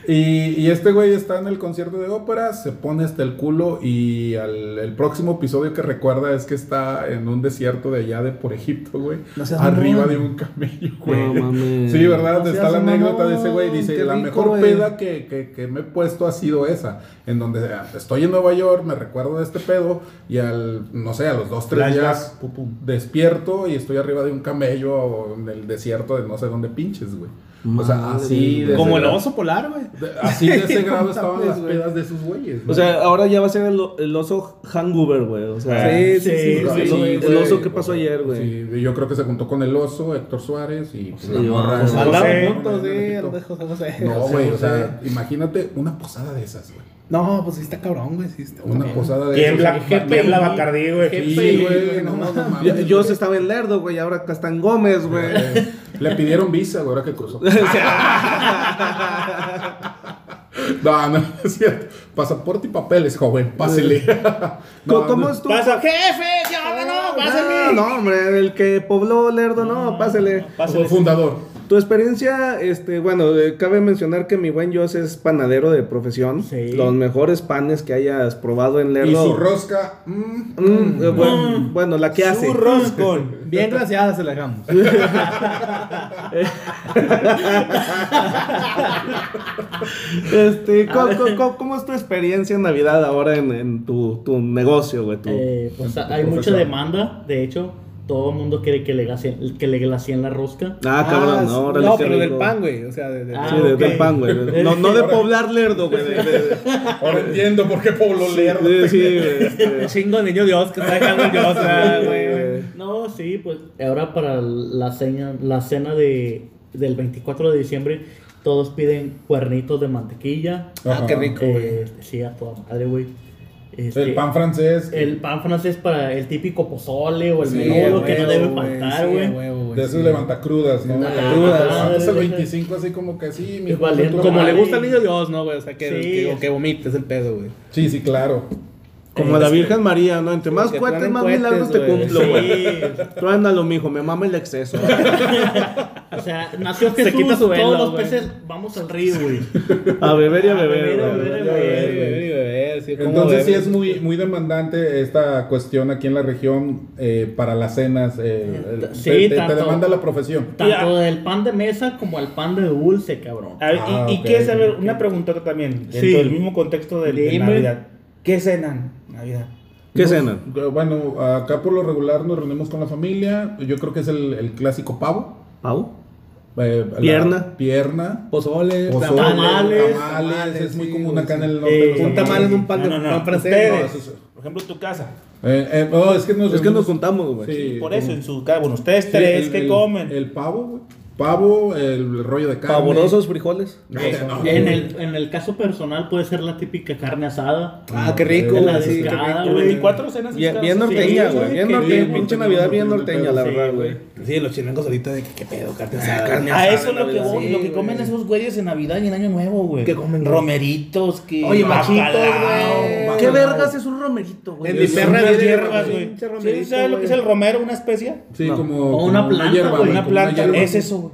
[SPEAKER 3] y, y este güey está en el concierto de ópera, se pone hasta el culo y al- el próximo episodio que recuerda es que está en un desierto de allá de por Egipto, güey.
[SPEAKER 1] No seas
[SPEAKER 3] arriba
[SPEAKER 1] mamón.
[SPEAKER 3] de un camello,
[SPEAKER 1] No
[SPEAKER 3] güey.
[SPEAKER 1] mames.
[SPEAKER 3] Sí, ¿verdad?
[SPEAKER 1] No
[SPEAKER 3] está la
[SPEAKER 1] seas
[SPEAKER 3] anécdota
[SPEAKER 1] mamón,
[SPEAKER 3] de ese güey. Dice,
[SPEAKER 1] qué
[SPEAKER 3] la
[SPEAKER 1] rico,
[SPEAKER 3] mejor
[SPEAKER 1] güey".
[SPEAKER 3] peda que, que- que me he puesto ha sido esa. En donde ah, estoy en Nueva York, me recuerdo de este pedo y al, no sé, a los dos, tres
[SPEAKER 5] Flashback,
[SPEAKER 3] días
[SPEAKER 5] pum, pum.
[SPEAKER 3] despierto y estoy arriba de un camello o en el desierto de no sé dónde pinches, güey. O sea,
[SPEAKER 1] Madre
[SPEAKER 3] así
[SPEAKER 1] mía.
[SPEAKER 3] de
[SPEAKER 2] Como
[SPEAKER 3] ese
[SPEAKER 2] el
[SPEAKER 3] grado.
[SPEAKER 2] oso polar, güey.
[SPEAKER 3] De- Así de ese grado estaban
[SPEAKER 2] mames,
[SPEAKER 3] las
[SPEAKER 2] güey.
[SPEAKER 3] pedas de esos güeyes. ¿no?
[SPEAKER 1] O sea, ahora ya va a ser el, el oso hangover, güey. O sea,
[SPEAKER 2] Sí, sí,
[SPEAKER 6] sí,
[SPEAKER 2] sí.
[SPEAKER 3] O sea,
[SPEAKER 1] sí,
[SPEAKER 3] sí,
[SPEAKER 1] el
[SPEAKER 3] güey.
[SPEAKER 1] oso que pasó ayer, güey.
[SPEAKER 3] Sí, yo creo que se juntó con el oso, Héctor Suárez y pues,
[SPEAKER 1] Sí, eh,
[SPEAKER 3] la morra.
[SPEAKER 1] vamos.
[SPEAKER 3] ¿no?
[SPEAKER 5] Andaban
[SPEAKER 3] Sí,
[SPEAKER 2] juntos,
[SPEAKER 3] no,
[SPEAKER 2] sí, a
[SPEAKER 3] no,
[SPEAKER 2] lo mejor, no sé.
[SPEAKER 3] No, güey, o sea, imagínate una posada de esas, güey.
[SPEAKER 2] No, pues sí está cabrón, güey. Sí está
[SPEAKER 3] Una
[SPEAKER 2] cabrón.
[SPEAKER 3] posada de
[SPEAKER 6] Pues,
[SPEAKER 3] esas.
[SPEAKER 5] Tiembla,
[SPEAKER 6] GPI,
[SPEAKER 5] tiembla Bacardí, güey.
[SPEAKER 6] GPI.
[SPEAKER 3] Sí, güey, no, no mames.
[SPEAKER 1] Yo, yo estaba en Lerdo, güey, ahora acá está en Gómez, güey.
[SPEAKER 3] Eh, Le pidieron visa, güey, ahora que cruzó.
[SPEAKER 1] O sea,
[SPEAKER 3] No, no, es cierto. Pasaporte y papeles, joven, pásele. No,
[SPEAKER 1] ¿cómo
[SPEAKER 3] no.
[SPEAKER 1] estuvo? Ah,
[SPEAKER 5] Pasa, jefe, ya, no,
[SPEAKER 1] No,
[SPEAKER 5] pásame.
[SPEAKER 1] no, hombre, el que pobló Lerdo, no, pásele.
[SPEAKER 3] Fue
[SPEAKER 5] Pásale.
[SPEAKER 3] fundador.
[SPEAKER 1] Tu experiencia, este, bueno, eh, cabe mencionar que mi buen Jos es panadero de profesión.
[SPEAKER 6] Sí.
[SPEAKER 1] Los mejores panes que hayas probado en Lerdo.
[SPEAKER 3] Y su rosca. mm,
[SPEAKER 1] Mm, eh, bueno, bueno, la que hace.
[SPEAKER 5] roscón.
[SPEAKER 2] Bien glaseada se la dejamos.
[SPEAKER 1] Este, ¿cómo, cómo- cómo- cómo es tu experiencia en Navidad ahora en, en tu, tu negocio, güey? tu-
[SPEAKER 6] Eh, pues
[SPEAKER 3] en tu
[SPEAKER 6] hay mucha
[SPEAKER 3] profesión.
[SPEAKER 6] demanda, de hecho, todo el mundo quiere que le glacien, que le glacien la rosca.
[SPEAKER 1] Ah, cabrón,
[SPEAKER 2] sí.
[SPEAKER 1] no, órale,
[SPEAKER 2] No,
[SPEAKER 1] qué
[SPEAKER 2] pero del
[SPEAKER 1] rico.
[SPEAKER 2] pan, güey. O sea, de, de-
[SPEAKER 6] Ah,
[SPEAKER 1] Sí, de- del
[SPEAKER 6] ok.
[SPEAKER 1] pan, güey. No, no de poblar lerdo, güey. de- de- de-
[SPEAKER 3] Ahora entiendo por qué Pablo Lerdo.
[SPEAKER 1] de- sí, güey, este,
[SPEAKER 2] Chingo de niño Dios que está dejando el Dios, ah, güey.
[SPEAKER 1] eh,
[SPEAKER 6] No, sí, pues ahora para la cena, la cena de, del 24 de diciembre, todos piden cuernitos de mantequilla.
[SPEAKER 2] Ah, qué rico, güey.
[SPEAKER 6] Eh, sí, a toda madre, güey. Este,
[SPEAKER 3] El pan francés.
[SPEAKER 6] el pan francés para el típico pozole o el
[SPEAKER 2] Sí,
[SPEAKER 6] menudo que no
[SPEAKER 2] huevo,
[SPEAKER 6] debe
[SPEAKER 2] güey,
[SPEAKER 6] faltar,
[SPEAKER 2] sí,
[SPEAKER 6] güey.
[SPEAKER 2] huevo, güey,
[SPEAKER 3] De
[SPEAKER 2] sí.
[SPEAKER 3] esos levantacrudas, ¿no?
[SPEAKER 6] Levantacrudas.
[SPEAKER 3] Ah, antes el
[SPEAKER 6] Deja-
[SPEAKER 3] 25 así como que sí, mi
[SPEAKER 6] Es valiente.
[SPEAKER 2] Como le
[SPEAKER 6] Vale.
[SPEAKER 2] gusta al niño Dios, ¿no, güey? O sea, que,
[SPEAKER 6] Sí.
[SPEAKER 2] que, que vomite, es el pedo, güey.
[SPEAKER 3] Sí, sí, claro.
[SPEAKER 1] Como la Virgen María, ¿no? Entre más
[SPEAKER 2] que
[SPEAKER 1] cuates,
[SPEAKER 2] planen
[SPEAKER 1] más
[SPEAKER 2] cohetes,
[SPEAKER 1] milagros te
[SPEAKER 2] güey.
[SPEAKER 1] cumplo, güey. Tú ándalo, mijo, me mama el exceso.
[SPEAKER 6] O sea, nació
[SPEAKER 2] Se
[SPEAKER 6] Jesús,
[SPEAKER 2] quita su velo,
[SPEAKER 6] todos los
[SPEAKER 2] güey.
[SPEAKER 6] peces vamos al río, güey.
[SPEAKER 1] A beber y a
[SPEAKER 6] A
[SPEAKER 1] beber,
[SPEAKER 6] beber, a
[SPEAKER 1] güey.
[SPEAKER 6] beber.
[SPEAKER 2] Beber, beber y beber, sí, ¿cómo
[SPEAKER 3] Entonces sí
[SPEAKER 2] beber?
[SPEAKER 3] es muy, muy demandante esta cuestión aquí en la región eh, para las cenas. eh, el-
[SPEAKER 6] Sí,
[SPEAKER 3] te, te- te
[SPEAKER 6] tanto.
[SPEAKER 3] demanda la profesión.
[SPEAKER 6] Tanto del pan de mesa como el pan de dulce, cabrón.
[SPEAKER 5] A ver,
[SPEAKER 3] Ah,
[SPEAKER 5] y, y
[SPEAKER 3] ok,
[SPEAKER 5] quieres saber,
[SPEAKER 3] ok.
[SPEAKER 5] una preguntota también, dentro
[SPEAKER 6] Sí.
[SPEAKER 5] del mismo contexto de, de
[SPEAKER 6] Dime.
[SPEAKER 5] Navidad. ¿Qué cenan Navidad?
[SPEAKER 1] ¿Qué
[SPEAKER 3] Nos-
[SPEAKER 1] cena?
[SPEAKER 3] eh, Bueno, acá por lo regular nos reunimos con la familia. Yo creo que es el, el clásico pavo.
[SPEAKER 1] ¿Pau?
[SPEAKER 3] eh, la
[SPEAKER 1] Pierna.
[SPEAKER 3] Pierna.
[SPEAKER 2] Pozole,
[SPEAKER 3] pozole,
[SPEAKER 6] tamales,
[SPEAKER 3] tamales, Es muy
[SPEAKER 2] sí,
[SPEAKER 3] común
[SPEAKER 2] güey,
[SPEAKER 3] acá en
[SPEAKER 2] sí.
[SPEAKER 3] el norte. de los
[SPEAKER 6] Eh,
[SPEAKER 2] Un tamal en un pan de
[SPEAKER 5] No, no, no,
[SPEAKER 2] pan francés.
[SPEAKER 5] ustedes.
[SPEAKER 2] No,
[SPEAKER 3] eso es-
[SPEAKER 5] Por ejemplo, tu casa.
[SPEAKER 3] Eh, eh, no, es que nos
[SPEAKER 1] Es que nos
[SPEAKER 3] reunimos-
[SPEAKER 1] juntamos, güey.
[SPEAKER 3] Sí,
[SPEAKER 5] Por
[SPEAKER 3] como-
[SPEAKER 5] eso, en su casa. Bueno, ustedes
[SPEAKER 3] Sí,
[SPEAKER 5] tres,
[SPEAKER 3] el-
[SPEAKER 5] ¿qué
[SPEAKER 3] el-
[SPEAKER 5] comen?
[SPEAKER 3] El pavo, güey. Pavo, el rollo de carne.
[SPEAKER 1] Pavorosos frijoles.
[SPEAKER 3] No, no,
[SPEAKER 6] En el, en el caso personal puede ser la típica carne asada.
[SPEAKER 2] Ah, qué rico,
[SPEAKER 3] Eh,
[SPEAKER 6] la
[SPEAKER 2] güey, sí, qué
[SPEAKER 6] desgada,
[SPEAKER 2] rico,
[SPEAKER 6] güey.
[SPEAKER 2] güey.
[SPEAKER 5] 24 cenas en
[SPEAKER 1] Bien,
[SPEAKER 5] su
[SPEAKER 1] bien
[SPEAKER 5] casa.
[SPEAKER 1] norteña,
[SPEAKER 5] Sí,
[SPEAKER 1] güey. Bien
[SPEAKER 5] qué
[SPEAKER 1] norteña.
[SPEAKER 5] rico.
[SPEAKER 1] Pinche Navidad bien norteña, la
[SPEAKER 6] Sí,
[SPEAKER 1] verdad,
[SPEAKER 6] güey.
[SPEAKER 1] güey.
[SPEAKER 2] Sí, los chilangos ahorita de que qué pedo, carne asada.
[SPEAKER 5] A eso es lo que,
[SPEAKER 1] Navidad.
[SPEAKER 5] voy, lo que comen esos güeyes en Navidad y en Año Nuevo, güey.
[SPEAKER 2] ¿Qué comen, güey?
[SPEAKER 5] Romeritos, que.
[SPEAKER 2] Oye, machitos,
[SPEAKER 5] bacalao,
[SPEAKER 2] güey.
[SPEAKER 5] bacalao.
[SPEAKER 2] ¿Qué vergas
[SPEAKER 1] es un romerito,
[SPEAKER 2] güey?
[SPEAKER 5] En
[SPEAKER 2] Es
[SPEAKER 5] mi perra
[SPEAKER 2] unas
[SPEAKER 5] de
[SPEAKER 2] hierbas,
[SPEAKER 5] hierbas,
[SPEAKER 2] güey.
[SPEAKER 5] güey.
[SPEAKER 2] Pinche
[SPEAKER 5] Sí,
[SPEAKER 2] romerito,
[SPEAKER 5] ¿Sabes lo que es el romero? Una especia.
[SPEAKER 3] Sí,
[SPEAKER 1] No.
[SPEAKER 3] como.
[SPEAKER 6] O
[SPEAKER 3] como
[SPEAKER 6] una planta,
[SPEAKER 3] hierba,
[SPEAKER 6] güey,
[SPEAKER 3] güey,
[SPEAKER 6] una
[SPEAKER 5] Una
[SPEAKER 3] como
[SPEAKER 5] planta.
[SPEAKER 3] hierba.
[SPEAKER 5] Es eso, güey.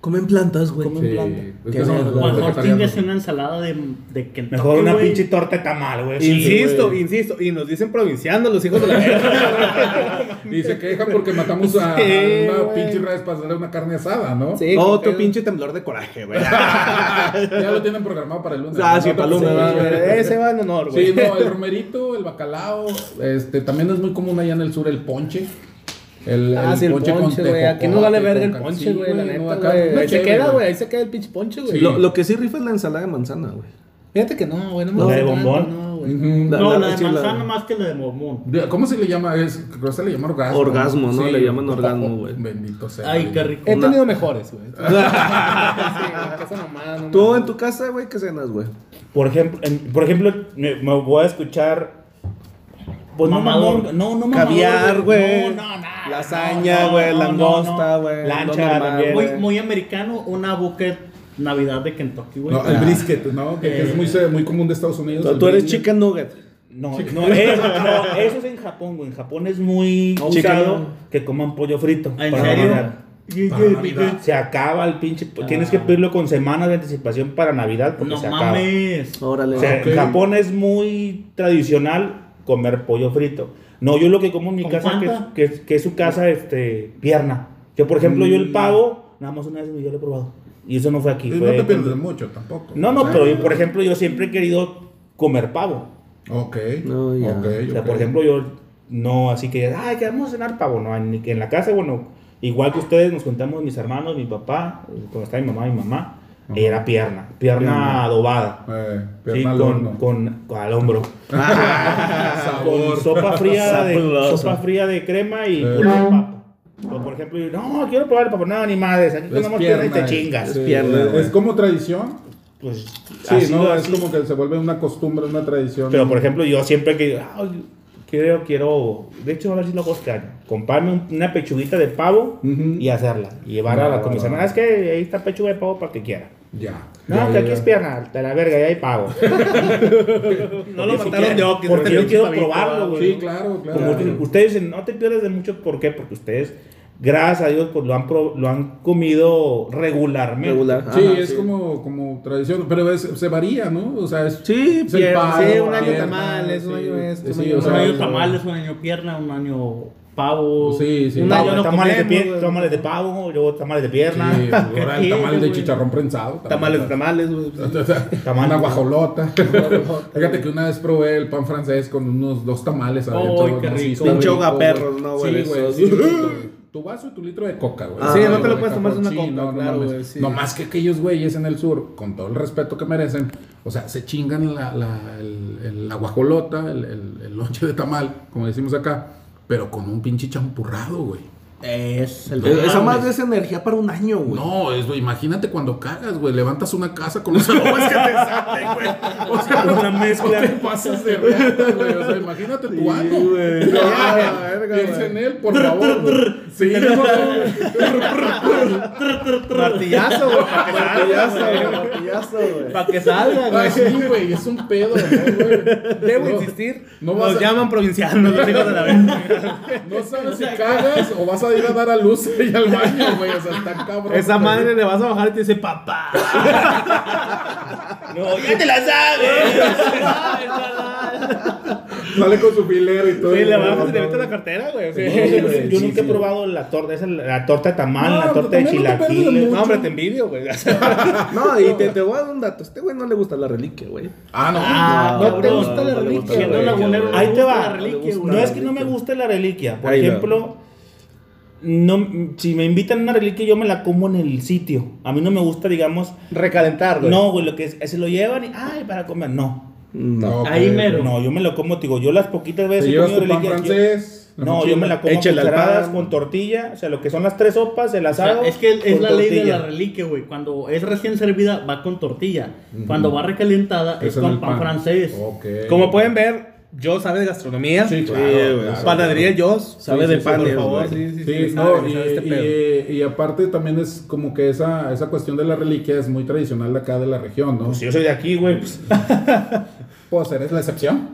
[SPEAKER 1] Comen plantas,
[SPEAKER 2] Pues
[SPEAKER 1] güey.
[SPEAKER 5] Comen
[SPEAKER 3] Sí,
[SPEAKER 5] planta.
[SPEAKER 3] es que somos
[SPEAKER 6] O mejor
[SPEAKER 3] vegetarianos.
[SPEAKER 6] tienes una ensalada de, de Kentucky,
[SPEAKER 5] Mejor una
[SPEAKER 6] güey.
[SPEAKER 5] pinche torta de tamal, güey.
[SPEAKER 2] Insisto, insisto. Y nos dicen provinciando los hijos de la verga.
[SPEAKER 3] Y se quejan porque matamos a, a
[SPEAKER 2] Sí,
[SPEAKER 3] una
[SPEAKER 2] güey.
[SPEAKER 3] pinche res para hacerle una carne asada, ¿no?
[SPEAKER 2] Sí,
[SPEAKER 1] Oh, tu
[SPEAKER 2] qué pedo.
[SPEAKER 1] pinche temblor de coraje, güey.
[SPEAKER 3] Ya lo tienen programado para el lunes.
[SPEAKER 1] Ah, sí,
[SPEAKER 3] ¿no?
[SPEAKER 1] para el
[SPEAKER 2] Sí,
[SPEAKER 1] lunes,
[SPEAKER 2] güey,
[SPEAKER 1] güey.
[SPEAKER 2] Ese va en honor, güey.
[SPEAKER 3] Sí, no, el romerito, el bacalao, este, también es muy común allá en el sur el ponche. El,
[SPEAKER 2] Ah, sí, el ponche, güey. Aquí no vale verga el ponche, güey, la neta, güey. Ahí se queda, güey. Ahí se queda el pinche ponche, güey.
[SPEAKER 3] Sí.
[SPEAKER 1] Lo, lo que sí rifa es la ensalada de manzana, güey.
[SPEAKER 2] Fíjate que no, güey. No me
[SPEAKER 5] ¿La
[SPEAKER 2] gusta
[SPEAKER 5] de
[SPEAKER 2] tanto,
[SPEAKER 5] bombón?
[SPEAKER 2] No, güey.
[SPEAKER 3] Ujú.
[SPEAKER 1] La-
[SPEAKER 6] No,
[SPEAKER 1] la-
[SPEAKER 6] la de
[SPEAKER 1] sí, la-
[SPEAKER 6] manzana más que la de mormón.
[SPEAKER 3] ¿Cómo se le llama? Es, creo que se le llama orgasmo.
[SPEAKER 1] Orgasmo, ¿no? Le llaman orgasmo, güey.
[SPEAKER 3] Bendito sea.
[SPEAKER 6] Ay, qué
[SPEAKER 3] güey.
[SPEAKER 6] rico.
[SPEAKER 2] He
[SPEAKER 1] Una-
[SPEAKER 2] tenido mejores, güey. Sí, esa mamada, no
[SPEAKER 1] Tú
[SPEAKER 2] mames.
[SPEAKER 1] en tu casa, güey, ¿qué cenas, güey?
[SPEAKER 5] Por ejemplo, en- por ejemplo me, me voy a escuchar. Pues no,
[SPEAKER 6] Mamador.
[SPEAKER 5] mamón, no, no, mamador,
[SPEAKER 1] Caviar, güey.
[SPEAKER 5] No, no, no,
[SPEAKER 1] Lasaña,
[SPEAKER 5] no,
[SPEAKER 1] güey,
[SPEAKER 5] no, no,
[SPEAKER 1] langosta,
[SPEAKER 5] no.
[SPEAKER 1] güey, lo
[SPEAKER 5] Lancha
[SPEAKER 1] normal,
[SPEAKER 5] también.
[SPEAKER 6] Muy, muy americano, una bucket Navidad de Kentucky, güey. Ah.
[SPEAKER 3] No,
[SPEAKER 2] Ah.
[SPEAKER 3] el brisket, ¿no? Que, que es muy,
[SPEAKER 2] Eh.
[SPEAKER 3] se- muy común de Estados Unidos.
[SPEAKER 1] Tú,
[SPEAKER 3] el
[SPEAKER 1] tú eres
[SPEAKER 3] brisket.
[SPEAKER 1] chicken nugget.
[SPEAKER 5] No, no, eso, no, eso es en Japón, güey. En Japón es muy
[SPEAKER 1] No,
[SPEAKER 5] usado
[SPEAKER 1] chicken.
[SPEAKER 5] que coman pollo frito.
[SPEAKER 6] ¿En
[SPEAKER 5] para
[SPEAKER 6] serio?
[SPEAKER 5] Navidad.
[SPEAKER 6] Y- y-
[SPEAKER 3] Para
[SPEAKER 6] y-
[SPEAKER 3] Navidad.
[SPEAKER 5] Se acaba el pinche. Tienes
[SPEAKER 1] Ah.
[SPEAKER 5] que pedirlo con semanas de anticipación para Navidad porque
[SPEAKER 6] No
[SPEAKER 5] se acaba.
[SPEAKER 6] mames.
[SPEAKER 1] Órale.
[SPEAKER 5] O sea,
[SPEAKER 3] Ok.
[SPEAKER 5] en Japón es muy tradicional comer pollo frito. No, yo lo que como en mi
[SPEAKER 6] ¿Con
[SPEAKER 5] casa,
[SPEAKER 6] Fanta?
[SPEAKER 5] que, que, que es su casa, este, pierna. Yo, por ejemplo, yo el pavo, nada más una vez yo lo he probado. Y eso no fue aquí.
[SPEAKER 3] Mm. Y eh, no
[SPEAKER 5] fue
[SPEAKER 3] te pierdes
[SPEAKER 5] cuando-
[SPEAKER 3] mucho tampoco.
[SPEAKER 5] No, no,
[SPEAKER 3] Ah,
[SPEAKER 5] pero yo, por ejemplo, yo siempre he querido comer pavo.
[SPEAKER 3] Ok.
[SPEAKER 1] No, ya.
[SPEAKER 3] ok,
[SPEAKER 5] O sea,
[SPEAKER 3] ok. Eh,
[SPEAKER 5] por ejemplo, yo no, así que, ay, que vamos a cenar pavo. No, en, en la casa, bueno, igual que ustedes, nos juntamos mis hermanos, mi papá, eh, cuando estaba mi mamá, mi mamá, era pierna, pierna
[SPEAKER 3] Pierna.
[SPEAKER 5] adobada.
[SPEAKER 3] Eh,
[SPEAKER 5] Sí,
[SPEAKER 3] pierna al
[SPEAKER 5] con,
[SPEAKER 3] horno.
[SPEAKER 5] con, con- al hombro.
[SPEAKER 3] sabor.
[SPEAKER 5] Con sopa fría, de,
[SPEAKER 1] Sabroso.
[SPEAKER 5] sopa fría de crema y
[SPEAKER 3] Eh.
[SPEAKER 5] puré de papa. O por ejemplo, yo, no, quiero probar el papa. No, ni madres, aquí
[SPEAKER 3] Es
[SPEAKER 5] tomamos pierna y
[SPEAKER 3] pierna,
[SPEAKER 5] te chingas.
[SPEAKER 3] eh. sí,
[SPEAKER 1] Pierna,
[SPEAKER 3] es-
[SPEAKER 1] güey.
[SPEAKER 3] Es como tradición.
[SPEAKER 5] Pues,
[SPEAKER 3] Sí,
[SPEAKER 5] así
[SPEAKER 3] no,
[SPEAKER 5] lo-
[SPEAKER 3] es como que se vuelve una costumbre, una tradición.
[SPEAKER 5] Pero por ejemplo, yo siempre que "Ay, quiero, quiero, de hecho, a ver si lo hago este año. Comprarme un- una pechuguita de pavo
[SPEAKER 3] Ujú.
[SPEAKER 5] y hacerla. Y llevarla a la comisión. "Ah, Es que ahí está pechuga de pavo para que quiera.
[SPEAKER 3] Ya.
[SPEAKER 5] No,
[SPEAKER 3] ya,
[SPEAKER 5] que
[SPEAKER 3] ya,
[SPEAKER 5] aquí
[SPEAKER 3] ya.
[SPEAKER 5] es pierna, de la verga, ya hay pavo.
[SPEAKER 2] No lo mataron de Oquis.
[SPEAKER 5] Porque
[SPEAKER 2] este
[SPEAKER 5] yo quiero
[SPEAKER 2] pavito,
[SPEAKER 5] probarlo,
[SPEAKER 2] güey.
[SPEAKER 5] güey.
[SPEAKER 3] Sí, claro, claro.
[SPEAKER 5] Como ustedes- ustedes dicen, no te pierdes de mucho, ¿por qué? Porque ustedes gracias a Dios, pues lo han, pro- lo han comido regularmente.
[SPEAKER 1] regular.
[SPEAKER 3] Sí,
[SPEAKER 1] Ajá,
[SPEAKER 3] es como, como tradición, pero es- se varía, ¿no? O sea, es,
[SPEAKER 1] Sí,
[SPEAKER 3] es el
[SPEAKER 1] pier-
[SPEAKER 3] pavo,
[SPEAKER 2] sí, un año
[SPEAKER 3] pierna,
[SPEAKER 2] tamales, un
[SPEAKER 3] sí,
[SPEAKER 2] año
[SPEAKER 3] sí,
[SPEAKER 2] esto, un año-
[SPEAKER 3] o
[SPEAKER 6] Un
[SPEAKER 3] sea,
[SPEAKER 6] año
[SPEAKER 3] lo-
[SPEAKER 6] tamales, un año pierna, un año pavo.
[SPEAKER 3] Pues Sí, sí.
[SPEAKER 6] Un
[SPEAKER 5] Pavo,
[SPEAKER 6] año no
[SPEAKER 5] tamales, de
[SPEAKER 6] comemos,
[SPEAKER 5] pie-
[SPEAKER 6] güey.
[SPEAKER 5] tamales de pavo, luego tamales de pierna,
[SPEAKER 3] Sí, ahora el tamal de
[SPEAKER 6] güey?
[SPEAKER 3] chicharrón prensado.
[SPEAKER 2] Tamales, tamales, güey.
[SPEAKER 5] Tamal.
[SPEAKER 3] Una guajolota. Fíjate que una vez probé el pan francés con unos dos tamales adentro.
[SPEAKER 6] Ay, qué
[SPEAKER 3] no, sí,
[SPEAKER 6] rico.
[SPEAKER 3] está
[SPEAKER 1] Pinche
[SPEAKER 3] rico,
[SPEAKER 1] ahogaperros,
[SPEAKER 3] güey.
[SPEAKER 1] ¿no, güey?
[SPEAKER 3] Sí, güey.
[SPEAKER 1] Esos.
[SPEAKER 3] sí, tu- Tu vaso y tu litro de coca, güey.
[SPEAKER 1] Ah, sí, no te
[SPEAKER 2] lo
[SPEAKER 3] güey,
[SPEAKER 2] puedes tomar de una
[SPEAKER 3] capuchino,
[SPEAKER 2] coca,
[SPEAKER 3] no
[SPEAKER 2] claro,
[SPEAKER 3] mames.
[SPEAKER 2] güey, sí.
[SPEAKER 3] No más que aquellos güeyes en el sur, con todo el respeto que merecen, o sea, se chingan la, la, el, el- la guajolota, el, el, el lonche de tamal, como decimos acá, pero con un pinche champurrado, güey.
[SPEAKER 6] Es el
[SPEAKER 1] E- Esa madre es energía para un año, güey.
[SPEAKER 3] Ah, No, es, imagínate cuando cagas, güey. Levantas una casa con los aromas que te salen, güey. O sea,
[SPEAKER 5] Una mezcla.
[SPEAKER 3] No te pasas de reata, güey. O sea, imagínate tu ano. O
[SPEAKER 2] Ah,
[SPEAKER 3] sea, Piensa en él, por favor. güey. Sí, no,
[SPEAKER 2] Martillazo, güey. Martillazo, güey.
[SPEAKER 1] Martillazo, güey.
[SPEAKER 2] Para que salga, güey.
[SPEAKER 3] Ay, Ah, sí, güey. Es un pedo, ¿no, güey.
[SPEAKER 2] Debo
[SPEAKER 3] No,
[SPEAKER 2] insistir.
[SPEAKER 3] no vas
[SPEAKER 2] nos
[SPEAKER 3] a-
[SPEAKER 2] llaman provincianos los hijos de la verga.
[SPEAKER 3] No sabes si cagas o vas a ir a dar a luz ahí al baño, güey. O sea, está cabrón.
[SPEAKER 2] Esa
[SPEAKER 3] güey.
[SPEAKER 2] madre le vas a bajar y te dice, papá.
[SPEAKER 5] No, ya te la sabes.
[SPEAKER 3] Sale con su filero y todo.
[SPEAKER 2] Sí, le bajas y
[SPEAKER 3] No,
[SPEAKER 2] te
[SPEAKER 3] no,
[SPEAKER 2] metes
[SPEAKER 3] no.
[SPEAKER 2] la cartera, güey.
[SPEAKER 5] Yo,
[SPEAKER 2] Sí.
[SPEAKER 5] yo- yo nunca he probado la torta, esa, la torta de tamal,
[SPEAKER 3] No,
[SPEAKER 5] la torta de
[SPEAKER 3] pero también no te pierdes de
[SPEAKER 5] chilaquiles.
[SPEAKER 3] mucho.
[SPEAKER 2] No, hombre, te envidio, güey.
[SPEAKER 1] No, y te, te voy a dar un dato. Este güey no le gusta la reliquia, güey.
[SPEAKER 3] Ah, no.
[SPEAKER 6] Ah,
[SPEAKER 2] no
[SPEAKER 6] cabrón,
[SPEAKER 2] te gusta la
[SPEAKER 6] no le
[SPEAKER 2] reliquia,
[SPEAKER 6] gusta la
[SPEAKER 2] güey.
[SPEAKER 6] lagunero, no le
[SPEAKER 5] Ahí te
[SPEAKER 6] gusta
[SPEAKER 5] va.
[SPEAKER 6] la reliquia,
[SPEAKER 1] No
[SPEAKER 6] güey.
[SPEAKER 5] No es que no me guste la reliquia. Por
[SPEAKER 1] Ahí va.
[SPEAKER 5] ejemplo, no, si me invitan a una reliquia, yo me la como en el sitio. A mí no me gusta, digamos,
[SPEAKER 2] Recalentar, güey.
[SPEAKER 5] no, güey, lo que es, se lo llevan y, ay, para comer. No,
[SPEAKER 1] No.
[SPEAKER 3] No,
[SPEAKER 6] Ahí
[SPEAKER 3] güey.
[SPEAKER 6] mero.
[SPEAKER 5] no, yo me lo como, te digo, yo las poquitas
[SPEAKER 3] Te
[SPEAKER 5] veces he
[SPEAKER 3] llevas
[SPEAKER 5] comido
[SPEAKER 3] tu pan
[SPEAKER 5] reliquia, yo-
[SPEAKER 3] francés. la
[SPEAKER 5] no, yo
[SPEAKER 3] mochila.
[SPEAKER 5] me la como a
[SPEAKER 1] Échale al
[SPEAKER 5] cucharadas
[SPEAKER 1] pan.
[SPEAKER 5] con tortilla, o sea, lo que son las tres sopas, el
[SPEAKER 6] O sea,
[SPEAKER 5] asado.
[SPEAKER 6] es que es
[SPEAKER 5] con
[SPEAKER 6] la ley de
[SPEAKER 5] tortilla.
[SPEAKER 6] la reliquia, güey. Cuando es recién servida, va con tortilla. Cuando va recalentada,
[SPEAKER 3] Es
[SPEAKER 6] es,
[SPEAKER 3] Oh, en
[SPEAKER 6] con
[SPEAKER 3] el
[SPEAKER 6] pan, francés.
[SPEAKER 3] Ok.
[SPEAKER 2] Como pueden ver, yo sabe de gastronomía.
[SPEAKER 3] Sí, claro, claro.
[SPEAKER 2] Panadería yo
[SPEAKER 1] Sabe de panes,
[SPEAKER 2] Por
[SPEAKER 1] güey.
[SPEAKER 2] favor, sí, sí, sí,
[SPEAKER 3] Sí,
[SPEAKER 2] sí,
[SPEAKER 3] no,
[SPEAKER 2] sabe,
[SPEAKER 3] y,
[SPEAKER 2] sabe este pedo.
[SPEAKER 3] y- y aparte también es como que esa, esa cuestión de la reliquia es muy tradicional de acá de la región, ¿no?
[SPEAKER 5] Pues yo soy de aquí, güey. pues,
[SPEAKER 3] Pues eres la excepción.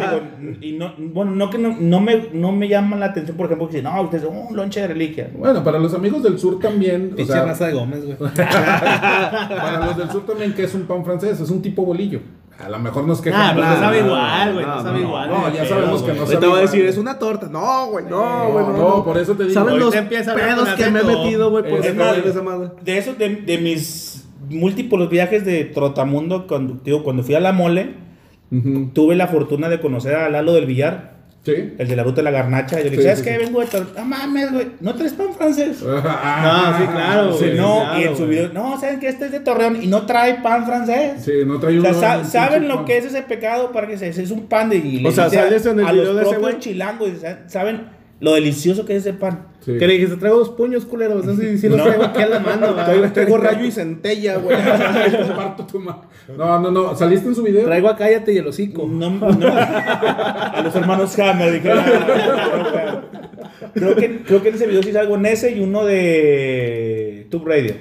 [SPEAKER 5] digo, y no, bueno, no que no, no me, no me llama la atención, por ejemplo, que si no, ustedes un lonche de reliquia.
[SPEAKER 3] Bueno, para los amigos del sur también, o
[SPEAKER 2] Pinche
[SPEAKER 3] sea,
[SPEAKER 2] raza de Gómez, güey.
[SPEAKER 3] para los del sur también, que es un pan francés? Es un tipo bolillo. A lo mejor nos
[SPEAKER 6] Ah,
[SPEAKER 3] quejan.
[SPEAKER 6] pero
[SPEAKER 3] más,
[SPEAKER 6] no sabe
[SPEAKER 3] ¿no?
[SPEAKER 6] igual, Ah, güey.
[SPEAKER 1] no,
[SPEAKER 6] No sabe
[SPEAKER 1] no,
[SPEAKER 6] igual.
[SPEAKER 3] no, ya
[SPEAKER 6] güey,
[SPEAKER 3] sabemos
[SPEAKER 6] pero,
[SPEAKER 3] que no
[SPEAKER 1] Ahorita
[SPEAKER 3] sabe
[SPEAKER 1] te voy a decir,
[SPEAKER 3] igual.
[SPEAKER 1] es una torta. No, güey, no,
[SPEAKER 3] No,
[SPEAKER 1] güey.
[SPEAKER 3] no, por eso te digo.
[SPEAKER 1] ¿Saben
[SPEAKER 3] Ahorita
[SPEAKER 1] los
[SPEAKER 2] empieza a hablar
[SPEAKER 1] pedos
[SPEAKER 2] con
[SPEAKER 1] que me he
[SPEAKER 2] acento.
[SPEAKER 1] metido, güey, por
[SPEAKER 3] Es
[SPEAKER 1] esa
[SPEAKER 3] más,
[SPEAKER 1] madre, esa madre?
[SPEAKER 5] De esos, de, de mis múltiples viajes de Trotamundo, cuando, digo, cuando fui a La Mole,
[SPEAKER 3] Ujú.
[SPEAKER 5] tuve la fortuna de conocer a Lalo del Villar,
[SPEAKER 3] Sí.
[SPEAKER 5] el de la ruta de la garnacha. Yo le
[SPEAKER 3] Sí,
[SPEAKER 5] dije, ¿sabes
[SPEAKER 3] sí,
[SPEAKER 5] qué?
[SPEAKER 3] sí.
[SPEAKER 5] Vengo de Tor- No mames, güey. ¿No traes pan francés?
[SPEAKER 3] Ah,
[SPEAKER 2] sí, claro,
[SPEAKER 3] sí,
[SPEAKER 5] Sí,
[SPEAKER 2] güey.
[SPEAKER 5] no,
[SPEAKER 2] claro,
[SPEAKER 5] y en su
[SPEAKER 2] güey.
[SPEAKER 5] video, no, ¿saben que Este es de Torreón y no trae pan francés.
[SPEAKER 3] Sí, no trae
[SPEAKER 5] O sea,
[SPEAKER 3] un-
[SPEAKER 5] sa-
[SPEAKER 3] un
[SPEAKER 5] ¿saben
[SPEAKER 3] pinche
[SPEAKER 5] lo
[SPEAKER 3] pan.
[SPEAKER 5] que es ese pecado para que se es un pan de y le
[SPEAKER 1] O sea,
[SPEAKER 5] dice a-
[SPEAKER 1] sales en el
[SPEAKER 5] a
[SPEAKER 1] video
[SPEAKER 5] los
[SPEAKER 1] de ese
[SPEAKER 5] propios
[SPEAKER 1] güey.
[SPEAKER 5] chilangos, y sa- ¿saben lo delicioso que es ese pan?
[SPEAKER 3] Sí.
[SPEAKER 2] Que le dije, te traigo dos puños, culeros. No sé si los traigo aquí a la mano, va.
[SPEAKER 1] Traigo- Traigo rayo y centella, güey.
[SPEAKER 3] Comparto tu ma- No, no, no. ¿Saliste en su video?
[SPEAKER 2] Traigo a cállate y el hocico.
[SPEAKER 5] No, no. a los hermanos Hammer, dije, "Ah, creo, que, creo que en ese video sí salgo en ese y uno de Tube Radio.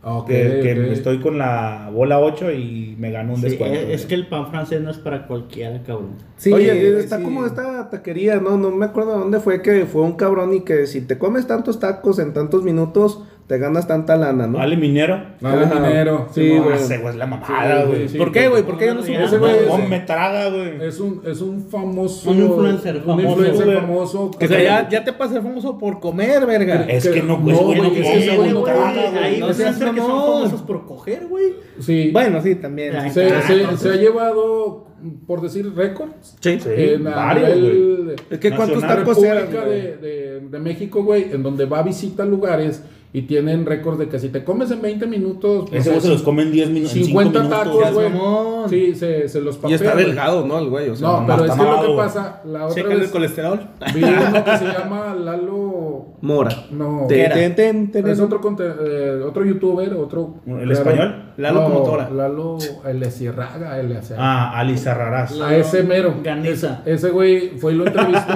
[SPEAKER 3] Ok,
[SPEAKER 5] que que
[SPEAKER 3] ok.
[SPEAKER 5] estoy con la bola 8 y me ganó un
[SPEAKER 6] sí, eh,
[SPEAKER 5] descuento.
[SPEAKER 6] es, es que el pan francés no es para cualquiera, cabrón.
[SPEAKER 2] Sí,
[SPEAKER 1] Oye, está
[SPEAKER 2] sí.
[SPEAKER 1] como esta taquería, no, no me acuerdo de dónde fue que fue un cabrón y que si te comes tantos tacos en tantos minutos, te ganas tanta lana, ¿no?
[SPEAKER 5] Vale, minero.
[SPEAKER 3] Dale
[SPEAKER 1] Ajá.
[SPEAKER 3] dinero.
[SPEAKER 1] Sí,
[SPEAKER 5] No,
[SPEAKER 3] Simón.
[SPEAKER 1] güey.
[SPEAKER 5] ese güey es la mamada,
[SPEAKER 3] Sí,
[SPEAKER 5] güey.
[SPEAKER 3] sí,
[SPEAKER 2] ¿Por qué, güey? ¿Por qué yo no supe?
[SPEAKER 3] Ese güey
[SPEAKER 5] No,
[SPEAKER 3] es-
[SPEAKER 5] me traga, güey.
[SPEAKER 3] Es un, es un famoso.
[SPEAKER 6] Un influencer
[SPEAKER 3] Un
[SPEAKER 6] famoso,
[SPEAKER 3] influencer
[SPEAKER 5] güey.
[SPEAKER 3] famoso.
[SPEAKER 2] O sea, ya, ya te pasé famoso por comer, verga.
[SPEAKER 5] Es que no,
[SPEAKER 3] No,
[SPEAKER 5] ese güey,
[SPEAKER 3] güey,
[SPEAKER 5] no
[SPEAKER 3] es que
[SPEAKER 5] come,
[SPEAKER 3] ese
[SPEAKER 5] güey,
[SPEAKER 3] güey,
[SPEAKER 5] no
[SPEAKER 3] güey,
[SPEAKER 5] traga, güey.
[SPEAKER 6] Ahí
[SPEAKER 2] no
[SPEAKER 6] no se
[SPEAKER 2] seas
[SPEAKER 6] hace que son
[SPEAKER 2] mamón.
[SPEAKER 6] famosos por coger, güey.
[SPEAKER 3] Sí.
[SPEAKER 2] Bueno, sí, también.
[SPEAKER 6] Ay,
[SPEAKER 3] se,
[SPEAKER 6] Ah,
[SPEAKER 3] se-
[SPEAKER 6] entonces-
[SPEAKER 3] se ha llevado, por decir, récords.
[SPEAKER 1] Sí.
[SPEAKER 3] En a
[SPEAKER 5] varios,
[SPEAKER 3] nivel de-
[SPEAKER 1] Es que cuántos
[SPEAKER 5] Nacional
[SPEAKER 1] tacos eran,
[SPEAKER 3] República
[SPEAKER 1] güey?
[SPEAKER 3] de, de- de México, güey, en donde va a visitar lugares y tienen récords de que si te comes en 20 minutos.
[SPEAKER 5] Ese güey se los come en 10 minutos.
[SPEAKER 3] 50 tacos,
[SPEAKER 2] seas
[SPEAKER 3] güey.
[SPEAKER 2] mamón.
[SPEAKER 3] Sí, se, se los
[SPEAKER 1] Y
[SPEAKER 3] papea.
[SPEAKER 1] está
[SPEAKER 3] güey.
[SPEAKER 1] delgado, ¿no? El güey, o sea,
[SPEAKER 3] No, pero es que lo
[SPEAKER 5] mamado,
[SPEAKER 3] que
[SPEAKER 5] güey.
[SPEAKER 3] pasa, la otra
[SPEAKER 2] Chécale el
[SPEAKER 3] vez
[SPEAKER 2] colesterol.
[SPEAKER 3] vi uno que se llama Lalo.
[SPEAKER 1] Mora.
[SPEAKER 3] No,
[SPEAKER 1] Te-
[SPEAKER 2] era?
[SPEAKER 1] te- te- te-
[SPEAKER 3] es otro, conte- eh, otro youtuber, otro.
[SPEAKER 5] ¿El español?
[SPEAKER 2] La
[SPEAKER 3] No,
[SPEAKER 2] locomotora.
[SPEAKER 3] Lalo Elesierraga, Elesierraga.
[SPEAKER 5] Ah, Ali Sarrarás.
[SPEAKER 3] a ese mero.
[SPEAKER 6] Ganesa.
[SPEAKER 3] Ese güey fue y lo entrevistó.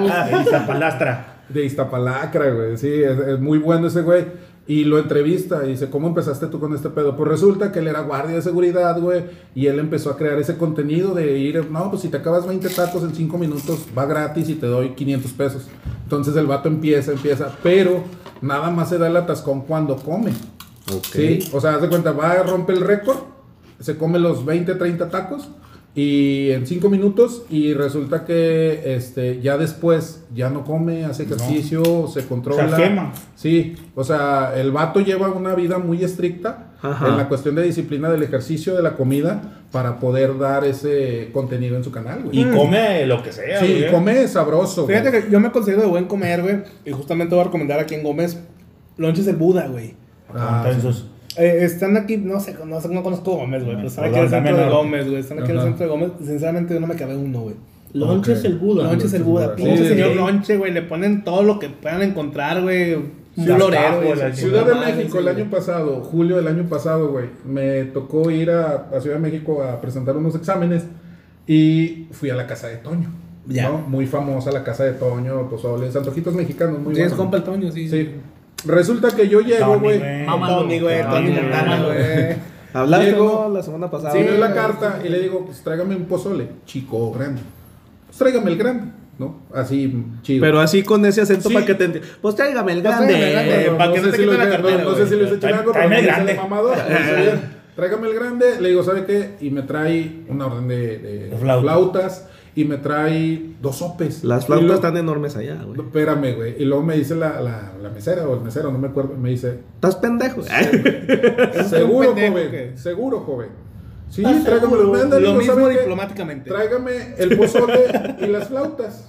[SPEAKER 5] Zapalastra.
[SPEAKER 3] De Iztapalacra, güey. Sí, es, es muy bueno ese güey. Y lo entrevista y dice, ¿cómo empezaste tú con este pedo? Pues resulta que él era guardia de seguridad, güey. Y él empezó a crear ese contenido de ir, no, pues si te acabas 20 tacos en 5 minutos, va gratis y te doy 500 pesos. Entonces el vato empieza, empieza, pero nada más se da el atascón cuando come.
[SPEAKER 7] Ok.
[SPEAKER 3] Sí, o sea, haz de cuenta, va, rompe el récord, se come los 20, 30 tacos y en 5 minutos y resulta que este ya después ya no come, hace ejercicio, se controla.
[SPEAKER 5] Se quema.
[SPEAKER 3] Sí, o sea, el vato lleva una vida muy estricta
[SPEAKER 1] Ajá.
[SPEAKER 3] en la cuestión de disciplina del ejercicio, de la comida para poder dar ese contenido en su canal, güey.
[SPEAKER 5] Y come lo que sea.
[SPEAKER 3] Sí,
[SPEAKER 5] güey.
[SPEAKER 3] come sabroso. güey.
[SPEAKER 2] Fíjate que yo me considero de buen comer, güey. Y justamente voy a recomendar aquí en Gómez lonches del Buda, güey.
[SPEAKER 3] Ah, sí.
[SPEAKER 5] Entonces,
[SPEAKER 2] Eh, están aquí, no sé, no sé, no conozco Gómez, güey. Pero están aquí en el
[SPEAKER 5] Perdón,
[SPEAKER 2] centro
[SPEAKER 5] dame
[SPEAKER 2] de
[SPEAKER 5] la-
[SPEAKER 2] Gómez, güey. Están aquí en el
[SPEAKER 3] Ajá.
[SPEAKER 2] centro de Gómez. Sinceramente, yo no me acabé uno, güey.
[SPEAKER 6] Lonches
[SPEAKER 3] Ok.
[SPEAKER 6] el Buda.
[SPEAKER 2] Lonches el Buda.
[SPEAKER 3] Buda.
[SPEAKER 2] Pinche
[SPEAKER 3] Sí,
[SPEAKER 2] señor
[SPEAKER 3] sí.
[SPEAKER 2] lonche, güey. Le ponen todo lo que puedan encontrar, güey. Un
[SPEAKER 5] Las
[SPEAKER 2] florero,
[SPEAKER 5] tapas,
[SPEAKER 2] güey.
[SPEAKER 5] la
[SPEAKER 3] Ciudad de
[SPEAKER 2] Mamá,
[SPEAKER 3] México el
[SPEAKER 2] güey.
[SPEAKER 3] año pasado, julio del año pasado, güey, me tocó ir a, a Ciudad de México a presentar unos exámenes y fui a la casa de Toño.
[SPEAKER 2] Ya.
[SPEAKER 3] ¿no? Muy famosa la casa de Toño, pues, pozoles, antojitos mexicanos, muy
[SPEAKER 2] Sí, es
[SPEAKER 3] buenos.
[SPEAKER 2] compa el Toño, sí.
[SPEAKER 3] Sí. Resulta que yo llego,
[SPEAKER 5] Tony,
[SPEAKER 3] güey.
[SPEAKER 5] güey.
[SPEAKER 6] Mamá,
[SPEAKER 2] Tony,
[SPEAKER 5] eh,
[SPEAKER 2] güey.
[SPEAKER 6] Tony
[SPEAKER 2] Tony Montana,
[SPEAKER 6] Montana,
[SPEAKER 2] güey.
[SPEAKER 1] Hablaste
[SPEAKER 3] Llego-
[SPEAKER 1] ¿no? la semana pasada.
[SPEAKER 3] Sí,
[SPEAKER 1] güey.
[SPEAKER 3] leo la carta y le digo, pues tráigame un pozole, chico o grande. Pues tráigame el grande, ¿no? Así, chido.
[SPEAKER 1] Pero así con ese acento
[SPEAKER 3] Sí.
[SPEAKER 1] para que te entienda. Pues tráigame el
[SPEAKER 3] Tráigame el grande,
[SPEAKER 1] grande.
[SPEAKER 3] no,
[SPEAKER 2] pa'
[SPEAKER 3] no
[SPEAKER 2] que
[SPEAKER 3] sé
[SPEAKER 2] no te
[SPEAKER 3] si lo
[SPEAKER 2] quiten la
[SPEAKER 3] dije,
[SPEAKER 2] cartera,
[SPEAKER 3] no- no sé
[SPEAKER 2] güey.
[SPEAKER 3] si lo hice
[SPEAKER 5] Tráeme-
[SPEAKER 3] chilango, pero
[SPEAKER 5] tráeme
[SPEAKER 3] me
[SPEAKER 5] el
[SPEAKER 3] dice de
[SPEAKER 5] grande.
[SPEAKER 3] mamador. me dice, "Oye, Tráigame el grande. Le digo, ¿sabe qué? Y me trae una orden de, de
[SPEAKER 5] De flauta.
[SPEAKER 3] flautas y me trae dos sopes.
[SPEAKER 1] Las
[SPEAKER 3] Y
[SPEAKER 1] flautas
[SPEAKER 3] luego-
[SPEAKER 1] están enormes allá, güey.
[SPEAKER 3] Espérame, güey. Y luego me dice la, la, la mesera o el mesero, no me acuerdo. Me dice,
[SPEAKER 1] Estás pendejo.
[SPEAKER 3] seguro,
[SPEAKER 2] un pendejo
[SPEAKER 3] joven.
[SPEAKER 2] que-
[SPEAKER 3] Seguro, joven. Sí,
[SPEAKER 2] Ah,
[SPEAKER 3] tráigame
[SPEAKER 2] seguro.
[SPEAKER 3] el grande. Le
[SPEAKER 2] Lo
[SPEAKER 3] digo,
[SPEAKER 2] mismo
[SPEAKER 3] "¿Sabe qué?
[SPEAKER 2] diplomáticamente.
[SPEAKER 3] Tráigame el pozole y las flautas.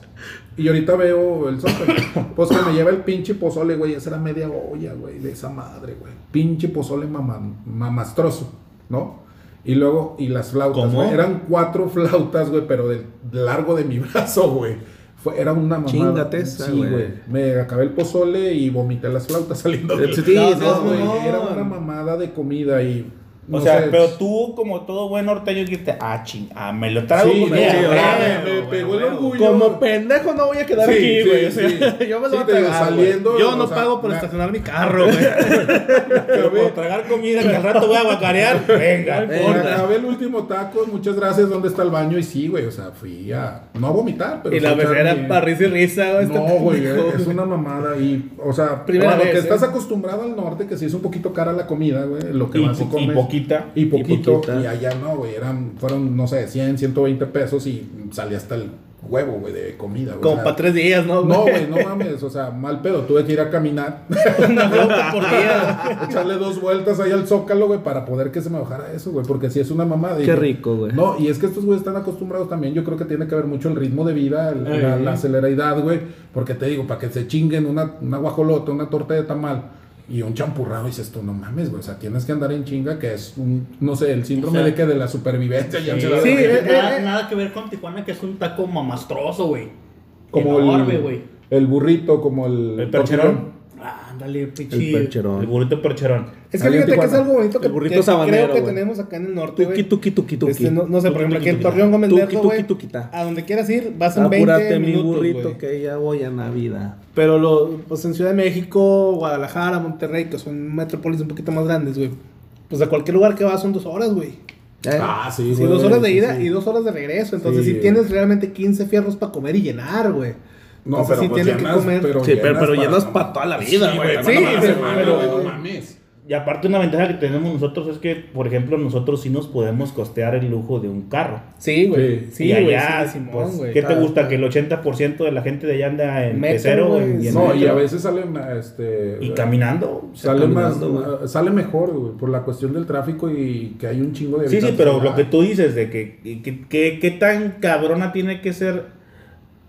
[SPEAKER 3] Y ahorita veo el sope. Pues que me lleva el pinche pozole, güey. Esa era media olla, güey, de esa madre, güey. Pinche pozole mamam- mamastroso, ¿no? Y luego, y las flautas,
[SPEAKER 5] ¿Cómo?
[SPEAKER 3] güey. Eran cuatro flautas, güey, pero del largo de mi brazo, güey. Fue, era una mamada.
[SPEAKER 1] Chíngate esa,
[SPEAKER 3] Sí, güey.
[SPEAKER 1] güey.
[SPEAKER 3] Me acabé el pozole y vomité las flautas saliendo del...
[SPEAKER 1] Sí,
[SPEAKER 3] No,
[SPEAKER 1] sí,
[SPEAKER 3] no,
[SPEAKER 1] sí.
[SPEAKER 3] güey. Era una mamada de comida y...
[SPEAKER 5] o
[SPEAKER 3] no
[SPEAKER 5] sea,
[SPEAKER 3] sé,
[SPEAKER 5] pero tú, como todo buen norteño, dijiste, ah, ching, ah, me lo traigo
[SPEAKER 3] Sí,
[SPEAKER 5] porque
[SPEAKER 3] no,
[SPEAKER 5] era
[SPEAKER 3] sí,
[SPEAKER 5] grande".
[SPEAKER 3] me- me pegó el orgullo.
[SPEAKER 2] Como pendejo no voy a quedar
[SPEAKER 3] Sí,
[SPEAKER 2] aquí,
[SPEAKER 3] sí,
[SPEAKER 2] güey.
[SPEAKER 3] sí.
[SPEAKER 2] o sea, Yo me lo
[SPEAKER 3] Sí,
[SPEAKER 2] voy a
[SPEAKER 3] te digo,
[SPEAKER 2] tragar,
[SPEAKER 3] saliendo,
[SPEAKER 2] güey. Yo
[SPEAKER 3] o
[SPEAKER 2] no
[SPEAKER 3] sea,
[SPEAKER 2] pago por
[SPEAKER 3] na-
[SPEAKER 2] estacionar mi carro, güey.
[SPEAKER 5] Pero por tragar comida que al rato voy a guacarear, venga.
[SPEAKER 3] Me acabé el último taco, muchas gracias, ¿dónde está el baño? Y sí, güey, o sea, fui a... No a vomitar, pero...
[SPEAKER 2] Y la
[SPEAKER 3] sí a echar
[SPEAKER 2] mesera
[SPEAKER 3] mi-
[SPEAKER 2] para risa y risa, güey. este
[SPEAKER 3] No, güey,
[SPEAKER 2] pendejo,
[SPEAKER 3] es una mamada y, o sea,
[SPEAKER 2] Primera
[SPEAKER 3] cuando
[SPEAKER 2] vez,
[SPEAKER 3] que
[SPEAKER 2] ¿eh?
[SPEAKER 3] estás acostumbrado al norte, que sí es un poquito cara la comida, güey, lo que
[SPEAKER 5] Y,
[SPEAKER 3] vas y
[SPEAKER 5] po- y
[SPEAKER 3] comes.
[SPEAKER 5] poquita.
[SPEAKER 3] y poquito,
[SPEAKER 1] poquita.
[SPEAKER 3] y allá no, güey, eran, fueron, no sé, 100, 120 pesos y salía hasta el huevo, güey, de comida, güey. o
[SPEAKER 2] Como
[SPEAKER 3] sea,
[SPEAKER 2] para tres días, ¿no?
[SPEAKER 3] No,
[SPEAKER 2] güey.
[SPEAKER 3] güey, no mames, o sea, mal pedo, tuve que ir a caminar,
[SPEAKER 2] Una flauta por día.
[SPEAKER 3] echarle dos vueltas ahí al zócalo, güey, para poder que se me bajara eso, güey, porque sí es una mamada. y-
[SPEAKER 1] Qué rico, güey.
[SPEAKER 3] No, y es que estos güeyes están acostumbrados también, yo creo que tiene que ver mucho el ritmo de vida, el- la,
[SPEAKER 2] Ey.
[SPEAKER 3] la celeridad, güey, porque te digo, para que se chinguen una, una guajolota, una torta de tamal. Y un champurrado, dices tú, no mames, güey. O sea, tienes que andar en chinga, que es un, no sé, el síndrome
[SPEAKER 6] O sea,
[SPEAKER 3] de que de la supervivencia. ya se la-
[SPEAKER 2] Sí, eh,
[SPEAKER 6] nada,
[SPEAKER 2] eh,
[SPEAKER 6] nada que ver con Tijuana, que es un taco mamastroso, güey.
[SPEAKER 3] como
[SPEAKER 6] Enorme,
[SPEAKER 3] el,
[SPEAKER 6] güey.
[SPEAKER 3] el burrito, como el.
[SPEAKER 5] El percherón.
[SPEAKER 6] Ah, Ándale,
[SPEAKER 1] El
[SPEAKER 6] pichi.
[SPEAKER 5] El
[SPEAKER 1] percherón.
[SPEAKER 5] burrito percherón.
[SPEAKER 2] Es que
[SPEAKER 3] Ahí en
[SPEAKER 2] fíjate que es
[SPEAKER 3] Tijuana.
[SPEAKER 2] algo bonito que,
[SPEAKER 1] El burrito
[SPEAKER 2] que
[SPEAKER 1] sabanero,
[SPEAKER 2] creo que
[SPEAKER 1] güey.
[SPEAKER 2] tenemos acá en el norte,
[SPEAKER 1] Tuki,
[SPEAKER 2] güey.
[SPEAKER 1] tuki, tuki, tuki.
[SPEAKER 2] Este, no, no sé, por ejemplo, aquí en
[SPEAKER 1] tuqui,
[SPEAKER 2] Torreón Gómez
[SPEAKER 1] tuqui,
[SPEAKER 2] Lerdo,
[SPEAKER 1] tuqui,
[SPEAKER 2] güey,
[SPEAKER 1] tuquita.
[SPEAKER 2] A donde quieras ir, vas en 20
[SPEAKER 1] Apúrate mi
[SPEAKER 2] minutos,
[SPEAKER 1] burrito
[SPEAKER 2] güey.
[SPEAKER 1] que ya voy a Navidad.
[SPEAKER 2] Pero lo, pues en Ciudad de México, Guadalajara, Monterrey, que son metrópolis un poquito más grandes, güey. Pues a cualquier lugar que vas son dos horas, güey.
[SPEAKER 1] Eh,
[SPEAKER 3] Ah, sí,
[SPEAKER 2] Sí,
[SPEAKER 3] güey.
[SPEAKER 2] dos horas de ida
[SPEAKER 3] sí.
[SPEAKER 2] y dos horas de regreso. Entonces,
[SPEAKER 3] Sí,
[SPEAKER 2] si
[SPEAKER 3] güey.
[SPEAKER 2] tienes realmente 15 fierros para comer y llenar, güey.
[SPEAKER 3] No,
[SPEAKER 2] Entonces,
[SPEAKER 3] pero
[SPEAKER 2] sí
[SPEAKER 3] pues
[SPEAKER 2] tienen que
[SPEAKER 3] llenas,
[SPEAKER 2] comer.
[SPEAKER 3] pero
[SPEAKER 1] Eh, Sí, pero, pero
[SPEAKER 3] para-
[SPEAKER 1] llenas para toda la vida, güey.
[SPEAKER 2] Sí,
[SPEAKER 3] Para la
[SPEAKER 2] pero-
[SPEAKER 3] semana,
[SPEAKER 2] pero-
[SPEAKER 3] güey, no mames.
[SPEAKER 5] Y aparte una ventaja que tenemos nosotros es que, por ejemplo, nosotros sí nos podemos costear el lujo de un carro.
[SPEAKER 2] Sí, güey.
[SPEAKER 5] y
[SPEAKER 2] Sí, güey.
[SPEAKER 5] allá,
[SPEAKER 2] sí, Simón,
[SPEAKER 5] pues,
[SPEAKER 2] güey.
[SPEAKER 5] ¿qué te
[SPEAKER 1] claro,
[SPEAKER 5] gusta? Que el 80% de la gente de allá anda en
[SPEAKER 2] Metro,
[SPEAKER 5] pecero
[SPEAKER 2] güey,
[SPEAKER 5] y, en
[SPEAKER 3] No, y
[SPEAKER 5] metro.
[SPEAKER 3] a veces salen, este...
[SPEAKER 5] Y caminando.
[SPEAKER 3] Sale, más,
[SPEAKER 1] caminando, güey.
[SPEAKER 3] eh, sale mejor, güey, por la cuestión del tráfico y que hay un chingo de...
[SPEAKER 5] Sí, sí,
[SPEAKER 3] habitantes
[SPEAKER 5] pero
[SPEAKER 3] allá.
[SPEAKER 5] lo que tú dices de que, que, que- que tan cabrona tiene que ser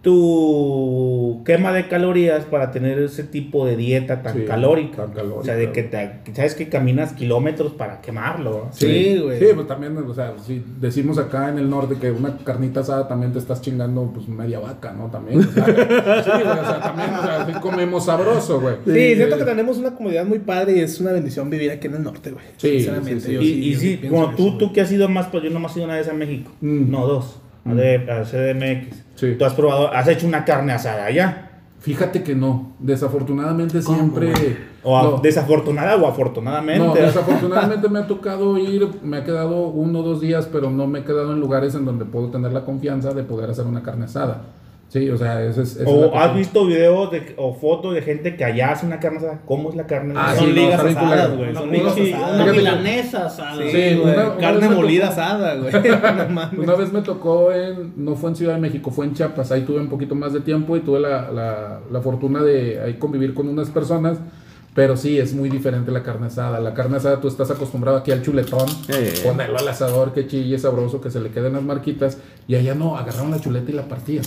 [SPEAKER 5] tu quema de calorías para tener ese tipo de dieta tan
[SPEAKER 3] Sí,
[SPEAKER 5] calórica.
[SPEAKER 3] tan calórica.
[SPEAKER 5] O sea, de que te- sabes que caminas kilómetros para quemarlo. ¿no?
[SPEAKER 2] Sí, güey.
[SPEAKER 3] Sí, pues también, o sea, si decimos acá en el norte que una carnita asada también te estás chingando, pues, media vaca, ¿no? También, o sea, sí, güey, o sea, también, o sea, sí comemos sabroso, güey.
[SPEAKER 2] Sí, siento que tenemos una comunidad muy padre y es una bendición vivir aquí en el norte, güey.
[SPEAKER 3] Sí,
[SPEAKER 2] sinceramente.
[SPEAKER 3] sí, sí.
[SPEAKER 2] yo
[SPEAKER 5] y, y
[SPEAKER 2] yo
[SPEAKER 5] sí,
[SPEAKER 2] pienso
[SPEAKER 5] como
[SPEAKER 2] eso,
[SPEAKER 5] tú,
[SPEAKER 2] güey.
[SPEAKER 5] tú que has ido más, pues yo nomás he ido una vez a México.
[SPEAKER 3] Mm.
[SPEAKER 5] No, dos. A, de- a CDMX.
[SPEAKER 3] Sí.
[SPEAKER 5] Tú has probado, has hecho una carne asada allá.
[SPEAKER 3] Fíjate que no, desafortunadamente siempre...
[SPEAKER 5] O a-
[SPEAKER 3] no.
[SPEAKER 5] desafortunada o afortunadamente.
[SPEAKER 3] No, desafortunadamente me ha tocado ir, me ha quedado uno o dos días, pero no me he quedado en lugares en donde puedo tener la confianza de poder hacer una carne asada. Sí, o sea, esa es. esa es la
[SPEAKER 5] O has
[SPEAKER 3] cuestión.
[SPEAKER 5] visto videos de- o fotos de gente que allá hace una carne asada. ¿Cómo es la carne
[SPEAKER 3] Ah,
[SPEAKER 5] asada?
[SPEAKER 3] sí,
[SPEAKER 5] Son
[SPEAKER 3] no,
[SPEAKER 5] ligas
[SPEAKER 3] está bien
[SPEAKER 5] asadas,
[SPEAKER 3] culero.
[SPEAKER 5] güey.
[SPEAKER 3] No,
[SPEAKER 5] Son
[SPEAKER 3] no,
[SPEAKER 5] ligas
[SPEAKER 3] sí.
[SPEAKER 5] asadas.
[SPEAKER 3] Fíjate que-
[SPEAKER 6] milanesa asada.
[SPEAKER 2] Sí,
[SPEAKER 3] Sí,
[SPEAKER 2] güey,
[SPEAKER 3] una- una vez
[SPEAKER 2] carne
[SPEAKER 3] me
[SPEAKER 2] molida
[SPEAKER 3] tocó-
[SPEAKER 2] asada, güey. No mames.
[SPEAKER 3] Una vez me tocó en, no fue en Ciudad de México, fue en Chiapas, ahí tuve un poquito más de tiempo y tuve la, la- la fortuna de ahí convivir con unas personas, pero sí, es muy diferente la carne asada. La carne asada tú estás acostumbrado aquí al chuletón,
[SPEAKER 1] Eh.
[SPEAKER 3] ponerlo al asador, que chille sabroso, que se le queden las marquitas, y allá no, agarraron la chuleta y la partían.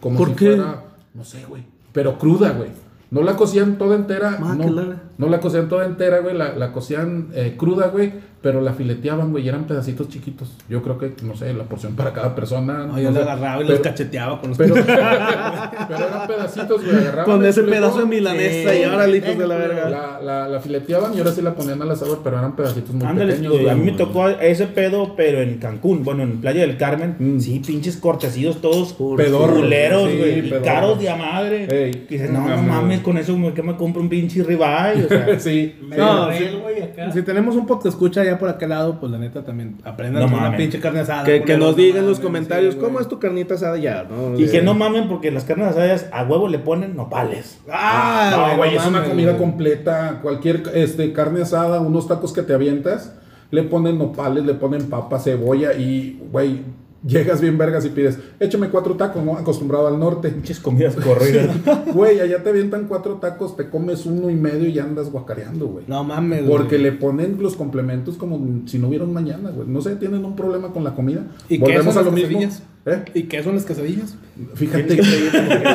[SPEAKER 3] Como
[SPEAKER 1] ¿Por
[SPEAKER 3] si
[SPEAKER 1] qué?
[SPEAKER 3] fuera, no sé, güey, pero cruda, güey. No la cocían toda entera,
[SPEAKER 1] Ah,
[SPEAKER 3] no,
[SPEAKER 1] Máquela.
[SPEAKER 3] no la cocían toda entera, güey, la, la cocían eh, cruda, güey, pero la fileteaban, güey, y eran pedacitos chiquitos. Yo creo que, no sé, la porción para cada persona.
[SPEAKER 2] No, yo
[SPEAKER 3] no
[SPEAKER 2] lo
[SPEAKER 3] sé,
[SPEAKER 2] agarraba y los
[SPEAKER 3] pero,
[SPEAKER 2] cacheteaba con los
[SPEAKER 3] pero, pero eran pedacitos, güey, agarraban.
[SPEAKER 1] Con
[SPEAKER 3] el
[SPEAKER 1] ese
[SPEAKER 3] chuletón,
[SPEAKER 1] pedazo de milanesa y ahora hijos de la verga.
[SPEAKER 3] La, la, la fileteaban y ahora sí la ponían al asador, pero eran pedacitos muy
[SPEAKER 5] Ándale,
[SPEAKER 3] pequeños.
[SPEAKER 5] güey, a mí me
[SPEAKER 3] güey.
[SPEAKER 5] tocó ese pedo, pero en Cancún, bueno, en Playa del Carmen,
[SPEAKER 3] Mm.
[SPEAKER 5] sí, pinches cortecidos todos
[SPEAKER 3] Pedorros,
[SPEAKER 5] culeros,
[SPEAKER 3] sí,
[SPEAKER 5] güey, y
[SPEAKER 3] pedorros.
[SPEAKER 5] caros de a madre.
[SPEAKER 3] Ey,
[SPEAKER 5] Y dices, no,
[SPEAKER 3] no
[SPEAKER 5] no
[SPEAKER 3] mames,
[SPEAKER 5] mames,
[SPEAKER 3] güey.
[SPEAKER 5] con eso güey, que me compro un pinche ribeye, o sea,
[SPEAKER 3] Sí,
[SPEAKER 2] No,
[SPEAKER 6] Él,
[SPEAKER 2] sí.
[SPEAKER 6] güey, acá.
[SPEAKER 2] Si tenemos un podcast escucha allá por aquel lado, pues la neta también aprendan
[SPEAKER 5] No
[SPEAKER 2] a hacer una
[SPEAKER 5] mames.
[SPEAKER 2] pinche carne asada.
[SPEAKER 1] Que, que
[SPEAKER 2] culero,
[SPEAKER 1] nos
[SPEAKER 2] no
[SPEAKER 1] digan en
[SPEAKER 2] mames,
[SPEAKER 1] los
[SPEAKER 2] sí,
[SPEAKER 1] comentarios
[SPEAKER 2] güey.
[SPEAKER 1] cómo es tu carnita asada ya, ¿no?
[SPEAKER 5] y
[SPEAKER 1] De-
[SPEAKER 5] que no mamen porque las carnes asadas a huevo le ponen nopales.
[SPEAKER 2] Ah,
[SPEAKER 3] No, güey,
[SPEAKER 2] no
[SPEAKER 3] es una
[SPEAKER 2] mames,
[SPEAKER 3] comida
[SPEAKER 2] güey.
[SPEAKER 3] completa. Cualquier este, carne asada, unos tacos que te avientas, le ponen nopales, le ponen papa, cebolla y, güey, llegas bien vergas y pides, échame cuatro tacos, ¿no? Acostumbrado al norte.
[SPEAKER 5] Pinches comidas corridas.
[SPEAKER 3] Güey, allá te avientan cuatro tacos, te comes uno y medio y andas guacareando, güey.
[SPEAKER 2] No mames, güey.
[SPEAKER 3] Porque le ponen los complementos como si no hubiera un mañana, güey. No sé, tienen un problema con la comida.
[SPEAKER 2] ¿Y qué
[SPEAKER 3] Volvemos
[SPEAKER 2] son
[SPEAKER 3] a lo
[SPEAKER 2] las
[SPEAKER 3] mismo.
[SPEAKER 2] quesadillas?
[SPEAKER 3] ¿Eh?
[SPEAKER 2] ¿Y qué son las quesadillas?
[SPEAKER 3] Fíjate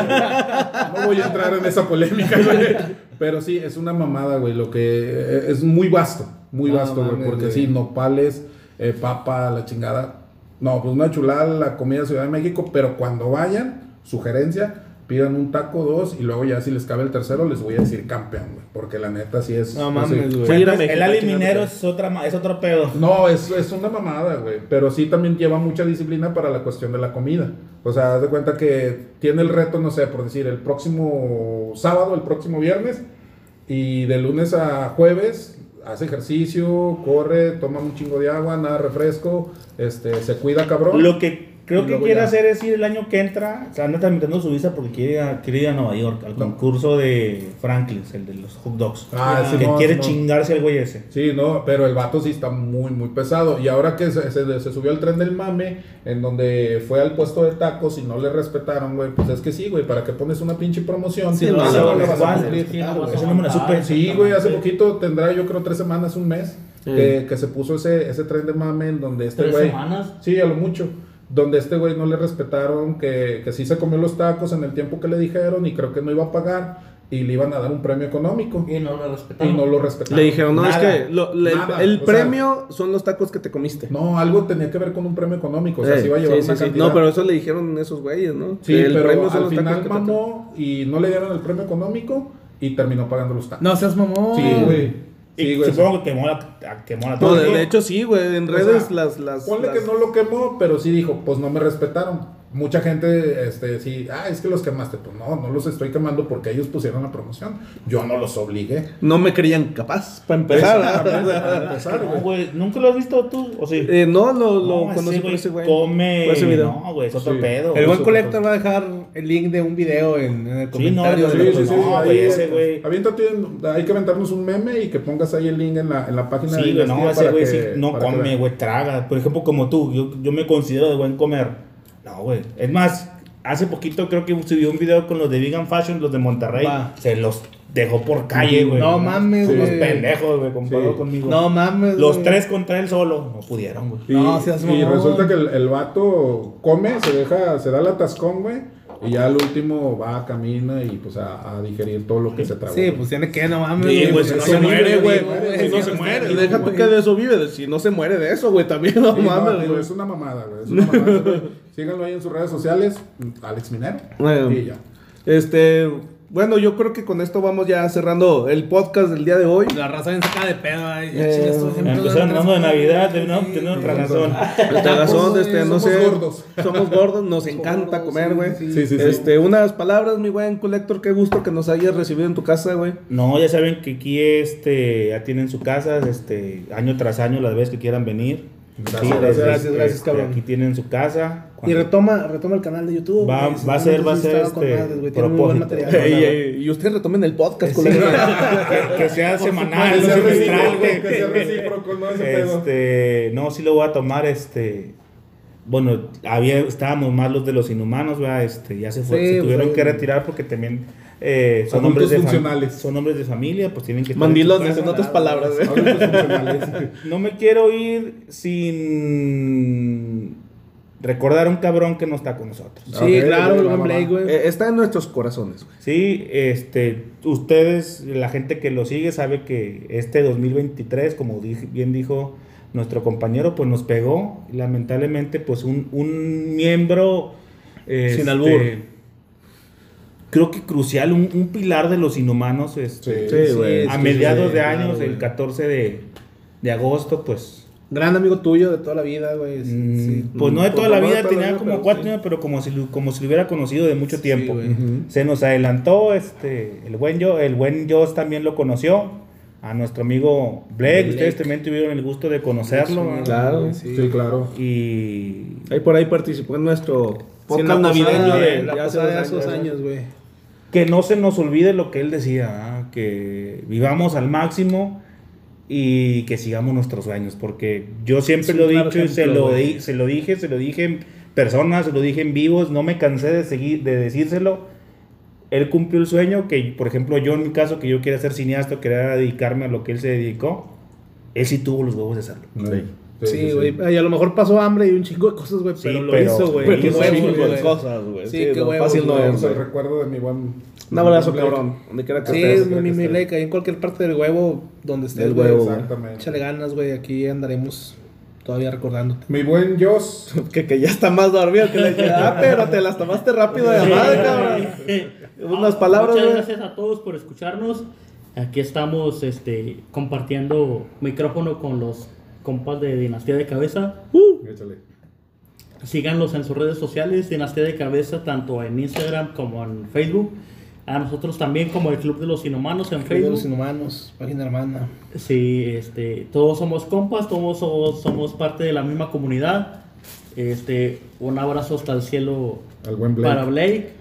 [SPEAKER 3] No voy a entrar en esa polémica, güey. Pero sí, es una mamada, güey. Lo que eh, es muy vasto, muy
[SPEAKER 2] No
[SPEAKER 3] vasto, güey.
[SPEAKER 2] mames,
[SPEAKER 3] Porque
[SPEAKER 2] güey.
[SPEAKER 3] sí, nopales, eh, papa, la chingada. No, pues una chulada la comida de Ciudad de México. Pero cuando vayan, sugerencia, pidan un taco, dos. Y luego ya si les cabe el tercero, les voy a decir campeón, güey. Porque la neta sí es.
[SPEAKER 2] No
[SPEAKER 3] así.
[SPEAKER 2] mames,
[SPEAKER 1] Voy a
[SPEAKER 2] güey.
[SPEAKER 1] ir a
[SPEAKER 5] el
[SPEAKER 1] México,
[SPEAKER 5] aliminero
[SPEAKER 1] chingate.
[SPEAKER 5] es, otra, ma- es otro pedo.
[SPEAKER 3] No, es, es una mamada, güey. Pero sí también lleva mucha disciplina para la cuestión de la comida. O sea, haz de cuenta que tiene el reto, no sé, por decir, el próximo sábado, el próximo viernes, y de lunes a jueves hace ejercicio, corre, toma un chingo de agua, nada de refresco, este, se cuida cabrón.
[SPEAKER 5] Lo que
[SPEAKER 3] Y
[SPEAKER 5] creo que
[SPEAKER 3] luego
[SPEAKER 5] quiere
[SPEAKER 3] ya.
[SPEAKER 5] hacer es ir el año que entra, o sea, anda tramitando su visa porque quiere ir a, quiere ir a Nueva York, al concurso de Franklin's, el de los hot dogs.
[SPEAKER 3] Ah,
[SPEAKER 5] que
[SPEAKER 3] Simón,
[SPEAKER 5] quiere
[SPEAKER 3] Simón.
[SPEAKER 5] chingarse el güey ese.
[SPEAKER 3] Sí, no, pero el vato sí está muy, muy pesado. Y ahora que se, se- se subió al tren del mame, en donde fue al puesto de tacos y no le respetaron, güey, pues es que sí, güey, ¿para qué pones una pinche promoción?
[SPEAKER 1] Sí,
[SPEAKER 3] Si
[SPEAKER 1] no,
[SPEAKER 3] no, la
[SPEAKER 1] no,
[SPEAKER 3] vas a
[SPEAKER 5] no, no,
[SPEAKER 3] cumplir?
[SPEAKER 5] no,
[SPEAKER 3] Claro,
[SPEAKER 5] no,
[SPEAKER 3] güey.
[SPEAKER 5] Eso no me la supe.
[SPEAKER 3] Sí, güey, hace poquito tendrá yo creo tres semanas, un mes,
[SPEAKER 1] Sí.
[SPEAKER 3] que, que se puso ese, ese tren de mame en donde este
[SPEAKER 6] ¿Tres
[SPEAKER 3] güey...
[SPEAKER 6] semanas?
[SPEAKER 3] Sí, a lo mucho. Donde este güey no le respetaron, que, que sí se comió los tacos en el tiempo que le dijeron y creo que no iba a pagar y le iban a dar un premio económico.
[SPEAKER 6] Y no lo
[SPEAKER 3] Y
[SPEAKER 6] respetaron.
[SPEAKER 3] no lo respetaron.
[SPEAKER 1] Le dijeron, no,
[SPEAKER 5] Nada,
[SPEAKER 1] es que lo- le-
[SPEAKER 3] nada,
[SPEAKER 1] el
[SPEAKER 3] o
[SPEAKER 1] premio son los tacos que te comiste.
[SPEAKER 3] No, algo tenía que ver con un premio económico. O sea,
[SPEAKER 1] Eh,
[SPEAKER 3] sí iba a llevar
[SPEAKER 1] sí,
[SPEAKER 3] una
[SPEAKER 1] sí, sí.
[SPEAKER 3] cantidad.
[SPEAKER 1] No, pero eso le dijeron esos güeyes, ¿no?
[SPEAKER 3] Sí,
[SPEAKER 1] Que el
[SPEAKER 3] pero
[SPEAKER 1] premio son
[SPEAKER 3] al
[SPEAKER 1] los tacos
[SPEAKER 3] final
[SPEAKER 1] que te-
[SPEAKER 3] mamó y no le dieron el premio económico y terminó pagando los tacos.
[SPEAKER 2] No seas mamón.
[SPEAKER 3] Sí, güey. Sí, güey.
[SPEAKER 5] Supongo que quemó la, quemó la
[SPEAKER 1] No, de,
[SPEAKER 5] torre.
[SPEAKER 1] de hecho sí, güey, en
[SPEAKER 3] O
[SPEAKER 1] redes
[SPEAKER 3] sea,
[SPEAKER 1] las... las,
[SPEAKER 3] Ponle
[SPEAKER 1] las-
[SPEAKER 3] que no lo quemó, pero sí dijo, pues no me respetaron. Mucha gente, este, sí, ah, es que los quemaste. Pues no, no los estoy quemando porque ellos pusieron la promoción. Yo no los obligué.
[SPEAKER 1] no me creían capaz, para empezar. ¿verdad?
[SPEAKER 3] Para empezar,
[SPEAKER 5] No,
[SPEAKER 3] güey.
[SPEAKER 5] güey, ¿Nunca lo has visto tú? ¿O sí?
[SPEAKER 1] Eh, no, lo, lo
[SPEAKER 5] No,
[SPEAKER 1] conocí por ese güey.
[SPEAKER 5] Come.
[SPEAKER 1] Por ese video.
[SPEAKER 5] No, güey, es otro
[SPEAKER 3] Sí.
[SPEAKER 5] pedo.
[SPEAKER 2] El buen
[SPEAKER 3] Eso,
[SPEAKER 2] colector
[SPEAKER 3] por
[SPEAKER 2] va a dejar el link de un video en, en el
[SPEAKER 5] Sí, no,
[SPEAKER 2] comentario.
[SPEAKER 5] sí,
[SPEAKER 2] de la
[SPEAKER 5] sí, sí.
[SPEAKER 2] persona.
[SPEAKER 5] No,
[SPEAKER 3] ahí,
[SPEAKER 5] güey, ese güey.
[SPEAKER 3] Aviéntate, un- hay que aventarnos un meme y que pongas ahí el link en la, en la página
[SPEAKER 5] Sí, güey,
[SPEAKER 3] Dinastía
[SPEAKER 5] no, ese
[SPEAKER 3] para
[SPEAKER 5] güey
[SPEAKER 3] que-
[SPEAKER 5] sí no
[SPEAKER 3] para que
[SPEAKER 5] come,
[SPEAKER 3] vean.
[SPEAKER 5] güey, traga. Por ejemplo, como tú, yo, yo me considero de buen comer. No, güey. Es más, hace poquito creo que subió un video con los de Vegan Fashion, los de Monterrey.
[SPEAKER 2] Va.
[SPEAKER 5] Se los dejó por calle, güey.
[SPEAKER 2] No mames,
[SPEAKER 5] Son Unos
[SPEAKER 2] güey.
[SPEAKER 5] pendejos, güey, comparado
[SPEAKER 3] Sí.
[SPEAKER 5] conmigo.
[SPEAKER 2] No mames.
[SPEAKER 5] los
[SPEAKER 2] güey.
[SPEAKER 5] tres contra él solo. No pudieron, güey.
[SPEAKER 3] Y,
[SPEAKER 2] No, seas
[SPEAKER 3] y
[SPEAKER 2] mamón.
[SPEAKER 3] resulta que el, el vato come, se deja, se da el atascón, güey. Y ya al último va, camina y pues a, a digerir todo lo que se tragó.
[SPEAKER 2] Sí, pues tiene que, no mames.
[SPEAKER 1] Sí,
[SPEAKER 2] güey,
[SPEAKER 1] güey,
[SPEAKER 2] pues,
[SPEAKER 1] si no
[SPEAKER 2] no
[SPEAKER 1] se
[SPEAKER 2] mames,
[SPEAKER 1] muere, güey.
[SPEAKER 2] güey,
[SPEAKER 1] Si no
[SPEAKER 2] güey,
[SPEAKER 1] se
[SPEAKER 2] güey.
[SPEAKER 1] muere. Y deja tú que de eso vive, de si no se muere de eso, güey, también no
[SPEAKER 3] Sí, no,
[SPEAKER 1] mames,
[SPEAKER 3] digo,
[SPEAKER 1] güey.
[SPEAKER 3] es una mamada, güey. Es una mamada, güey. Síganlo ahí en sus redes sociales, Alex Minero.
[SPEAKER 1] Bueno.
[SPEAKER 3] Y ya.
[SPEAKER 1] Este, bueno, yo creo que con esto vamos ya cerrando el podcast del día de hoy.
[SPEAKER 2] La raza bien saca de pedo. ay,
[SPEAKER 1] Eh,
[SPEAKER 2] chingas, tú siempre
[SPEAKER 5] Empezaron
[SPEAKER 2] hablas
[SPEAKER 5] hablando de
[SPEAKER 2] tres-
[SPEAKER 5] Navidad, terminamos teniendo otra razón.
[SPEAKER 1] Nuestra razón,
[SPEAKER 3] Somos-
[SPEAKER 1] este, no
[SPEAKER 3] somos
[SPEAKER 1] sé.
[SPEAKER 3] gordos.
[SPEAKER 1] Somos gordos, nos encanta comer, güey.
[SPEAKER 3] Sí, sí, sí.
[SPEAKER 1] Este, unas palabras, mi buen colector, qué gusto que nos hayas recibido en tu casa, güey.
[SPEAKER 5] No, ya saben que aquí este, ya tienen su casa, este, año tras año, las veces que quieran venir.
[SPEAKER 3] Gracias,
[SPEAKER 5] Sí,
[SPEAKER 3] gracias.
[SPEAKER 2] gracias, gracias,
[SPEAKER 5] este,
[SPEAKER 2] cabrón.
[SPEAKER 5] Aquí tienen su casa.
[SPEAKER 2] Y retoma, retoma el canal de YouTube.
[SPEAKER 5] Va-
[SPEAKER 2] güey,
[SPEAKER 5] va a ser- va a ser
[SPEAKER 2] estaba con
[SPEAKER 5] este,
[SPEAKER 2] madres, güey, tiene muy buen
[SPEAKER 5] propósito.
[SPEAKER 2] material.
[SPEAKER 1] Y, eh, y ustedes retomen el podcast, colega.
[SPEAKER 5] que, que sea semanal,
[SPEAKER 3] Que
[SPEAKER 5] Ah, no
[SPEAKER 3] sea
[SPEAKER 5] semestral,
[SPEAKER 3] recíproco,
[SPEAKER 5] güey.
[SPEAKER 3] que sea recíproco, no ese pedo.
[SPEAKER 5] Este, no, sí lo voy a tomar, este. Bueno, había, estábamos más los de los inhumanos, ¿verdad? Este, ya se, fue-
[SPEAKER 2] Sí,
[SPEAKER 5] se
[SPEAKER 2] pues,
[SPEAKER 5] tuvieron
[SPEAKER 2] ahí-
[SPEAKER 5] que retirar porque también eh, son
[SPEAKER 3] Adultos
[SPEAKER 5] hombres de fam-
[SPEAKER 3] funcionales.
[SPEAKER 5] Son hombres de familia, pues tienen que estar en su
[SPEAKER 1] Mandilones,
[SPEAKER 5] casa.
[SPEAKER 1] en
[SPEAKER 3] Ah,
[SPEAKER 1] otras palabras. güey.
[SPEAKER 3] Adultos pues, funcionales.
[SPEAKER 5] No me quiero ir sin recordar a un cabrón que no está con nosotros.
[SPEAKER 2] Sí,
[SPEAKER 3] Ok,
[SPEAKER 2] claro,
[SPEAKER 3] güey,
[SPEAKER 2] el
[SPEAKER 3] va,
[SPEAKER 2] buen
[SPEAKER 3] va,
[SPEAKER 2] Blake,
[SPEAKER 3] va.
[SPEAKER 2] güey.
[SPEAKER 1] Eh, está en nuestros corazones, güey.
[SPEAKER 5] Sí, este, ustedes, la gente que lo sigue sabe que este 2023, como dije- bien dijo nuestro compañero, pues nos pegó. Y Lamentablemente, pues un, un miembro... este,
[SPEAKER 2] albur.
[SPEAKER 5] Creo que crucial, un, un pilar de los inhumanos. Este,
[SPEAKER 3] Sí,
[SPEAKER 1] Sí, güey.
[SPEAKER 5] a
[SPEAKER 2] es que,
[SPEAKER 5] mediados
[SPEAKER 2] güey,
[SPEAKER 5] de
[SPEAKER 2] claro,
[SPEAKER 5] años,
[SPEAKER 2] güey.
[SPEAKER 5] el 14 de, de agosto, pues...
[SPEAKER 2] Gran amigo tuyo de toda la vida, güey. sí,
[SPEAKER 5] Mm,
[SPEAKER 2] sí.
[SPEAKER 5] Pues no de toda
[SPEAKER 1] Pues
[SPEAKER 5] la
[SPEAKER 1] no de
[SPEAKER 5] vida,
[SPEAKER 1] toda la
[SPEAKER 5] tenía
[SPEAKER 1] vida,
[SPEAKER 5] como
[SPEAKER 1] pero
[SPEAKER 5] cuatro
[SPEAKER 1] sí.
[SPEAKER 5] años, pero como si, lo- como si lo hubiera conocido de mucho tiempo.
[SPEAKER 2] güey.
[SPEAKER 5] Ujú. Se nos adelantó, este, el buen yo, el buen Joss también lo conoció, a nuestro amigo Blake, ustedes también tuvieron el gusto de conocerlo. ¿verdad?
[SPEAKER 1] Claro.
[SPEAKER 3] Sí, sí, claro.
[SPEAKER 5] Y
[SPEAKER 1] Ahí por ahí participó en nuestro
[SPEAKER 2] Sí, en
[SPEAKER 1] podcast
[SPEAKER 2] la posada,
[SPEAKER 1] navideño eh,
[SPEAKER 2] güey,
[SPEAKER 1] de
[SPEAKER 2] la
[SPEAKER 1] ya hace
[SPEAKER 2] posada
[SPEAKER 1] dos
[SPEAKER 2] de hace dos
[SPEAKER 1] años.
[SPEAKER 2] años, güey.
[SPEAKER 5] que no se nos olvide lo que él decía, ¿verdad? que vivamos al máximo y que sigamos nuestros sueños, porque yo siempre
[SPEAKER 2] Es
[SPEAKER 5] lo he
[SPEAKER 2] un claro
[SPEAKER 5] dicho y se
[SPEAKER 2] ejemplo,
[SPEAKER 5] lo,
[SPEAKER 2] güey.
[SPEAKER 5] di- se lo dije, se lo dije en personas, se lo dije en vivos, no me cansé de, seguir, de decírselo. Él cumplió el sueño que, por ejemplo, yo en mi caso, que yo quería ser cineasta, quería dedicarme a lo que él se dedicó, él sí tuvo los huevos de hacerlo.
[SPEAKER 2] Sí, güey. Y a lo mejor pasó hambre y un chingo de cosas, güey,
[SPEAKER 5] Sí,
[SPEAKER 2] pero lo
[SPEAKER 5] pero-
[SPEAKER 2] hizo, güey.
[SPEAKER 5] pero
[SPEAKER 2] Qué
[SPEAKER 5] hizo
[SPEAKER 2] huevos,
[SPEAKER 5] un chingo de
[SPEAKER 2] güey.
[SPEAKER 1] cosas, güey.
[SPEAKER 2] Sí, qué
[SPEAKER 1] no,
[SPEAKER 2] huevos,
[SPEAKER 1] Fácil no
[SPEAKER 2] güey.
[SPEAKER 1] es,
[SPEAKER 3] Vamos
[SPEAKER 1] güey.
[SPEAKER 3] al recuerdo de mi buen.
[SPEAKER 1] Un abrazo,
[SPEAKER 3] Blake.
[SPEAKER 1] cabrón. Donde quiera que
[SPEAKER 2] Sí,
[SPEAKER 1] estés.
[SPEAKER 2] es mi, mi Blake, ahí en cualquier parte del huevo, donde estés,
[SPEAKER 1] Del
[SPEAKER 2] güey.
[SPEAKER 1] huevo, güey.
[SPEAKER 3] Exactamente.
[SPEAKER 2] Échale ganas, güey. Aquí andaremos todavía recordándote.
[SPEAKER 3] Mi buen Joss.
[SPEAKER 1] Que, que ya está más dormido que la chingada, Ah, pero te las tomaste rápido de madre, cabrón. Unas
[SPEAKER 6] Ah,
[SPEAKER 1] palabras,
[SPEAKER 6] Muchas
[SPEAKER 1] güey.
[SPEAKER 6] gracias a todos por escucharnos. Aquí estamos este, compartiendo micrófono con los compas de Dinastía de Cabeza.
[SPEAKER 3] Échale.
[SPEAKER 6] Síganlos en sus redes sociales, Dinastía de Cabeza, tanto en Instagram como en Facebook. A nosotros también como el Club de los Inhumanos en
[SPEAKER 2] Club de los
[SPEAKER 6] Facebook.
[SPEAKER 2] Inhumanos, página hermana.
[SPEAKER 6] Sí, este, todos somos compas, todos somos, somos parte de la misma comunidad. Este, un abrazo hasta el cielo
[SPEAKER 3] Al buen
[SPEAKER 6] para
[SPEAKER 3] Blake.
[SPEAKER 6] Blake.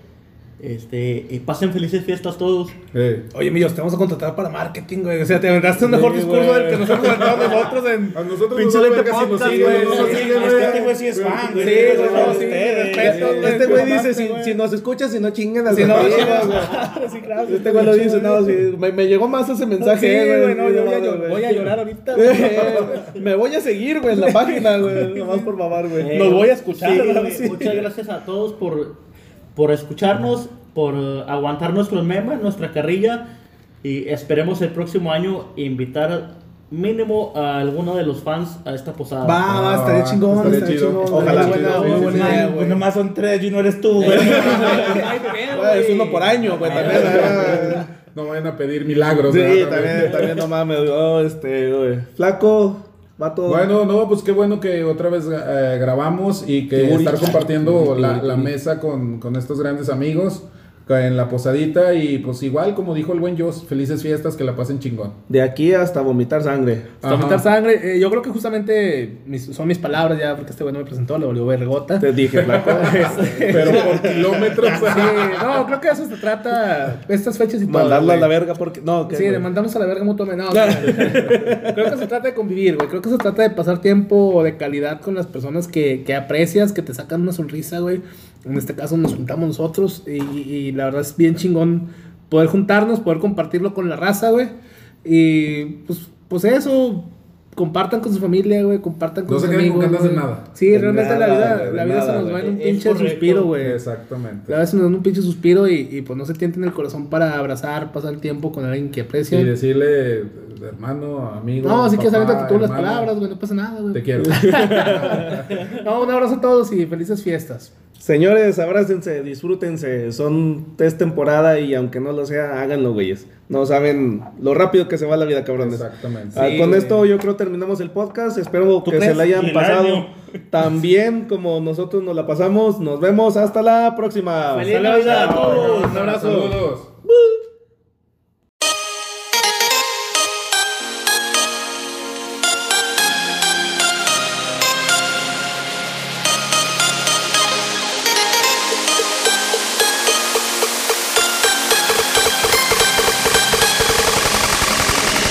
[SPEAKER 6] Este, y pasen felices fiestas todos.
[SPEAKER 3] Eh.
[SPEAKER 2] Oye, Millos, te vamos a contratar para marketing, güey. O sea, te aventaste un mejor discurso del que nos hemos aventado nosotros en.
[SPEAKER 3] A nosotros
[SPEAKER 1] Pinche
[SPEAKER 3] nos vale
[SPEAKER 1] lente
[SPEAKER 3] verga si nos
[SPEAKER 1] podcast,
[SPEAKER 3] siguen o no
[SPEAKER 1] güey.
[SPEAKER 3] nos siguen,
[SPEAKER 5] Es que este güey sí es
[SPEAKER 3] Pero-
[SPEAKER 5] fan, güey.
[SPEAKER 2] Sí,
[SPEAKER 5] Este
[SPEAKER 2] güey,
[SPEAKER 5] güey
[SPEAKER 2] no,
[SPEAKER 5] es
[SPEAKER 2] sí,
[SPEAKER 5] ustedes,
[SPEAKER 2] respeto,
[SPEAKER 5] sí.
[SPEAKER 2] güey.
[SPEAKER 1] Este güey
[SPEAKER 2] Te mamaste,
[SPEAKER 1] dice, si,
[SPEAKER 2] güey.
[SPEAKER 1] si nos escuchas, si no chingan a
[SPEAKER 2] Si
[SPEAKER 1] su
[SPEAKER 2] no,
[SPEAKER 1] amigo, güey.
[SPEAKER 2] güey. Sí, claro.
[SPEAKER 1] Este güey lo dice, no, sí, me, me llegó más ese mensaje.
[SPEAKER 2] Sí, güey, no, yo voy a
[SPEAKER 1] mames,
[SPEAKER 2] llor-
[SPEAKER 1] güey.
[SPEAKER 2] voy a llorar ahorita.
[SPEAKER 1] Eh, me voy a seguir, güey, en la página, güey. Nomás por mamar, güey.
[SPEAKER 6] Eh,
[SPEAKER 2] Nos voy a escuchar,
[SPEAKER 6] sí,
[SPEAKER 2] ¿verdad?
[SPEAKER 6] güey.
[SPEAKER 2] Sí.
[SPEAKER 6] Muchas gracias a todos por, por escucharnos, por eh, aguantar nuestros memes, nuestra carrilla. Y esperemos el próximo año invitar mínimo a alguno de los fans a esta posada.
[SPEAKER 2] Va, va, estaría
[SPEAKER 3] estaría
[SPEAKER 2] chingón,
[SPEAKER 3] chido.
[SPEAKER 2] estaría chingón.
[SPEAKER 1] Ah, Ojalá.
[SPEAKER 2] Muy buena,
[SPEAKER 3] Sí,
[SPEAKER 2] muy
[SPEAKER 3] sí,
[SPEAKER 2] buena
[SPEAKER 3] sí.
[SPEAKER 2] idea,
[SPEAKER 5] Ay,
[SPEAKER 2] güey.
[SPEAKER 5] pues nomás son tres y uno eres tú, güey.
[SPEAKER 1] Güey, es uno por año, güey, también. eh.
[SPEAKER 3] No vayan a pedir milagros.
[SPEAKER 1] Sí,
[SPEAKER 3] ¿verdad?
[SPEAKER 1] también, también, no mames, güey. Oh, este, güey. Flaco, vato.
[SPEAKER 3] Bueno, no, pues qué bueno que otra vez eh, grabamos y que estar compartiendo la, la mesa con, con estos grandes amigos en la posadita y pues igual como dijo el buen Joss, felices fiestas, que la pasen chingón.
[SPEAKER 1] De aquí hasta vomitar sangre.
[SPEAKER 3] Ajá.
[SPEAKER 2] Vomitar sangre, eh, yo creo que justamente mis- son mis palabras ya, porque este güey no me presentó, le volvió vergota. Este,
[SPEAKER 1] Te dije, flaco.
[SPEAKER 3] Pero por kilómetros.
[SPEAKER 2] Sí, no, creo que de eso se trata estas fechas y todo.
[SPEAKER 1] Mandarlo a
[SPEAKER 2] güey.
[SPEAKER 1] la verga porque. No, que.
[SPEAKER 2] Sí, de mandarnos a la verga mutuamente. No, o sea, creo que se trata de convivir, güey. Creo que se trata de pasar tiempo de calidad con las personas que, que aprecias, que te sacan una sonrisa, güey. En este caso nos juntamos nosotros y, y la verdad es bien chingón poder juntarnos, poder compartirlo con la raza, güey. Y pues, pues eso, compartan con su familia, güey, compartan con
[SPEAKER 3] No se
[SPEAKER 2] sus
[SPEAKER 3] queden
[SPEAKER 2] amigos.
[SPEAKER 3] con ganas de
[SPEAKER 2] güey.
[SPEAKER 3] nada.
[SPEAKER 2] Sí,
[SPEAKER 1] De
[SPEAKER 2] realmente
[SPEAKER 1] nada,
[SPEAKER 2] la vida,
[SPEAKER 1] güey, de
[SPEAKER 2] la vida se
[SPEAKER 1] nada,
[SPEAKER 2] nos va en
[SPEAKER 6] güey.
[SPEAKER 2] un
[SPEAKER 6] Es
[SPEAKER 2] pinche
[SPEAKER 6] correcto.
[SPEAKER 2] suspiro, güey.
[SPEAKER 3] Exactamente.
[SPEAKER 2] La vez nos dan un pinche suspiro y, y, pues no se tienten el corazón para abrazar, pasar el tiempo con alguien que aprecia.
[SPEAKER 3] Y decirle, hermano, amigo.
[SPEAKER 2] no, así que
[SPEAKER 3] papá,
[SPEAKER 2] aviéntate tú las
[SPEAKER 3] hermano,
[SPEAKER 2] palabras, güey, no pasa nada, güey.
[SPEAKER 3] Te quiero.
[SPEAKER 2] No, un abrazo a todos y felices fiestas.
[SPEAKER 1] Señores, abrácense, disfrútense. Son test temporada y aunque no lo sea, háganlo, güeyes. No saben lo rápido que se va la vida, cabrones.
[SPEAKER 3] Exactamente.
[SPEAKER 1] Ah,
[SPEAKER 2] Sí,
[SPEAKER 1] con
[SPEAKER 2] güey.
[SPEAKER 1] esto yo creo terminamos el podcast. Espero que se
[SPEAKER 5] crees?
[SPEAKER 1] la
[SPEAKER 5] Y
[SPEAKER 1] hayan
[SPEAKER 5] el
[SPEAKER 1] pasado
[SPEAKER 5] año.
[SPEAKER 1] tan bien como nosotros nos la pasamos. Nos vemos hasta la próxima.
[SPEAKER 6] ¡Feliz Navidad a todos!
[SPEAKER 3] Un abrazo. Saludos.
[SPEAKER 1] Bye.